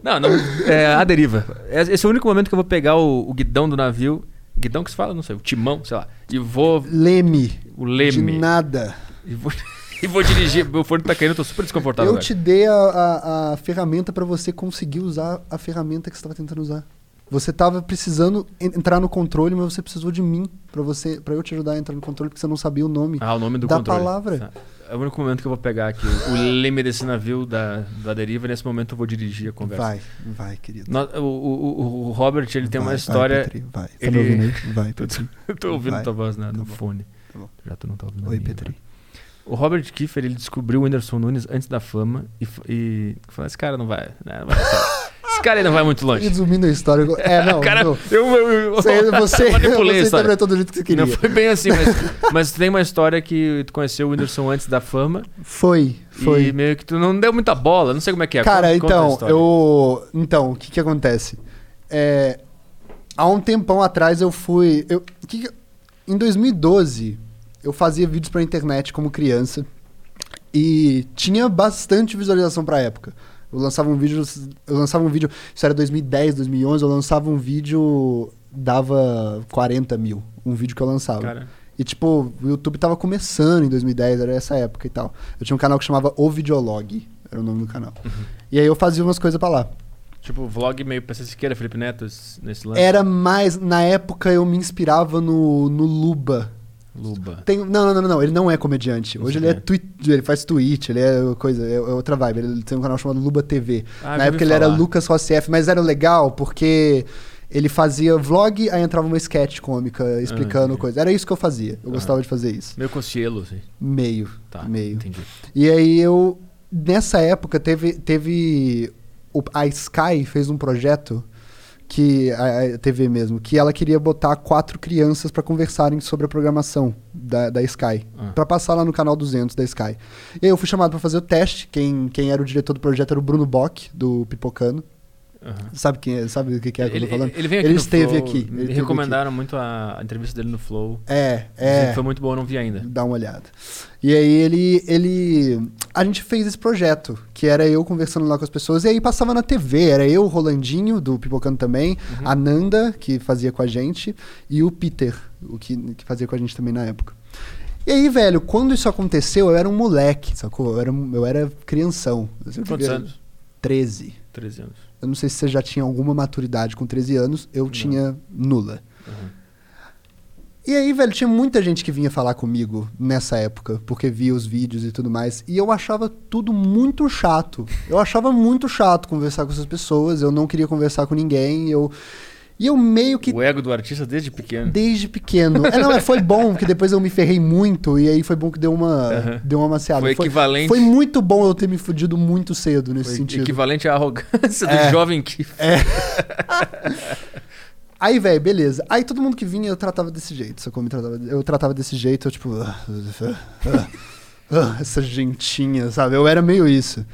não, não. É a deriva. É- Esse é o único momento que eu vou pegar o, o guidão do navio. Guidão que se fala? Não sei. O timão, sei lá. E vou.
Leme,
O leme.
de nada. E
E vou <laughs> dirigir. Meu fone tá caindo, eu tô super desconfortável.
eu
agora.
te dei a, a- a ferramenta pra você conseguir usar a ferramenta que você estava tentando usar. Você tava precisando en- entrar no controle, mas você precisou de mim pra você, para eu te ajudar a entrar no controle porque você não sabia o nome.
Ah, o nome do
da
controle.
palavra.
Tá. É o único momento que eu vou pegar aqui. O leme desse navio da, da deriva, e nesse momento eu vou dirigir a conversa.
Vai, vai, querido.
No- o, o, o- o Robert, ele tem uma
Vai,
história.
Vai, Petri, vai. Tá
ele-
me ouvindo aí? Vai, Petri.
<laughs> eu tô ouvindo
Vai,
tua voz na-
tá
no
bom,
fone.
tá bom.
Já tu não tá ouvindo. a
Oi,
minha,
Petri.
né? O Robert Kiefer, ele descobriu o Whindersson Nunes antes da fama e, f- e falou: esse cara não vai. né, não vai esse cara aí não vai muito
<laughs>
longe.
Resumindo a história. eu-
<laughs>
É, não.
cara,
não.
eu, eu, eu- <laughs>
Você, você,
manipulei a
você
história.
interpretou do jeito que você queria.
Não foi bem assim,
<laughs>
mas, mas tem uma história que tu conheceu o Whindersson antes da fama
Foi, foi.
e meio que tu não deu muita bola, não sei como é que é.
Cara,
Conta- conta a
então,
história.
eu. Então, o que que acontece? É, há um tempão atrás eu fui. Eu, que que- em 2012, eu fazia vídeos pra internet como criança e tinha bastante visualização pra época. Eu lançava um vídeo, eu lançava um vídeo, isso era 2010, 2011, eu lançava um vídeo, dava 40 mil, um vídeo que eu lançava.
Cara,
E, tipo, o YouTube tava começando em 2010, era essa época e tal. Eu tinha um canal que chamava O Videolog, era o nome do canal.
Uhum.
E aí eu fazia umas coisas pra lá.
tipo, vlog meio PC Siqueira, Felipe Neto, esse- nesse lance.
Era mais. Na época eu me inspirava no, no Luba.
Luba.
Tem, não, não, não, não, ele não é comediante.
Não
Hoje
sei
ele é,
quem é.
tweet, ele faz tweet, ele é coisa, é, é outra vibe. Ele tem um canal chamado Luba TV.
Ah,
Na
já
época
ouvi
ele era
falar.
Lucas Rossi F, mas era legal porque ele fazia vlog, aí entrava uma sketch cômica
Ah,
explicando
entendi.
coisa. Era isso que eu fazia. Eu
Ah.
gostava de fazer isso.
Meio cochilo, assim.
Meio.
Tá,
meio.
entendi.
E aí eu. Nessa época teve. teve o- a Sky fez um projeto que. A, a TV mesmo, que ela queria botar quatro crianças pra conversarem sobre a programação da, da Sky.
Ah.
Pra passar lá no canal 200 da Sky. E aí eu fui chamado pra fazer o teste. Quem, quem era o diretor do projeto era o Bruno Bock, do Pipocano.
Aham.
Sabe, quem é, sabe o que, que é que eu tô falando?
veio aqui
Ele
no
esteve
Flow,
aqui, ele
Me
esteve
recomendaram muito a, a entrevista dele no Flow.
É,
Dizem que
é.
Foi muito boa, eu não vi ainda.
Dá uma olhada. E aí ele, ele. A gente fez esse projeto, que era eu conversando lá com as pessoas, e aí passava na TV. Era eu, o Rolandinho, do Pipocando também,
Uhum.
a Nanda, que fazia com a gente, e o Peter, o que, que fazia com a gente também na época. E aí, velho, quando isso aconteceu, eu era um moleque, sacou? Eu era, um- eu era crianção. Eu sempre
Quantos
era
anos?
13.
13 anos.
Eu não sei se você já tinha alguma maturidade com 13 anos, eu tinha nula.
Uhum.
E aí, velho, tinha muita gente que vinha falar comigo nessa época, porque via os vídeos e tudo mais, e eu achava tudo muito chato. Eu achava muito chato conversar com essas pessoas, eu não queria conversar com ninguém, eu e eu meio que
O ego do artista desde pequeno.
desde pequeno. É, não, é, foi bom que depois eu me ferrei muito e aí foi bom que deu uma
Aham.
deu uma maciada.
Foi equivalente-
Foi muito bom eu ter me fudido muito cedo nesse
Foi
sentido.
equivalente à arrogância do
É.
jovem que
Aí, velho, beleza. Aí todo mundo que vinha eu tratava desse jeito, sacou? Me tratava, eu tratava desse jeito, eu tipo. "Ah, ah, ah, ah", essa gentinha, sabe? Eu era meio isso.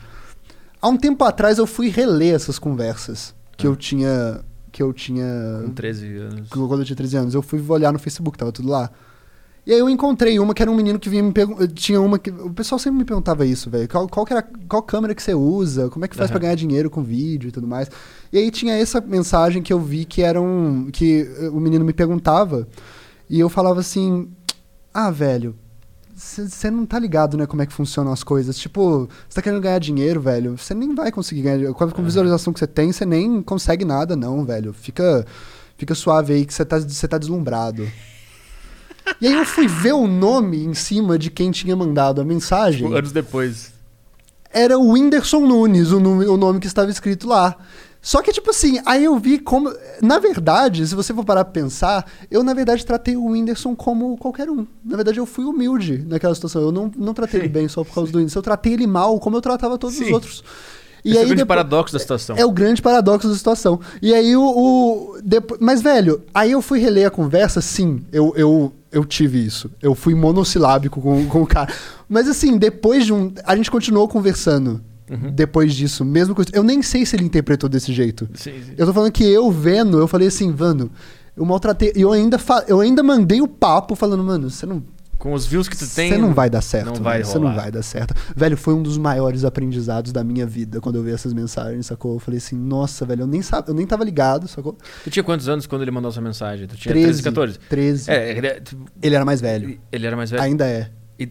Há um tempo atrás eu fui reler essas conversas que eu tinha. Que eu tinha.
com 13 anos.
que eu- Quando eu tinha 13 anos. Eu fui olhar no Facebook, tava tudo lá. E aí eu encontrei uma que era um menino que vinha me perguntar. Tinha uma que. O pessoal sempre me perguntava isso, velho. Qual, qual, que era- qual câmera que você usa? Como é que faz pra
Aham.
ganhar dinheiro com vídeo e tudo mais? E aí tinha essa mensagem que eu vi que era um. que eh, o menino me perguntava. E eu falava assim. Ah, velho. Você não tá ligado, né, como é que funcionam as coisas. Tipo, você tá querendo ganhar dinheiro, velho. Você nem vai conseguir ganhar dinheiro. Com a com a visualização que você tem, você nem consegue nada, não, velho. Fica, fica suave aí que você tá, você tá deslumbrado. E aí eu fui ver o nome em cima de quem tinha mandado a mensagem.
Tipo, anos depois.
Era o Whindersson Nunes, o nome, o nome que estava escrito lá. Só que, tipo assim, aí eu vi como. Na verdade, se você for parar pra pensar, eu, na verdade, tratei o Whindersson como qualquer um. Na verdade, eu fui humilde naquela situação. Eu não, não tratei ele bem só por causa do Whindersson. Eu tratei ele mal, como eu tratava todos os
Sim.
outros. E
Esse é o
aí,
grande
depois-
paradoxo da situação.
é o grande paradoxo da situação. E aí o. o- depo- Mas, velho, aí eu fui reler a conversa, sim, eu, eu, eu tive isso. Eu fui monossilábico com, com o cara. Mas assim, depois de um. A gente continuou conversando depois disso, mesmo com isso. Eu nem sei se ele interpretou desse jeito.
Sim, sim.
Eu tô falando que eu vendo, eu falei assim, mano, eu maltratei. E eu ainda, fa- eu ainda mandei o papo falando, mano, você não
Com os views que tu tem. um
você não vai dar certo.
não
velho.
vai
Você não
rolar.
vai dar certo. Velho, foi um dos maiores aprendizados da minha vida quando eu vi essas mensagens, sacou? Eu falei assim, nossa, velho, eu nem, sabe, eu nem tava ligado, sacou?
Tu tinha quantos anos quando ele mandou essa mensagem? Tu tinha
13,
13, 14?
13.
É, ele, é- tu-
Ele era mais velho.
ele era mais velho.
Ainda é.
E-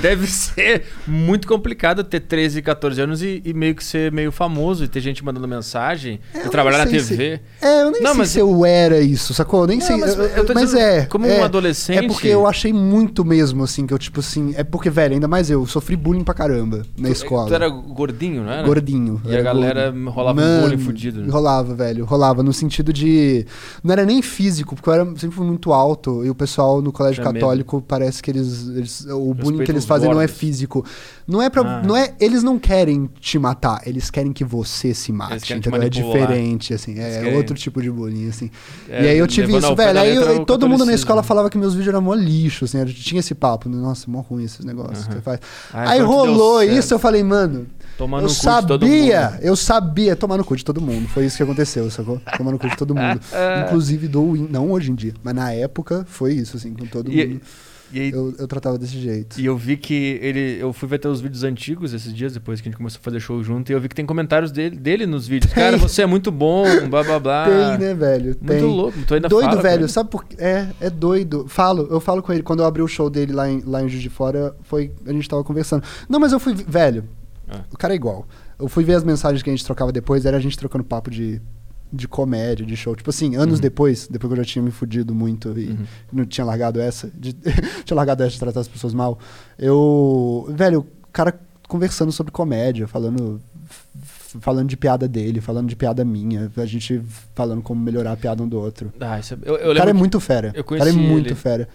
Deve ser muito complicado ter 13, 14 anos e, e meio que ser meio famoso e ter gente mandando mensagem
É, eu
e
não
trabalhar na
sei se-
TV.
É, eu nem
Não,
sei
mas-
se eu era isso, sacou? Eu Nem
Não,
sei.
mas
Mas,
eu tô
mas
dizendo,
é.
como
é,
um adolescente-
É porque eu achei muito mesmo, assim, que eu, tipo assim. É porque, velho, ainda mais eu, sofri bullying pra caramba na escola.
Tu era gordinho, Ah, não era?
Gordinho.
E
era
a galera rolava um bullying fudido, né?
Rolava, velho. Rolava no sentido de. Não era nem físico, porque eu era, sempre fui muito alto. E o pessoal no colégio
Tinha medo.
católico parece que eles. eles- o bullying
Respeitam
que eles
os
fazem não é
gordos.
físico. Não é pra.
Ah.
Não é, eles não querem te matar, eles querem que você se mate.
querem te
Então é
manipular.
diferente, assim. É
Eles querem-
outro tipo de bullying, assim.
É,
e aí eu tive
levando
isso,
ao pé
velho.
da
Aí eu-
letra o
todo mundo na
catolicismo.
escola falava que meus vídeos eram mó lixo, assim. era- Tinha esse papo. né? Nossa, mó ruim esses negócios que
Aham.
você faz.
Ah,
aí
então que deu
rolou
certo.
isso, eu falei, mano,
Tomando
eu
no cu de todo
sabia,
mundo. né?
eu sabia tomar no cu de todo mundo. Foi isso que aconteceu, sacou? Tomar no
<laughs>
cu de todo mundo.
É.
Inclusive do Win, não hoje em dia, mas na época foi isso, assim, com todo
E,
mundo.
e aí
Eu, eu tratava desse jeito.
E eu vi que ele. Eu fui ver até os vídeos antigos esses dias, depois que a gente começou a fazer show junto, e eu vi que tem comentários dele, dele nos vídeos. Cara, você é muito bom, blá blá blá.
tem, né, velho? Tem.
Ah, Muito louco, tu ainda
doido,
fala né? com
velho.
ele?
Sabe por quê? É, é doido. Falo, eu falo com ele. Quando eu abri o show dele lá em, lá em Juiz de Fora, foi, a gente tava conversando. Não, mas eu fui, velho,
Ah.
o cara é igual. Eu fui ver as mensagens que a gente trocava depois, era a gente trocando papo de, de comédia, de show. Tipo assim, anos
Uhum.
depois, depois que eu já tinha me fudido muito e
Uhum.
não tinha largado essa, de, <laughs> tinha largado essa de tratar as pessoas mal, eu, velho, o cara conversando sobre comédia, falando f- falando de piada dele, falando de piada minha, a gente falando como melhorar a piada um do outro.
Ah, isso é, eu, eu
o cara é
lembro
muito fera.
eu
O cara é
conheci
muito
ele.
fera.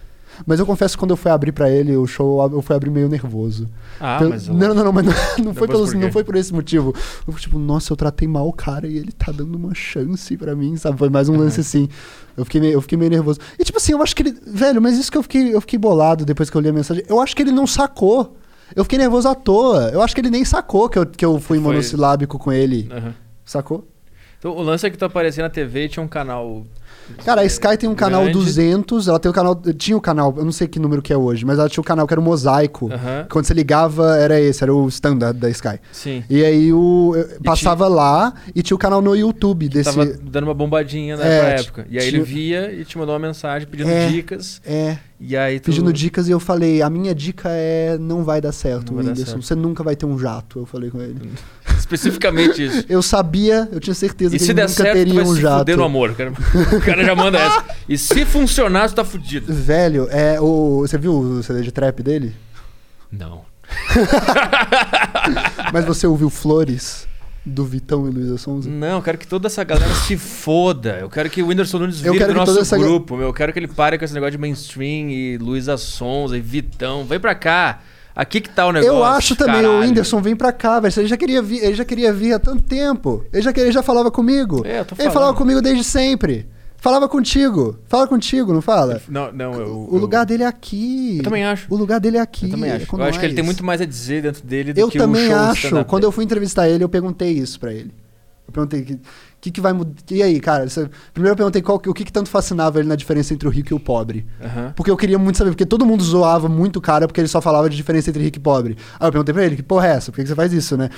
Mas eu confesso que quando eu fui abrir pra ele o show, eu fui abrir meio nervoso.
que- Ah,
Pelo-
mas.
Então, Não, não, não, mas não, <laughs> não
Depois
foi pelo,
por quê?
não foi por esse motivo. Eu fiquei tipo, nossa, eu tratei mal o cara e ele tá dando uma chance pra mim, sabe? Foi
É.
mais um lance assim. Eu fiquei, meio, eu fiquei meio nervoso. E tipo assim, eu acho que ele. Velho, mas isso que eu fiquei, eu fiquei bolado depois que eu li a mensagem. Eu acho que ele não sacou. Eu fiquei nervoso à toa. Eu acho que ele nem sacou que eu, que eu fui
É Foi-
monossilábico com ele.
Aham.
Sacou?
Então, o lance é que tu aparecia na TV e tinha um canal.
Cara, a Sky tem um canal
grande.
200. Ela tem o canal. Tinha o canal, eu não sei que número que é hoje, mas ela tinha o canal que era o Mosaico.
Aham,
Quando você ligava, era esse, era o standard da Sky.
Sim.
E aí o, eu passava lá e tinha o canal no YouTube desse.
Tava dando uma bombadinha na
É, ti-
época. E aí ele
tinha-
via e te mandou uma mensagem pedindo
É.
dicas.
É,
E aí tu...
pedindo dicas e eu falei, a minha dica é não vai dar certo,
Não vai dar
Whindersson.
certo.
Você nunca vai ter um jato, eu falei com ele.
Especificamente
<laughs>
isso.
Eu sabia, eu tinha certeza
E
que
se
ele
der
nunca
certo, tu
teria
vai
um
se
jato.
fuder no amor. O cara, o cara já manda essa. E se funcionar, tu tá fudido.
Velho, é o. Você viu o CD de trap
<laughs>
dele?
Não.
Mas você ouviu Flores do Vitão e Luísa Sonza?
Não, eu quero que toda essa galera se foda. Eu quero que o Whindersson Nunes
Eu
vire
quero
do
que
nosso
toda essa ga-
grupo, meu. Eu quero que ele pare com esse negócio de mainstream e Luísa Sonza e Vitão. Vem pra cá. Aqui que tá o negócio.
Eu acho também,
caralho.
o Whindersson vem pra cá, velho. Ele já queria vir, ele já queria vir há tanto tempo. Ele já, queria, ele já falava comigo.
É, eu tô
ele
falando.
falava comigo desde sempre. Falava contigo. Fala contigo, não fala?
Não, não, eu.
o lugar
eu,
dele é aqui.
Eu também acho.
O lugar dele é aqui.
Eu também acho.
é
Eu
com
acho que ele
nós.
tem muito mais a dizer dentro dele do
Eu
que
também
o show é.
acho. Quando eu fui entrevistar ele, eu perguntei isso pra ele. Eu perguntei que que, que vai mudar. E aí, cara? Você- Primeiro eu perguntei qual que- o que, que tanto fascinava ele na diferença entre o rico e o pobre. Porque eu queria muito saber, porque todo mundo zoava muito o cara porque ele só falava de diferença entre rico e pobre. Aí eu perguntei pra ele, que porra é essa? Por que, que você faz isso, né?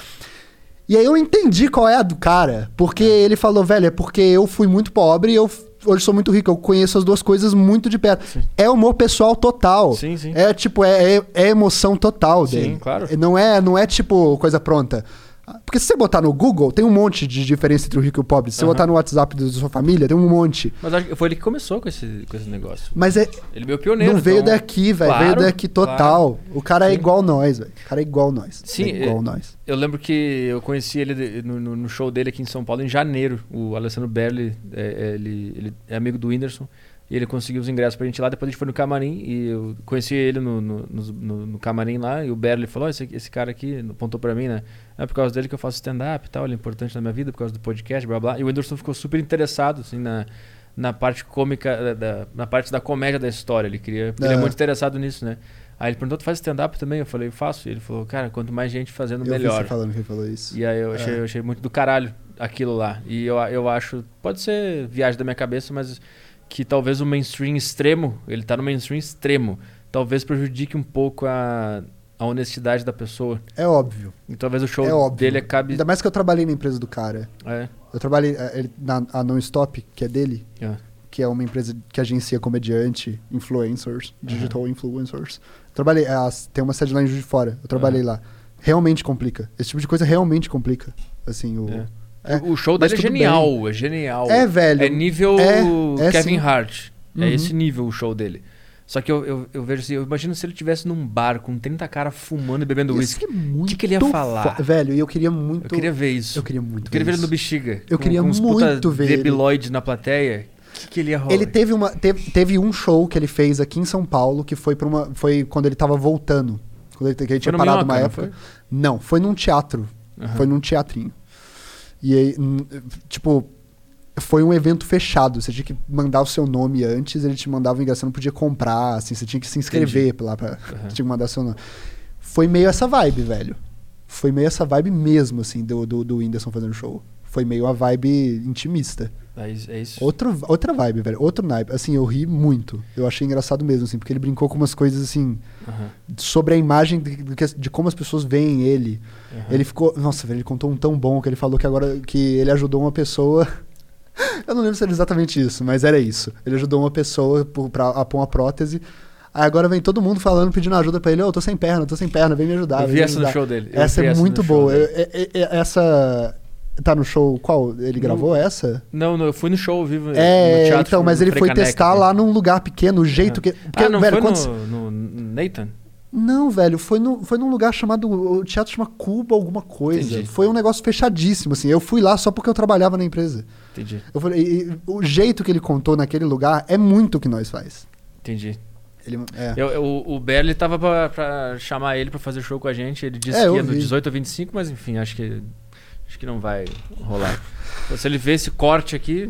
E aí eu entendi qual é a do cara, porque ele falou, velho, é porque eu fui muito pobre e eu f- hoje sou muito rico, eu conheço as duas coisas muito de perto. É humor pessoal total.
Sim, sim.
É tipo, é, é, é emoção total
Sim,
dele.
claro.
É, Não é, não é tipo coisa pronta. Porque se você botar no Google, tem um monte de diferença entre o rico e o pobre. Se você
Aham.
botar no WhatsApp da sua família, tem um monte.
Mas acho que foi ele que começou com esse, com esse negócio.
Mas é,
Ele é meio pioneiro.
não veio
então-
daqui, velho.
Claro,
veio daqui total. O cara é
Sim.
igual nós, velho. O cara é igual nós.
Sim,
É igual
é-
nós.
Eu lembro que eu conheci ele de- no, no- no show dele aqui em São Paulo em janeiro. O Alessandro Berli, é, é, ele, ele é amigo do Whindersson. E ele conseguiu os ingressos pra gente lá. Depois a gente foi no camarim e eu conheci ele no, no, nos- no- no camarim lá. E o Berli falou: "Ó, esse, esse cara aqui apontou pra mim, né? É por causa dele que eu faço stand-up e tal. Ele é importante na minha vida por causa do podcast, blá blá. E o Whindersson ficou super interessado, assim, na, na parte cômica, da- da- na parte da comédia da história. Ele queria. Ele é
Aham.
muito interessado nisso, né? Aí ele perguntou, tu faz stand-up também? Eu falei, faço. E ele falou, cara, quanto mais gente fazendo,
Eu vi
melhor.
você É. falando que ele falou isso.
E aí eu achei, eu achei muito do caralho aquilo lá. E eu, eu acho, pode ser viagem da minha cabeça, mas que talvez o mainstream extremo, ele tá no mainstream extremo, talvez prejudique um pouco a, a honestidade da pessoa.
É óbvio.
E talvez o show
É óbvio.
dele acabe...
Ainda mais que eu trabalhei na empresa do cara.
É,
Eu trabalhei eh, ele- na a Non Stop, que é dele.
é.
que é uma empresa que agencia comediante, influencers, digital influencers. Trabalhei, eh, as- tem uma sede lá em Juiz de Fora, eu trabalhei lá. Realmente complica. Esse tipo de coisa realmente complica. Assim, o...
É.
É,
o show
mas
dele é
tudo
genial, é genial.
É, velho.
É nível
É, é
Kevin
sim.
Hart.
Uhum.
É esse nível o show dele. Só que eu, eu, eu vejo assim, eu imagino se ele tivesse num bar com 30 caras fumando e bebendo
Isso
uísque.
que é muito
que ele ia
fo-
falar?
Velho, e eu queria muito...
Eu queria ver isso.
eu queria
Eu
muito
queria ver
ver
ele
isso.
no bexiga.
Eu
com-
queria
com uns
muito
puta
ver ele.
debiloide na plateia. O que, que ele ia rolar?
Ele teve uma teve, teve um show que ele fez aqui em São Paulo que foi para uma foi quando ele tava voltando, quando ele, que ele
Foi
tinha
no
parado
Minhoca,
uma
não
época. Não, foi num teatro. Foi num teatrinho. E aí, hum, tipo, foi um evento fechado. Você tinha que mandar o seu nome antes, ele te mandava o ingresso, você não podia comprar, assim, você tinha que se inscrever lá pra.
Aham.
Tinha que mandar seu nome. Foi meio essa vibe, velho. Foi meio essa vibe mesmo, assim, do, do, do Whindersson fazendo show. Foi meio a vibe intimista.
É isso. é isso.
Outro, outra vibe, velho. Outro naipe. Assim, eu ri muito. Eu achei engraçado mesmo, assim, porque ele brincou com umas coisas, assim,
Aham,
sobre a imagem de, do que as- de como as pessoas veem ele.
aham.
Ele ficou. Nossa, velho, ele contou um tão bom que ele falou que agora que ele ajudou uma pessoa. <laughs> Eu não lembro se era exatamente isso, mas era isso. Ele ajudou uma pessoa por- pra, a pôr uma prótese. Aí agora vem todo mundo falando, pedindo ajuda pra ele. Ô, tô sem perna, tô sem perna, vem me ajudar.
eu
vem
vi
me
essa no
ajudar."
show dele. Eu
Essa
vi
é
no
muito
show né?
boa.
dele.
Eu- é- é- é- essa. Tá no show qual?
No-
Ele gravou essa?
Não, não, eu fui no show ao vivo.
É,
no teatro,
então,
no
mas ele foi
Frecaneca,
testar
né?
lá num lugar pequeno, o jeito
Ah.
que. Porque,
ah, não
velho,
foi
quando-
no, no Nathan?
Não, velho, foi, no, foi num lugar chamado. O teatro chama Cuba, alguma coisa.
Entendi.
Foi um negócio fechadíssimo, assim. Eu fui lá só porque eu trabalhava na empresa.
Entendi,
Eu falei, e- e o jeito que ele contou naquele lugar é muito o que nós faz.
entendi.
Ele, é.
Eu- eu- o Berli tava pra, pra chamar ele pra fazer show com a gente. Ele disse
É, eu
que ia do
vi.
18 ao 25, mas enfim, acho que. Acho que não vai rolar. Então, Se ele vê esse corte aqui,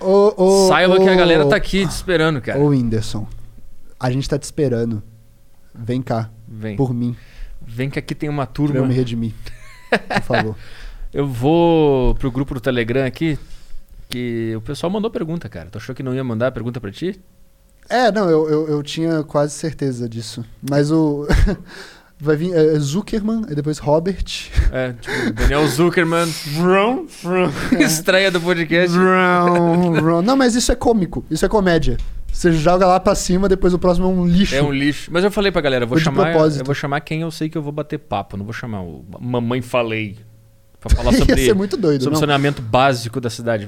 Ô, ô,
saiba
ô,
que a galera tá aqui te esperando, cara.
Ô, Whindersson, a gente tá te esperando. Vem cá,
Vem.
por mim,
Vem que aqui tem uma
pra eu
turma.
me redimir. Por
<laughs>
favor.
Eu vou pro grupo do Telegram aqui. Que o pessoal mandou pergunta, cara. Tu achou que não ia mandar pergunta pra ti?
É, não, eu, eu, eu tinha quase certeza disso. Mas o. <laughs> Vai vir é, Zuckerman, e depois Robert.
É, tipo, Daniel
<laughs>
Zuckerman. Estreia do podcast.
Vroom, é <laughs> vroom. Não, mas isso é cômico, isso é comédia. Você joga lá pra cima, depois o próximo é um lixo.
É um lixo. Mas eu falei pra galera, eu vou
Foi de
chamar.
propósito.
Eu vou chamar quem eu sei que eu vou bater papo. Não vou chamar o Mamãe Falei.
<laughs>
Pra falar
Ia
sobre
ser muito doido,
sobre o
não?
saneamento básico da cidade.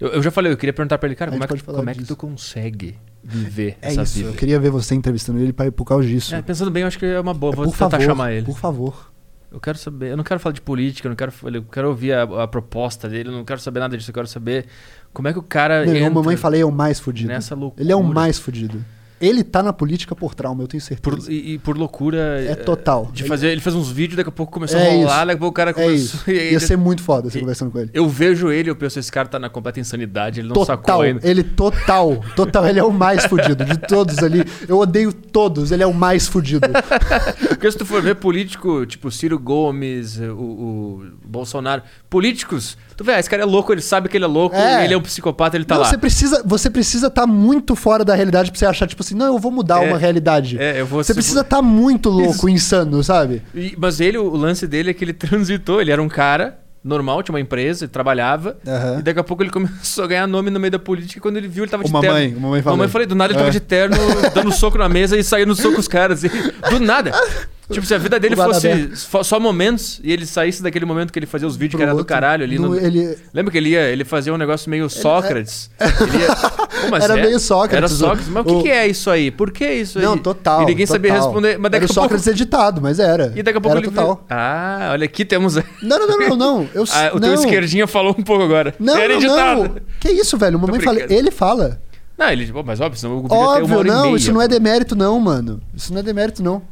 Eu, eu já falei, eu queria perguntar pra ele, cara,
A
como, é
gente
que,
pode falar
como é que
disso.
tu consegue viver
É
essa
isso, eu
vida?
queria ver você entrevistando ele pra, por causa disso.
É, pensando bem, eu acho que é uma boa. Vou
por
tentar
favor,
chamar ele.
Por favor.
Eu quero saber. Eu não quero falar de política, eu não quero, eu quero ouvir a, a proposta dele, eu não quero saber nada disso. Eu quero saber como é que o cara.
Não,
entra
a mamãe falei é o mais fudido.
nessa loucura.
Ele é o mais fudido. Ele tá na política por trauma, eu tenho certeza.
Por- e, e por loucura.
É
eh,
total.
De
Ele-
fazer, ele fez uns vídeos, daqui a pouco começou
É
a rolar,
isso.
daqui a pouco o cara
É
começou.
isso.
<laughs> e aí
Ia ser muito foda você
e-
conversando com ele.
Eu vejo ele, eu penso, esse cara tá na completa insanidade, ele não
Total,
sacou ainda.
ele total, total, ele é o mais fudido de todos ali. Eu odeio todos, ele é o mais fudido.
Porque se tu for ver político, tipo Ciro Gomes, o, o Bolsonaro, políticos, tu vê, ah, esse cara é louco, ele sabe que ele é louco,
É.
ele é um psicopata, ele <laughs> tá
Não,
lá.
Você precisa, você precisa estar muito fora da realidade pra você achar tipo assim, não, eu vou mudar
É,
uma realidade.
É, eu vou
Você precisa estar muito
Isso.
louco, insano, sabe?
E- mas ele, o lance dele é que ele <laughs> transitou, ele era um cara normal, tinha uma empresa, ele trabalhava,
Aham.
e daqui a pouco ele começou a ganhar nome no meio da política, e quando ele viu, ele tava
O
de
mamãe,
terno.
o mamãe falou.
Mamãe falei, do nada ele tava
É.
de terno, dando soco na mesa e saindo soco com os caras. E, do nada. Tipo, se a vida dele
O guarda
fosse
aberto.
fo- só momentos e ele saísse daquele momento que ele fazia os vídeos um que
Pro
era do
outro.
caralho ali.
No-
no-
ele- é-
Lembra que ele ia, ele fazia um negócio meio Sócrates? Ele
<laughs>
ia- Pô, mas
Era
é-
meio Sócrates,
Era
o-
Sócrates, mas o que
o-
que é isso aí? Por que isso aí?
Não, total.
E ninguém sabia
total.
responder. Mas daqui a
era o
pouco.
Sócrates editado, mas era.
E daqui a pouco
era
ele viu-
total.
Ah, olha aqui temos. Ah,
Não, não, não, não, não.
<laughs>
Eu
o
não.
teu esquerdinha falou um pouco agora.
Não,
Era
não,
editado.
não. Que isso, velho? O mamãe fala,
brincando.
ele fala.
Não, ele, pô, mas óbvio, senão o vídeo ia ter uma
Óbvio,
hora e
não,
meia.
isso não é demérito não, mano. Isso não é demérito não.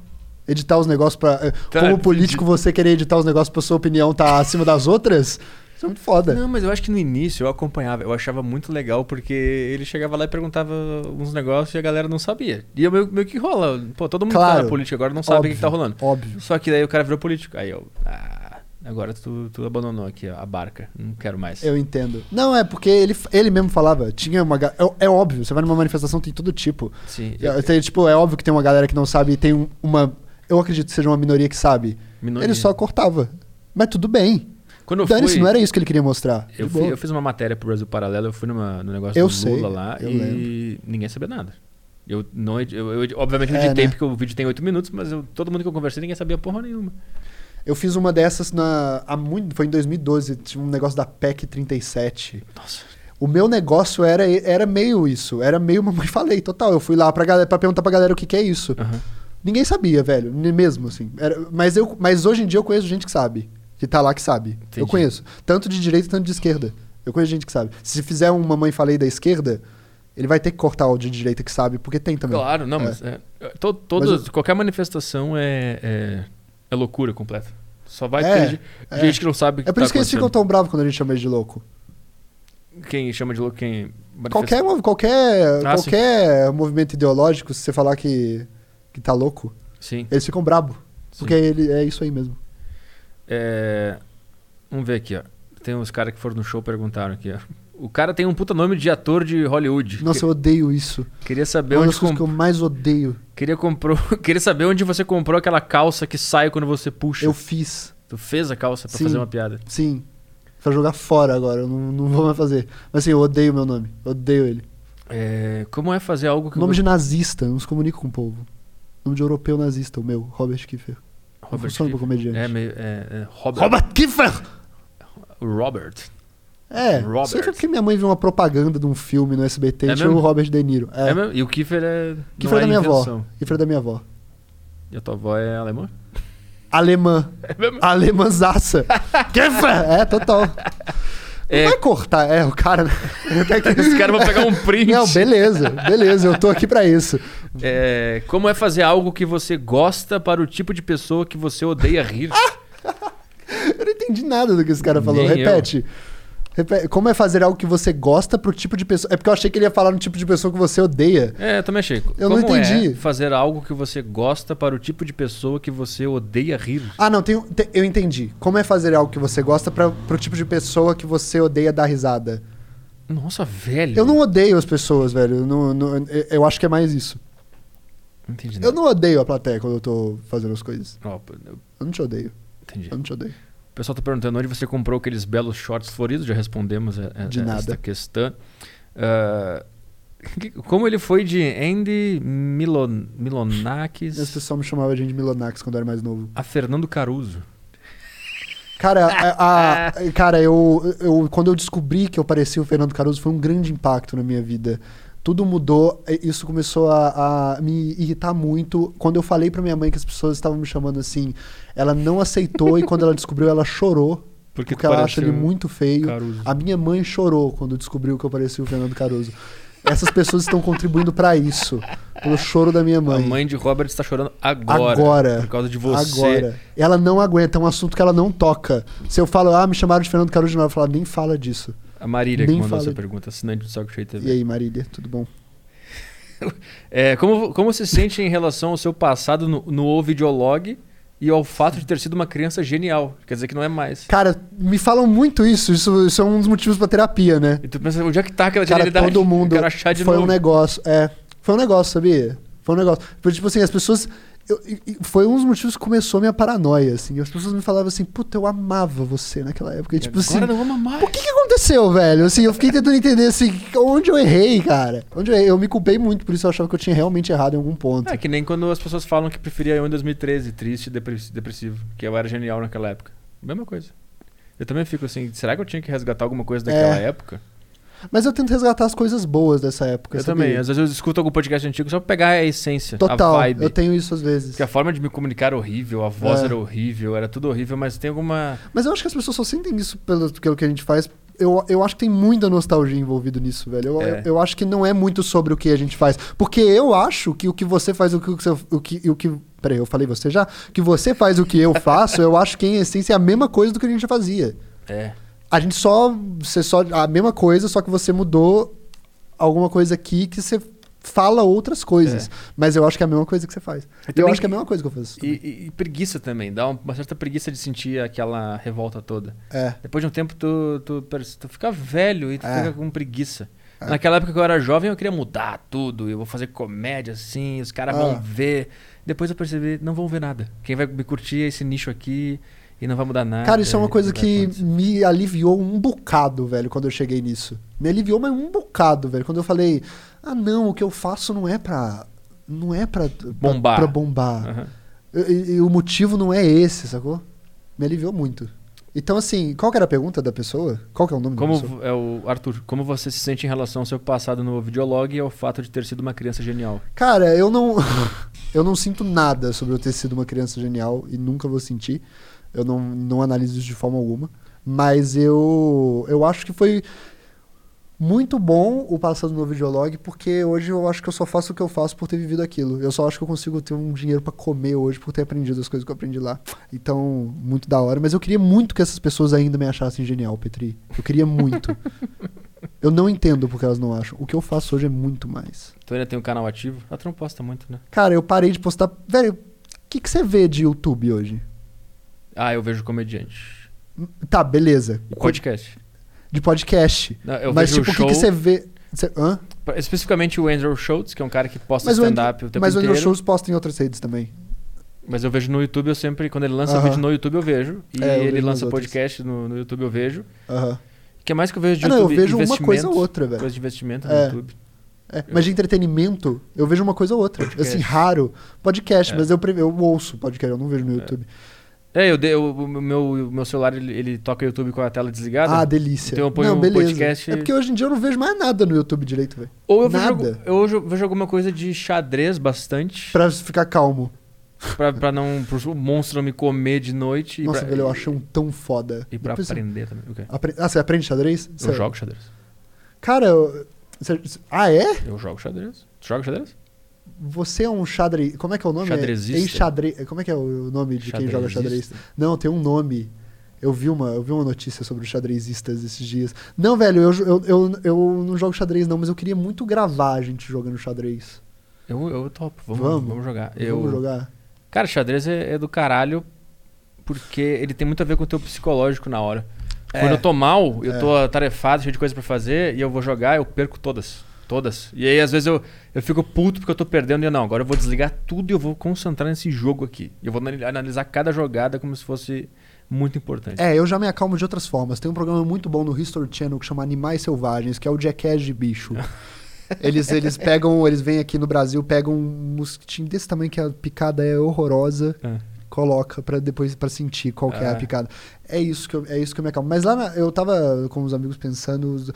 Editar os negócios pra. eh,
Tá,
como político você querer editar os negócios pra sua opinião tá acima das outras? Isso é muito foda.
Não, mas eu acho que no início eu acompanhava, eu achava muito legal, porque ele chegava lá e perguntava uns negócios e a galera não sabia. E eu meio, meio que rola. Pô, todo mundo que tá
Claro.
na política agora não sabe o que, que tá rolando.
Óbvio.
Só que daí o cara virou político. Aí eu. Ah, agora tu, tu abandonou aqui a barca. Não quero mais.
Eu entendo. Não, é porque ele, ele mesmo falava, tinha uma. ga- É, é óbvio, você vai numa manifestação, tem todo tipo.
Sim. eu-
É, tem, tipo, é óbvio que tem uma galera que não sabe e tem um- uma. Eu acredito que seja uma minoria que sabe.
minoria.
Ele só cortava. Mas tudo bem.
Quando eu fui,
Dane-se, não é era isso que ele queria mostrar.
eu,
De
fui-
boa.
eu fiz uma matéria pro Brasil Paralelo, eu fui numa, no negócio
Eu
do
sei,
Lula lá
eu
e ninguém sabia nada. Eu não, edi- eu, eu edi- obviamente não
É,
editei
né?
porque o vídeo tem oito minutos, mas eu- todo mundo que eu conversei ninguém sabia porra nenhuma.
Eu fiz uma dessas na, há muito, foi em 2012, tinha um negócio da PEC 37.
Nossa.
O meu negócio era, era meio isso, era meio <laughs> mamãe falei, total. Eu fui lá pra, galera, pra perguntar pra galera o que, que é isso.
Aham.
Ninguém sabia, velho, nem mesmo assim. Era- mas, eu, mas hoje em dia eu conheço gente que sabe, que tá lá que sabe. Eu
Entendi.
conheço, tanto de direita tanto de esquerda. Eu conheço gente que sabe. Se fizer um mamãe falei da esquerda, ele vai ter que cortar o de direita que sabe, porque tem também.
Claro, não,
É.
mas. é, to- todas- Qualquer manifestação é, é, é loucura completa. Só vai
É,
ter gente,
é.
gente que não sabe o que
É por
tá
isso que eles ficam
acontecendo.
tão bravos quando a gente chama eles de louco.
Quem chama de louco, quem. manifesta-
Qualquer, mov- qualquer,
Ah, sim.
qualquer movimento ideológico, se você falar que, que tá louco,
Sim.
eles ficam brabo.
sim.
Porque ele, é isso aí mesmo.
É, Vamos ver aqui, ó. Tem uns caras que foram no show e perguntaram aqui, ó. O cara tem um puta nome de ator de Hollywood.
Nossa, eu odeio isso.
Que- Queria
É
saber
uma
onde
das coisas que eu
comprou.
mais odeio.
Queria, comprou... <laughs> Queria saber onde você comprou aquela calça que sai quando você puxa.
Eu fiz,
Tu fez a calça pra
Sim.
fazer uma piada.
sim. Pra jogar fora agora, eu não, não vou mais fazer. Mas assim, eu odeio meu nome. Eu odeio ele.
É, Como é fazer algo que
nome
eu...
de nazista, eu não se comunico com o povo. Nome de europeu nazista, o meu, Robert Kiefer. Não
Robert
funciona pra
Kiefer.
comediante.
É, meio... é, é, Robert.
Robert Kiefer!
Robert.
É,
Robert.
sempre que minha mãe viu uma propaganda de um filme no SBT,
É
tinha o
mesmo?
Robert De Niro.
É.
É,
mesmo? E o Kiefer é...
Kiefer
não
é da minha avó.
invenção.
Kiefer é da minha avó.
E a tua avó é alemã?
Alemã.
É mesmo?
<laughs> Alemãzaça. Kiefer! É, total.
É,
Não vai cortar, é, o cara. Até
<laughs>
que-
Os caras vão pegar
<laughs>
um print.
Não, beleza, beleza, eu tô aqui pra isso.
É, como é fazer algo que você gosta para o tipo de pessoa que você odeia rir?
Eu não entendi nada do que esse cara falou.
Nem eu.
Repete. Repete. Como é fazer algo que você gosta pro tipo de pessoa. É porque eu achei que ele ia falar no tipo de pessoa que você odeia.
é, também achei. como
Eu não entendi.
É fazer algo que você gosta para o tipo de pessoa que você odeia rir?
Ah, não, tem, um- te- eu entendi. Como é fazer algo que você gosta pra, pro tipo de pessoa que você odeia dar risada?
Nossa, velho.
Eu não odeio as pessoas, velho. Eu não- não- eu- eu acho que é mais isso.
Não entendi
Eu
nada.
não odeio a plateia quando eu tô fazendo as coisas.
Ó, eu-
Eu não te odeio.
entendi.
Eu não te odeio.
O pessoal tá perguntando onde você comprou aqueles belos shorts floridos. Já respondemos é, a, a,
De
a
nada.
esta questão. Ah, que- como ele foi de Andy Milon,
Esse
Milonakis
pessoal me chamava de gente Milonax quando eu era mais novo.
a Fernando Caruso?
Cara,
<laughs>
a- a- cara eu, eu, quando eu descobri que eu parecia o Fernando Caruso, foi um grande impacto na minha vida. Tudo mudou, e isso começou a, a me irritar muito. Quando eu falei pra minha mãe que as pessoas estavam me chamando assim, ela não aceitou e quando ela descobriu, ela chorou,
<laughs> Porque,
porque ela acha ele muito feio.
Caruso.
A minha mãe chorou quando descobriu que eu parecia o Fernando Caruso. Essas pessoas estão contribuindo pra isso, pelo choro da minha
A mãe de Robert está chorando agora.
Agora.
Por causa de você.
Agora. Ela não aguenta, é um assunto que ela não toca. Se eu falo, ah, me chamaram de Fernando Caruso de novo, ela fala, nem fala disso.
A Marília
Nem
que mandou
fala
essa
de-
pergunta, assinante do Saco Cheio
E
TV.
aí, Marília, tudo bom?
É, como, como se sente em relação ao seu passado no, no O Videolog e ao fato de ter sido uma criança genial? Quer dizer que não é mais.
Cara, me falam muito isso, isso, isso é um dos motivos pra terapia, né?
E tu pensa, onde é que tá aquela
Cara,
genialidade?
todo mundo
Eu quero achar de
foi
novo.
um negócio, é, foi um negócio, sabia? Foi um negócio. Foi, tipo assim, as pessoas eu- e- e foi um dos motivos que começou a minha paranoia, assim. As pessoas me falavam assim, puta, eu amava você naquela época. E, tipo
Agora
assim,
não ama mais.
O que, que aconteceu, velho? Assim, eu fiquei tentando entender assim, onde eu errei, cara. Onde eu, errei? eu me culpei muito, por isso eu achava que eu tinha realmente errado em algum ponto.
É que nem quando as pessoas falam que preferia eu em 2013, triste e depre- depressivo, que eu era genial naquela época. Mesma coisa. Eu também fico assim, será que eu tinha que resgatar alguma coisa daquela
É.
época?
Mas eu tento resgatar as coisas boas dessa época.
Eu
sabia?
também. Às vezes eu escuto algum podcast antigo só pra pegar a essência,
Total,
a vibe.
eu tenho isso às vezes.
Porque a forma de me comunicar era horrível, a voz
É.
era horrível, era tudo horrível, mas tem alguma.
Mas eu acho que as pessoas só sentem isso pelo, pelo que a gente faz. Eu, eu acho que tem muita nostalgia envolvido nisso, velho. Eu,
É.
eu, eu acho que não é muito sobre o que a gente faz. Porque eu acho que o que você faz, o que você. O que, o que, peraí, eu falei você já? Que você faz o que eu faço, eu acho que em essência é a mesma coisa do que a gente já fazia.
É.
A gente só. Você só. A mesma coisa, só que você mudou alguma coisa aqui que você fala outras coisas.
É.
Mas eu acho que é a mesma coisa que você faz. Eu,
também-
acho que é a mesma coisa que eu faço.
E, e- e preguiça também, dá uma certa preguiça de sentir aquela revolta toda.
É.
Depois de um tempo, tu, tu, perce- tu fica velho e tu
É.
fica com preguiça. Naquela época que eu era jovem, eu queria mudar tudo. Eu vou fazer comédia assim, os caras
Ah.
vão ver. Depois eu percebi, não vão ver nada. Quem vai me curtir é esse nicho aqui. E não vai mudar nada.
Cara, isso é uma
e
coisa
vai
que
acontecer.
me aliviou um bocado, velho, quando eu cheguei nisso. Me aliviou, mas um bocado, velho. Quando eu falei, ah, não, o que eu faço não é pra. Não é pra. pra-
Bombar.
Pra bombar.
Aham.
E, e o motivo não é esse, sacou? Me aliviou muito. Então, assim, qual que era a pergunta da pessoa? Qual que é o nome da pessoa?
Como é o Arthur, como você se sente em relação ao seu passado no videolog e ao fato de ter sido uma criança genial?
Cara, eu não. <laughs> eu não sinto nada sobre eu ter sido uma criança genial e nunca vou sentir. Eu não, não analiso isso de forma alguma. Mas eu. Eu acho que foi muito bom o passado no videolog, porque hoje eu acho que eu só faço o que eu faço por ter vivido aquilo. Eu só acho que eu consigo ter um dinheiro pra comer hoje por ter aprendido as coisas que eu aprendi lá. Então, muito da hora. Mas eu queria muito que essas pessoas ainda me achassem genial, Petri. Eu queria muito. eu não entendo porque elas não acham. O que eu faço hoje é muito mais.
Tu ainda tem um canal ativo? Ah, tu não posta muito, né?
Cara, eu parei de postar. Velho, o que, que você vê de YouTube hoje?
Ah, eu vejo comediante.
Tá, beleza.
E podcast.
De podcast.
Não, eu
mas,
vejo
tipo, o que,
show,
que você vê. Você- hã?
Especificamente o Andrew Schultz, que é um cara que posta
Mas o Andrew-
stand-up o tempo
Mas o
inteiro.
Andrew Shows posta em outras redes também.
Mas eu vejo no YouTube, eu sempre, quando ele lança
Aham.
vídeo no YouTube, eu vejo. E
É, eu
ele
vejo nas
lança
outras.
podcast no, no YouTube, eu vejo.
Aham.
O que mais que eu vejo de
Ah, não,
YouTube?
eu vejo uma
investimento,
coisa ou outra, velho.
Coisa de investimento
É.
no YouTube.
É, mas de entretenimento, eu vejo uma coisa ou outra.
Podcast.
Assim, raro. Podcast,
É.
mas eu, pre- eu ouço podcast, eu não vejo no YouTube.
É, eu, dei- eu- o meu, o meu celular, ele, ele toca o YouTube com a tela desligada.
Ah, delícia.
Então eu ponho
não,
um
beleza.
podcast-
É porque hoje em dia eu não vejo mais nada no YouTube direito, velho.
Ou eu vejo,
Nada.
eu hoje eu vejo alguma coisa de xadrez bastante, pra,
Pra ficar calmo.
pra, não, pro monstro não me comer de noite. e
Nossa,
pra,
velho, eu
e-
acho um tão foda.
E pra
Depois você-
aprender também. O quê?
Apre- Ah, você aprende xadrez? Você-
Eu jogo xadrez.
Cara, eu- você- ah, é?
Eu jogo xadrez. Tu joga xadrez?
Você é um xadrez. Como é que é o nome?
Xadrezista.
É enxadre- Como é que é o nome de quem joga xadrez?
Xadrezista.
Não, tem um nome. Eu vi uma, eu vi uma notícia sobre os xadrezistas esses dias. Não, velho, eu, jo- eu, eu, eu não jogo xadrez, não, mas eu queria muito gravar a gente jogando xadrez.
Eu, eu topo. Vamos,
Vamos.
vamos, jogar. Eu,
Vamos jogar?
Cara, xadrez é, é do caralho porque ele tem muito a ver com o teu psicológico na hora.
É.
Quando eu tô mal, eu
É.
tô atarefado, cheio de coisa pra fazer, e eu vou jogar, eu perco todas. Todas. E aí, às vezes, eu, eu fico puto porque eu tô perdendo. E eu, não, agora eu vou desligar tudo e eu vou concentrar nesse jogo aqui. E Eu vou anali- analisar cada jogada como se fosse muito importante.
É, eu já me acalmo de outras formas. Tem um programa muito bom no History Channel que chama Animais Selvagens, que é o Jackass de
<laughs>
bicho. Eles, eles pegam, eles vêm aqui no Brasil, pegam um mosquitinho desse tamanho que a picada é horrorosa.
É.
coloca pra depois para sentir qual que é a
É.
picada. É isso que eu, é isso que eu me acalmo. Mas lá na- eu tava com os amigos pensando os-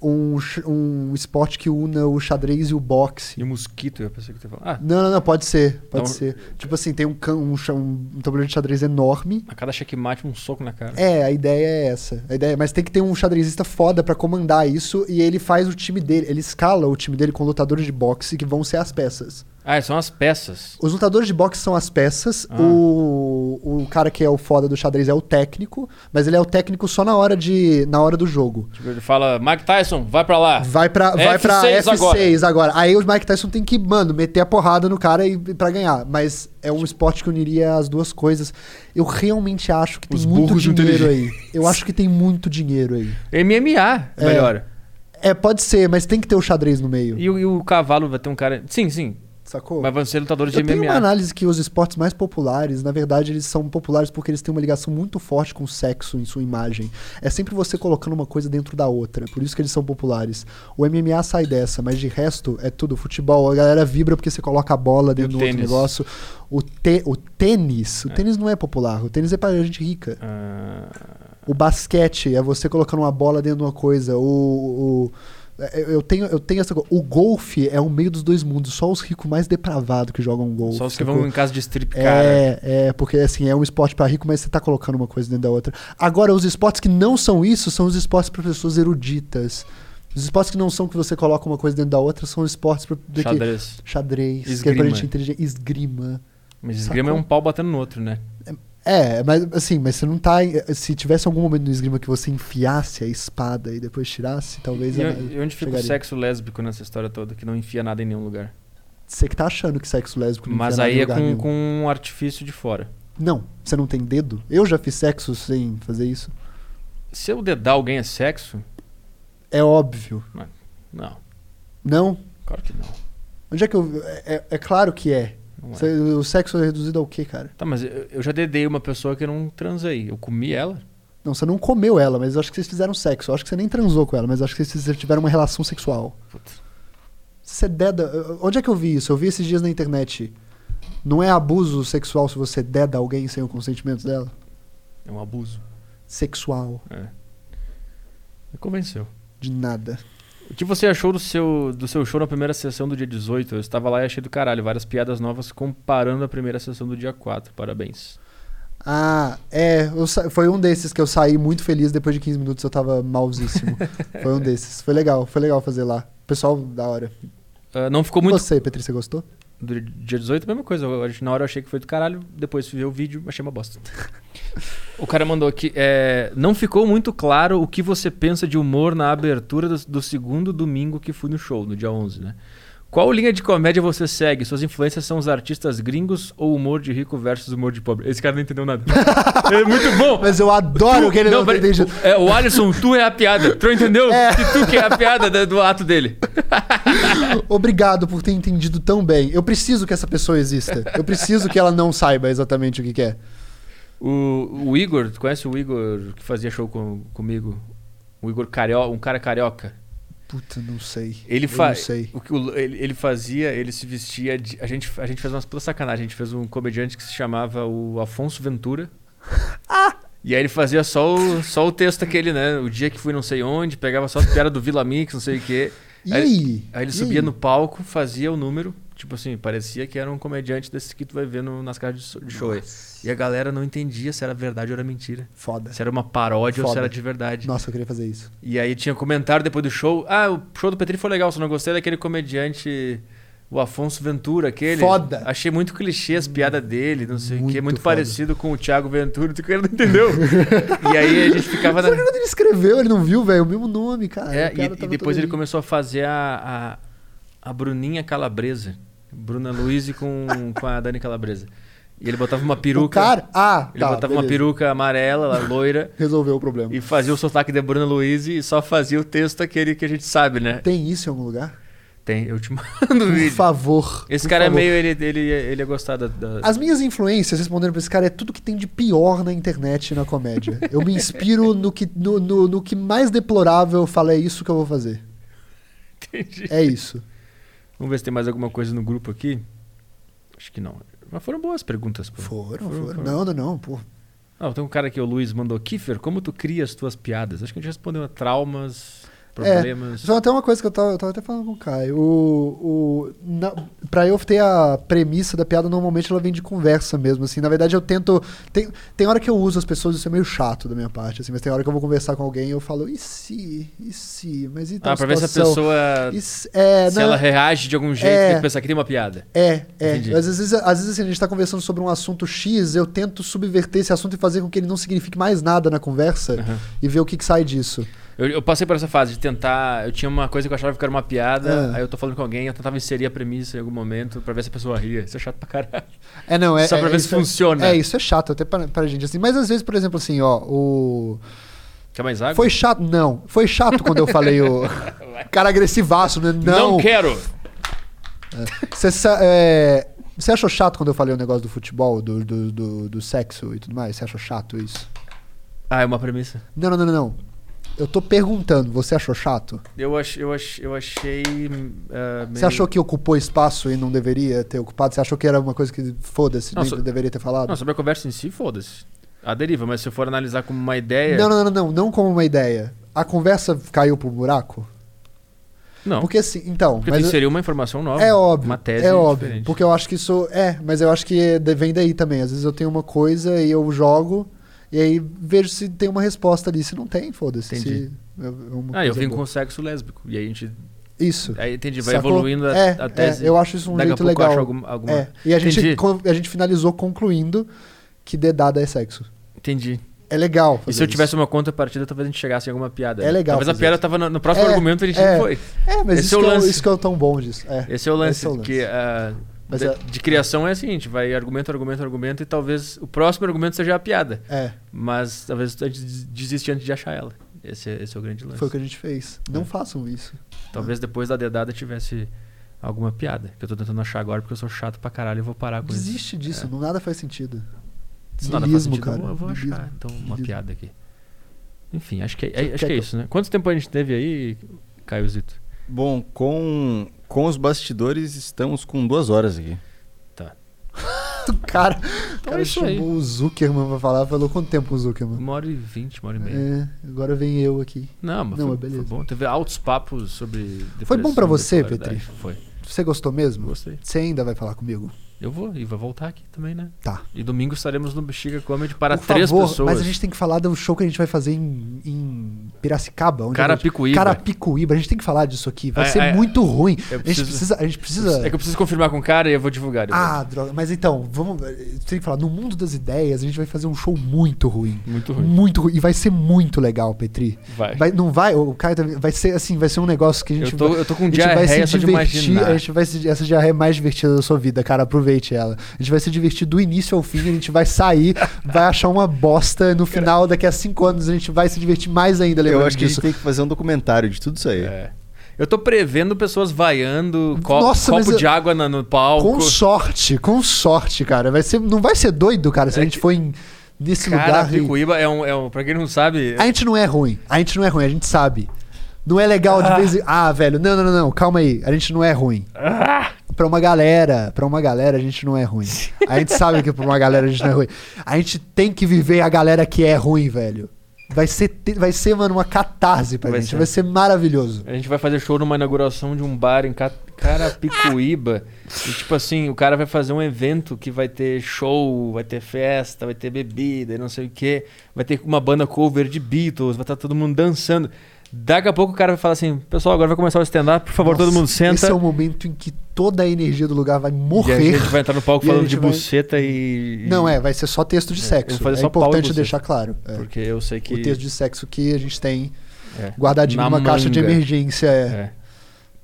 um, ch- um esporte que una o xadrez e o boxe.
E o mosquito, eu pensei que você ia falar. Ah,
Não, não, não, pode ser, pode
Então-
ser. Tipo assim, tem um, can- um, cha- um tabuleiro de xadrez enorme.
a cada checkmate, um soco na cara.
É, a ideia é essa. A ideia, mas tem que ter um xadrezista foda pra comandar isso e ele faz o time dele, ele escala o time dele com lutadores de boxe que vão ser as peças.
Ah, são as peças.
Os lutadores de boxe são as peças,
Ah.
o, o cara que é o foda do xadrez é o técnico, mas ele é o técnico só na hora, de, na hora do jogo.
Tipo, ele fala, Mike Tyson, vai pra lá.
Vai pra, vai pra
F6
F6 agora. Aí o Mike Tyson tem que, mano, meter a porrada no cara e, pra ganhar. Mas é um esporte que uniria as duas coisas. Eu realmente acho que tem
Os
muito
burros
dinheiro aí. Eu acho que tem muito dinheiro aí.
MMA,
É.
melhor.
É, pode ser, mas tem que ter o xadrez no meio.
E o, e o cavalo vai ter um cara. Sim, sim.
Sacou?
Mas vão ser lutadores
Eu
de
tenho uma
MMA.
análise que os esportes mais populares, na verdade, eles são populares porque eles têm uma ligação muito forte com o sexo em sua imagem. É sempre você colocando uma coisa dentro da outra. Por isso que eles são populares. O MMA sai dessa, mas de resto é tudo. Futebol, a galera vibra porque você coloca a bola dentro
E o
do outro
tênis?
negócio. O, te- o tênis, o
É.
tênis não é popular. O tênis é pra gente rica.
Ah,
O basquete é você colocando uma bola dentro de uma coisa. O. o- eu- eu tenho, eu tenho essa coisa. O golfe é o meio dos dois mundos. Só os ricos mais depravados que jogam golfe.
só os que
sacou?
vão em casa de strip, cara.
É, é, porque assim, é um esporte pra rico, mas você tá colocando uma coisa dentro da outra. Agora, os esportes que não são isso são os esportes pra pessoas eruditas. Os esportes que não são que você coloca uma coisa dentro da outra são esportes pra. de que-
Xadrez.
Xadrez, que é pra
Esgrima.
gente inteligente. Esgrima.
Mas esgrima é
Sacou?
um pau batendo no outro, né?
É, mas assim, mas você não tá. em- Se tivesse algum momento no esgrima que você enfiasse a espada e depois tirasse, talvez.
E,
ela
on- e onde fica o
chegaria.
sexo lésbico nessa história toda, que não enfia nada em nenhum lugar?
Você que tá achando que sexo lésbico não
Mas
enfia nada em
aí é
lugar
com,
nenhum.
com um artifício de fora.
Não, você não tem dedo? Eu já fiz sexo sem fazer isso.
Se eu dedar alguém é sexo?
É óbvio.
Não,
Não?
claro que não.
Onde é que eu. É, é- é claro que é.
Não é.
Cê- O sexo é reduzido ao quê, cara?
Tá, mas eu, eu já dedei uma pessoa que eu não transei. Eu comi ela.
Não, você não comeu ela, mas eu acho que vocês fizeram sexo. Eu acho que você nem transou com ela, mas eu acho que vocês tiveram uma relação sexual.
Putz.
Você deda. Onde é que eu vi isso? Eu vi esses dias na internet. Não é abuso sexual se você deda alguém sem o consentimento dela?
É um abuso.
Sexual.
Me É. convenceu.
De nada.
O que você achou do seu, do seu show na primeira sessão do dia 18? Eu estava lá e achei do caralho. Várias piadas novas comparando a primeira sessão do dia 4. Parabéns.
Ah, é. eu sa- foi um desses que eu saí muito feliz. Depois de 15 minutos eu
<laughs>
tava mausíssimo. foi um desses. Foi legal, foi legal fazer lá. Pessoal, da hora.
Ah, não ficou
E
muito.
Você, Petri, você gostou?
Do dia 18, a mesma coisa. Eu- eu- na hora eu achei que foi do caralho, depois fui ver o vídeo, achei uma bosta. <laughs> o cara mandou aqui. é, não ficou muito claro o que você pensa de humor na abertura do, do segundo domingo que fui no show, no dia 11, né? Qual linha de comédia você segue? Suas influências são os artistas gringos ou humor de rico versus humor de pobre? Esse cara não entendeu
<laughs>
nada. é muito bom!
Mas eu adoro que ele não,
peraí,
entende.
o- é, o Alisson, tu é a piada. Tu entendeu?
É.
Que tu que é a piada da- do ato dele.
Obrigado por ter entendido tão bem. Eu preciso que essa pessoa exista. Eu preciso que ela não saiba exatamente o que, que é.
O, o Igor, tu conhece o Igor que fazia show com, comigo? O Igor Carioca, um cara carioca.
Puta, não sei.
Ele
Eu Não
faz.
sei.
O que o- ele, ele fazia, ele se vestia de. A gente, a gente fez umas pela sacanagem, a gente fez um comediante que se chamava o Afonso
<laughs>
Ventura. E aí ele fazia só o, só o texto aquele, né? O dia que fui não sei onde, pegava só as piadas do Vila Mix, não sei o quê.
E
Aí-
aí?
Aí ele
E
subia
aí?
no palco, fazia o número, tipo assim, parecia que era um comediante desse que tu vai ver no- nas casas de so- de show. aí. E a galera não entendia se era verdade ou era mentira.
Foda.
Se era uma paródia ou se
Foda.
era de verdade.
Nossa, eu queria fazer isso.
E aí tinha comentário depois do show. Ah, o show do Petri foi legal, só não gostei daquele comediante. O Afonso Ventura, aquele.
Foda.
Achei muito clichê as piadas dele, não sei o quê.
Muito
Muito
foda.
parecido com o Thiago Ventura, tu que ele não entendeu. e aí a gente ficava na.
<laughs> Mas quando ele escreveu, ele não viu, velho, o mesmo nome, cara.
É,
O
e,
cara
e
tava
depois
todo
ele começou a fazer a, a, a Bruninha Calabresa. Bruna Luiz com, com a Dani Calabresa. E ele botava uma peruca.
O cara... Ah,
Ele
tá,
botava uma
beleza.
peruca amarela, lá, loira.
Resolveu o problema.
E fazia o sotaque da Bruna Luiz e só fazia o texto aquele que a gente sabe, né?
Tem isso em algum lugar?
<laughs> Tem, eu te mando o
Por
vídeo.
favor.
Esse
por
cara
favor.
é meio. Ele, ele, ele é gostado da. da-
As minhas influências, respondendo pra esse cara, é tudo que tem de pior na internet e na comédia. Eu me inspiro no que, no, no, no que mais deplorável eu falo, é isso que eu vou fazer.
Entendi.
É isso.
Vamos ver se tem mais alguma coisa no grupo aqui. Acho que não. Mas foram boas perguntas, pô.
Foram,
Foram,
foram.
foram.
Não, não, não. Pô.
Ah, tem um cara aqui, o Luiz, mandou. Kiefer, como tu cria as tuas piadas? Acho que a gente respondeu a traumas, problemas.
É, Só até uma coisa que eu tava, eu tava até falando com o Caio. O, o, na- pra eu ter a premissa da piada, normalmente ela vem de conversa mesmo. Assim. Na verdade, eu tento. Tem, tem hora que eu uso as pessoas, isso é meio chato da minha parte, assim, mas tem hora que eu vou conversar com alguém e eu falo, e se? E se? Mas e tal
ah, pra ver se a
situação?
pessoa.
E se- é,
se
não,
ela reage de algum jeito,
É.
tem que pensar que tem uma piada.
É, é.
Entendi.
Às vezes, às vezes assim, a gente tá conversando sobre um assunto X, eu tento subverter esse assunto e fazer com que ele não signifique mais nada na conversa
Aham.
e ver o que, que sai disso.
Eu, eu passei por essa fase de tentar. Eu tinha uma coisa que eu achava que era uma piada,
Ah.
aí eu tô falando com alguém, eu tentava inserir a premissa em algum momento pra ver se a pessoa ria. Isso é chato pra caralho.
É, não, é.
Só pra
é,
ver se
isso é-
funciona.
É, isso é chato até pra, pra gente, assim. Mas às vezes, por exemplo, assim, ó, o.
Quer mais água?
Foi chato. Não, foi chato quando eu
<laughs>
falei o. Cara agressivaço, né? Não.
Não quero!
Você sa- é, você achou chato quando eu falei o negócio do futebol, do, do, do, do sexo e tudo mais? Você achou chato isso?
Ah, é uma premissa.
Não, não, não, não, não. Eu tô perguntando, você achou chato?
Eu, ach, eu, ach, eu achei. ah, meio-
Você achou que ocupou espaço e não deveria ter ocupado? Você achou que era uma coisa que, foda-se,
Não,
nem
só-
deveria ter falado?
Não, sobre a conversa em si, foda-se. A deriva, mas se eu for analisar como uma ideia.
Não, não, não, não, não como uma ideia. A conversa caiu pro buraco?
Não,
Porque assim, então...
porque
mas
tu inseriu uma informação nova.
é óbvio,
Uma tese.
é óbvio.
diferente.
Porque eu acho que isso... É, mas eu acho que de- vem daí também. Às vezes eu tenho uma coisa e eu jogo e aí vejo se tem uma resposta ali. Se não tem, foda-se.
Entendi.
Se é uma
Ah, eu
coisa
vim
boa.
com o sexo lésbico. E aí a gente.
Isso.
Aí entendi, vai
Sacou?
evoluindo a,
É,
a
é,
tese.
eu acho isso um
Daqui a
jeito
pouco eu acho
legal.
alguma. alguma...
É. E a
Entendi.
gente, con- a gente finalizou concluindo que dedada é sexo.
Entendi.
É legal.
E
fazer
se eu
isso.
tivesse uma conta partida, talvez a gente chegasse em alguma piada.
É
né?
legal
Talvez a
fazer
piada
isso.
tava no, no próximo
É,
argumento e a gente
é.
não foi.
É, mas
Esse
isso,
é o
que é o-
lance.
isso que é o tão bom disso. É.
Esse é o lance.
Esse é o lance.
Que, ah,
Mas
de,
é-
de criação é assim, a gente vai argumento, argumento, argumento, e talvez o próximo argumento seja a piada.
É,
Mas talvez a gente des- desiste antes de achar ela. Esse é, esse é o grande lance.
foi o que a gente fez. Não façam isso.
Talvez depois da dedada tivesse alguma piada. Que eu tô tentando achar agora porque eu sou chato pra caralho e vou parar com isso.
Desiste disso, não nada faz sentido.
É. Nada faz
Niilismo,
sentido, eu
cara.
vou- Eu vou
Niilismo.
achar então uma
Niilismo.
piada aqui. Enfim, acho que é,
Quer
acho que
que
é
eu-
isso, né? Quanto tempo a gente teve aí, Caiozito?
Bom, com, com os bastidores estamos com duas horas aqui.
O <laughs> cara, o
Então
cara
é isso aí.
chamou o Zuckerman pra falar, falou quanto tempo o Zuckerman?
Uma hora e vinte, uma hora e meia.
É, agora vem eu aqui.
Não, mas
Não,
foi,
mas beleza.
foi bom. Teve altos papos sobre
Foi bom
depressão,
pra você,
bipolaridade. Foi.
Você gostou mesmo?
Gostei.
Você ainda vai falar comigo?
Eu vou e vai voltar aqui também, né?
Tá.
E domingo estaremos no Bexiga Comedy para
Por
três
favor,
pessoas.
Mas a gente tá tem que falar do show que a gente vai fazer em, em Piracicaba. Onde a gente...
Carapicuíba.
Carapicuíba. A gente tem que falar disso aqui. Vai
É,
ser
é,
muito ruim.
eu
A gente
preciso-
precisa... A gente precisa...
É que eu preciso confirmar com o cara e eu vou divulgar. depois.
Ah, droga. Mas então, vamos... Tem que falar. No mundo das ideias, a gente vai fazer um show muito ruim.
Muito ruim.
Muito ruim. E vai ser muito legal, Petri.
Vai.
Vai- não vai, o Caio também. Vai ser assim, vai ser um negócio que a gente
eu, tô,
vai.
eu tô com
a gente vai
diarreia só
se
de
divertir,
imaginar.
a gente vai se, essa diarreia é mais divertida da sua vida, cara. Aproveite ela. A gente vai se divertir do início ao fim, a gente
<laughs>
vai sair, vai achar uma bosta. No final, daqui a cinco anos, a gente vai se divertir mais ainda, lembrando
Eu acho que
disso.
a gente tem que fazer um documentário de tudo isso aí.
É. Eu tô prevendo pessoas vaiando, co-
Nossa, mas
copo
eu-
de água na- no palco.
Com sorte, com sorte, cara. Vai ser, não vai ser doido, cara, se a gente for em, nesse
É Cara,
lugar. e-
Picuíba é um, é um. Pra quem não sabe.
A gente não é ruim. A gente não é ruim, a gente sabe. Não é legal de vez em... Ah, velho, não, não, não, não, calma aí. A gente não é ruim.
Ah.
Pra uma galera, pra uma galera a gente não é ruim. A gente sabe que pra uma galera a gente não é ruim. A gente tem que viver a galera que é ruim, velho. Vai ser, te- vai ser mano, uma catarse pra
Vai
gente.
ser.
Vai ser maravilhoso.
A gente vai fazer show numa inauguração de um bar em Ca- Carapicuíba. e, tipo assim, o cara vai fazer um evento que vai ter show, vai ter festa, vai ter bebida, e não sei o quê. Vai ter uma banda cover de Beatles, vai estar todo mundo dançando. Daqui a pouco o cara vai falar assim: pessoal, agora vai começar o stand-up, por favor, todo
Nossa,
mundo senta.
Esse é o momento em que toda a energia do lugar vai
E a
morrer.
gente vai entrar no palco
E a
falando
gente
de
vai-
buceta e.
Não, é, vai ser só texto de
É, eu
sexo.
vou fazer
é
só pau e
importante
buceta.
deixar claro. é.
Porque eu sei que.
O texto de sexo que a gente tem
é,
guardadinho
Na
numa caixa de
manga.
emergência. é.
é.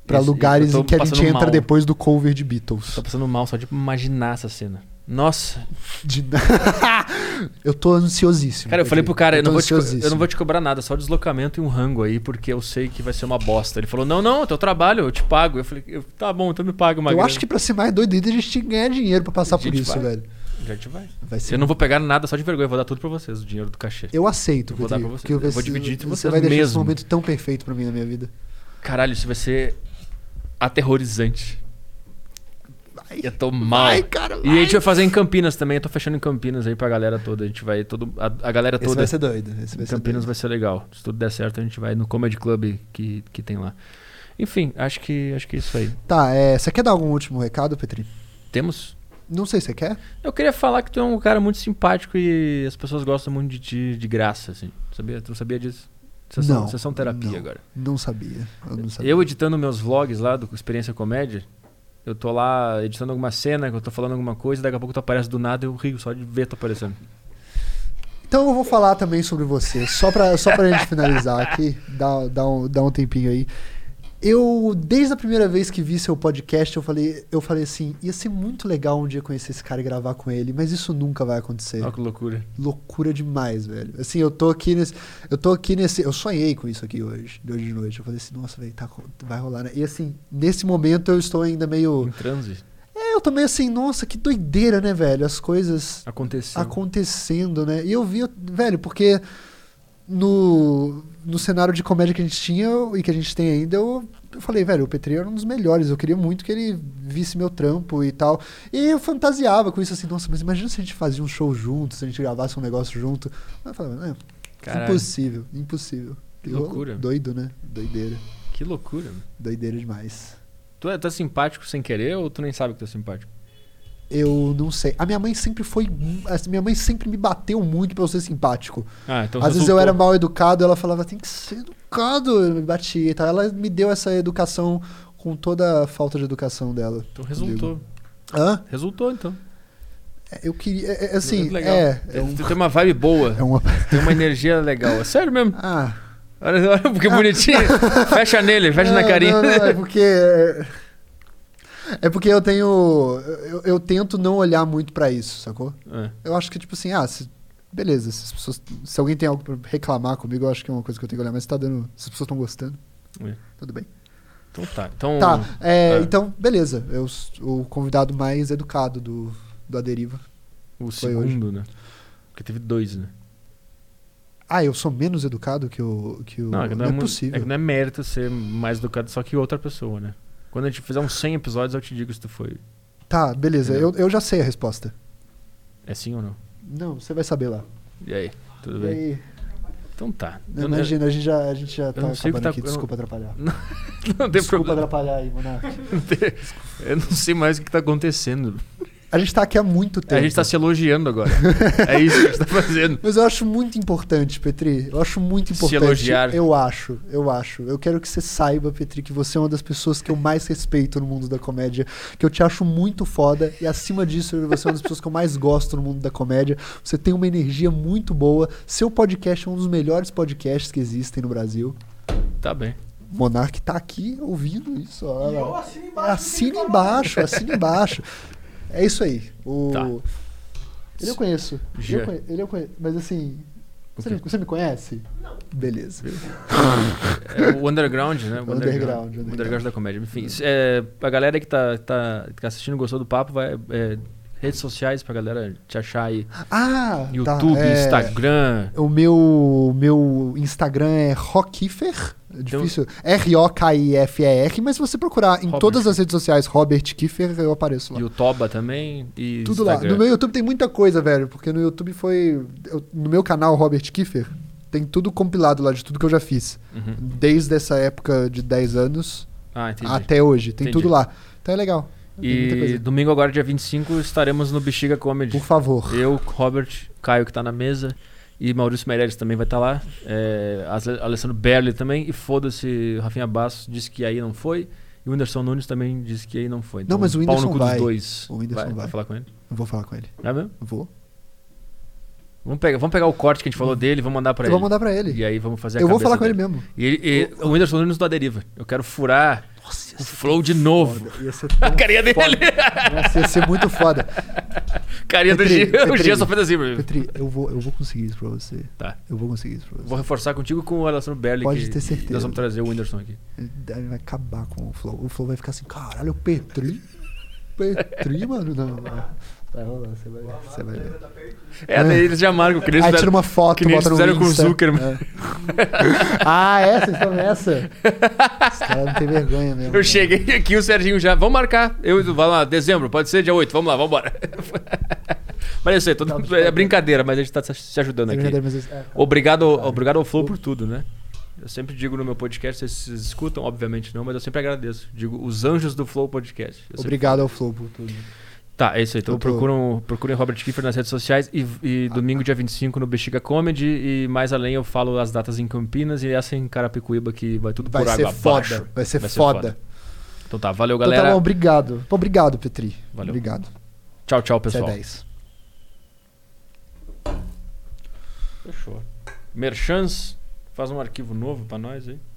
Pra
Esse-
lugares
eu tô
em que a gente
passando
entra
mal.
depois do cover de Beatles.
Tô passando mal só de imaginar essa cena. Nossa,
De- <laughs> eu tô ansiosíssimo.
Cara, eu falei pro cara, eu
tô
não, vou te, co-
ansiosíssimo.
eu não vou te cobrar nada, só deslocamento e um rango aí, porque eu sei que vai ser uma bosta. Ele falou, não, não, é teu trabalho, eu te pago. Eu falei, eu- tá bom, então me paga uma
Eu
grana.
acho que pra ser mais doido ainda, a gente tinha que ganhar dinheiro pra passar
A
por
gente
isso,
vai.
velho.
Já te vai. Assim,
Vai ser.
Eu não vou pegar nada só de vergonha, eu vou dar tudo pra vocês, o dinheiro do cachê.
Eu aceito,
Eu vou
Pedrinho,
dar pra você.
porque
Eu
vai
vou
ser-
dividir entre
Você
vocês
vai deixar esse
mesmo.
momento tão perfeito pra mim na minha vida.
Caralho, isso vai ser aterrorizante.
Vai.
Eu tô mal.
Ai, cara,
e a gente vai fazer em Campinas também, eu tô fechando em Campinas aí pra galera toda. A gente vai, todo, a, a galera
Esse
toda.
vai ser doido. Esse vai ser
né? Campinas
doido.
vai ser legal. Se tudo der certo, a gente vai no Comedy Club que, que tem lá. Enfim, acho que, acho que é isso aí.
Tá, é, você quer dar algum último recado, Petri?
Temos?
Não sei, você quer?
Eu queria falar que tu é um cara muito simpático e as pessoas gostam muito de ti de graça, assim. Sabia? Tu não sabia disso? Vocês
Não,
são, vocês são terapia
não.
agora.
Não sabia. Eu não sabia.
Eu editando meus vlogs lá do Experiência Comédia, eu tô lá editando alguma cena, que eu tô falando alguma coisa, daqui a pouco tu aparece do nada e eu rio só de ver tu aparecendo.
Então eu vou falar também sobre você, só pra, só pra gente finalizar aqui, dá, dá, um, dá um tempinho aí. Eu, desde a primeira vez que vi seu podcast, eu falei, eu falei assim, ia ser muito legal um dia conhecer esse cara e gravar com ele, mas isso nunca vai acontecer.
Olha que loucura.
Loucura demais, velho. Assim, eu tô aqui nesse. Eu tô aqui nesse. Eu sonhei com isso aqui hoje, de hoje de noite. Eu falei assim, nossa, velho, tá, co- vai rolar, né? E assim, nesse momento eu estou ainda meio.
Em transe.
É, eu tô meio assim, nossa, que doideira, né, velho? As coisas
Aconteceu.
acontecendo, né? E eu vi, velho, porque no, no cenário de comédia que a gente tinha eu- e que a gente tem ainda, eu, eu falei, velho, o Petri era um dos melhores, eu queria muito que ele visse meu trampo e tal. E eu fantasiava com isso assim, nossa, mas imagina se a gente fazia um show junto, se a gente gravasse um negócio junto. Mas eu falava, é,
Caralho,
impossível, impossível.
Que
Eu-
loucura.
Doido, né? Doideira.
que loucura. mano.
Doideira demais.
Tu é, tu é simpático sem querer ou tu nem sabe que tu é simpático?
Eu não sei. A minha mãe sempre foi. assim, Minha mãe sempre me bateu muito pra eu ser simpático.
Ah, então
Às vezes eu
resultou.
era mal educado, ela falava, tem que ser educado, eu me batia e tal. Ela me deu essa educação com toda a falta de educação dela.
Então resultou.
Hã?
Resultou então.
É, Eu queria. é, é, assim,
Legal.
é. É, um,
Tu <laughs> tem uma vibe boa,
é uma.
tem uma energia legal. É sério mesmo.
Ah.
Olha, olha que é
<laughs>
bonitinho. fecha nele, fecha na
Não,
carinha.
não, não,
<laughs>
é porque. é- É porque eu tenho. Eu, eu tento não olhar muito pra isso, sacou?
É.
Eu acho que, tipo assim, ah, se- beleza, se, as pessoas, se alguém tem algo pra reclamar comigo, eu acho que é uma coisa que eu tenho que olhar, mas tá dando. Se as pessoas estão gostando,
É.
tudo bem.
Então tá. Então,
Tá, é,
é.
então, beleza. Eu, s- o convidado mais educado do, da deriva.
o
Foi hoje.
segundo, né? Porque teve dois, né?
Ah, eu sou menos educado que o. Que o...
Não, é, que não é, mu- é
possível.
que não é mérito ser mais educado só que outra pessoa, né? Quando a gente fizer uns 100 episódios, eu te digo se tu foi.
Tá, beleza. Eu,
Entendeu?
eu já sei a resposta.
É sim ou não?
Não, você vai saber lá.
E aí? Tudo
E
bem?
aí, né,
Então tá. Eu não-
imagina, a gente já, a gente já tá
não sei o que
acabando
tá-
aqui.
eu não-
Desculpa atrapalhar.
<laughs> Não tem
Desculpa
problema.
atrapalhar aí, Monark.
Eu não sei mais o que tá acontecendo.
A gente tá aqui há muito tempo.
A gente tá se elogiando
<laughs>
agora. É isso que a gente tá fazendo.
Mas eu acho muito importante, Petri. Eu acho muito
Se
importante.
elogiar.
Eu acho, eu acho. Eu quero que você saiba, Petri, que você é uma das pessoas que eu mais respeito no mundo da comédia. Que eu te acho muito foda. E acima disso, você é uma das pessoas que eu mais gosto no mundo da comédia. Você tem uma energia muito boa. Seu podcast é um dos melhores podcasts que existem no Brasil.
Tá bem.
Monark tá aqui ouvindo isso. Olha lá.
assino
Assina embaixo, assina embaixo. É isso aí. O...
Tá.
Ele eu conheço. Ele eu
Já.
conhe- Ele eu conheço. Mas assim.
O
Você
quê?
me, você me conhece? Não. Beleza.
É o underground, né? O O
O underground, underground.
underground da comédia. Enfim, isso é, a galera que tá, tá, que tá assistindo, gostou do papo, vai. é, redes sociais pra galera te achar aí.
Ah!
YouTube,
tá, é,
Instagram.
O meu, meu Instagram é Rockifer. É difícil. R-O-K-I-F-E-R. Mas se você procurar em
Então Robert.
todas as redes sociais Robert Kiefer, eu apareço lá.
E o Toba também. E
Tudo
Instagram.
lá. No meu YouTube tem muita coisa, velho. Porque no YouTube foi. eu- no meu canal Robert Kiefer, tem tudo compilado lá de tudo que eu já fiz.
Uhum.
Desde essa época de 10 anos
Ah, entendi.
até hoje. Tem
Entendi.
tudo lá. Então é legal. Tem muita
E
coisa.
domingo agora, dia 25, estaremos no Bexiga Comedy.
Por favor.
Eu, Robert, Caio que tá na mesa. E Maurício Meirelles também vai estar lá. É, Ale- Alessandro Berli também. E foda-se, Rafinha Bastos disse que aí não foi. E o Whindersson Nunes também disse que aí não foi. Então,
Não, mas o
pau
Whindersson
no cu dos
vai.
dois.
O Whindersson
vai.
vai.
falar com ele?
Eu vou falar com ele.
É mesmo?
Vou.
Vamos pegar, vamos pegar o corte que a gente falou dele e vamos mandar pra
eu
ele.
vou Então mandar pra ele.
E aí vamos fazer a
Eu vou
cabeça
falar com ele
dele.
mesmo.
E, ele- e o Whindersson Nunes do A Deriva. Eu quero furar
Nossa,
o flow de
<laughs>
novo.
foda. Ia ser,
A carinha dele.
nossa, ia ser
<laughs>
muito foda.
carinha do
Petri,
Gia. <laughs> O
Petri.
Gia só fez assim pra mim.
Petri, eu vou, eu vou conseguir isso pra você.
Tá.
Eu vou conseguir isso pra você.
Vou reforçar contigo com o Alessandro Berli.
Pode
que
ter certeza.
Nós vamos trazer o Whindersson aqui.
Ele vai acabar com o Flow. O Flow vai ficar assim, caralho, o Petri. Petri, mano. Não, não. Vai rolar, você vai, você vai ver.
É, daí eles já marcam. Que nem
Aí
eles
tira uma foto,
que nem eles
bota no
fizeram com o
Insta.
Zuckerman.
É. Ah, essa? Vocês estão nessa? Os caras não tem vergonha mesmo.
Eu
né?
cheguei aqui, o Serginho já. Vamos marcar. Eu vamos lá, dezembro, pode ser dia 8. Vamos lá, vamos embora. <laughs> Mas eu sei, todo mundo- é brincadeira, mas a gente tá se- se ajudando
É
aqui.
brincadeira, mas eu- é, calma.
Obrigado, obrigado ao Flow por tudo, né? Eu sempre digo no meu podcast, vocês, vocês escutam, obviamente não, mas eu sempre agradeço. Digo, os anjos do Flow Podcast. Eu sempre-
Obrigado ao Flow por tudo.
Tá, é isso aí. Então
Eu tô-
procuram, procurem Robert Kiefer nas redes sociais e, e domingo, dia 25, no Bexiga Comedy. E mais além, eu falo as datas em Campinas e essa em Carapicuíba, que vai tudo
Vai
por
ser,
água
foda,
abaixo.
vai ser
Vai ser
foda.
foda. Então tá, valeu,
Então
galera.
tá bom, obrigado. Pô, Obrigado, Petri.
Valeu.
Obrigado.
Tchau, tchau,
Você é
pessoal.
10.
Fechou. Merchans, faz um arquivo novo pra nós aí.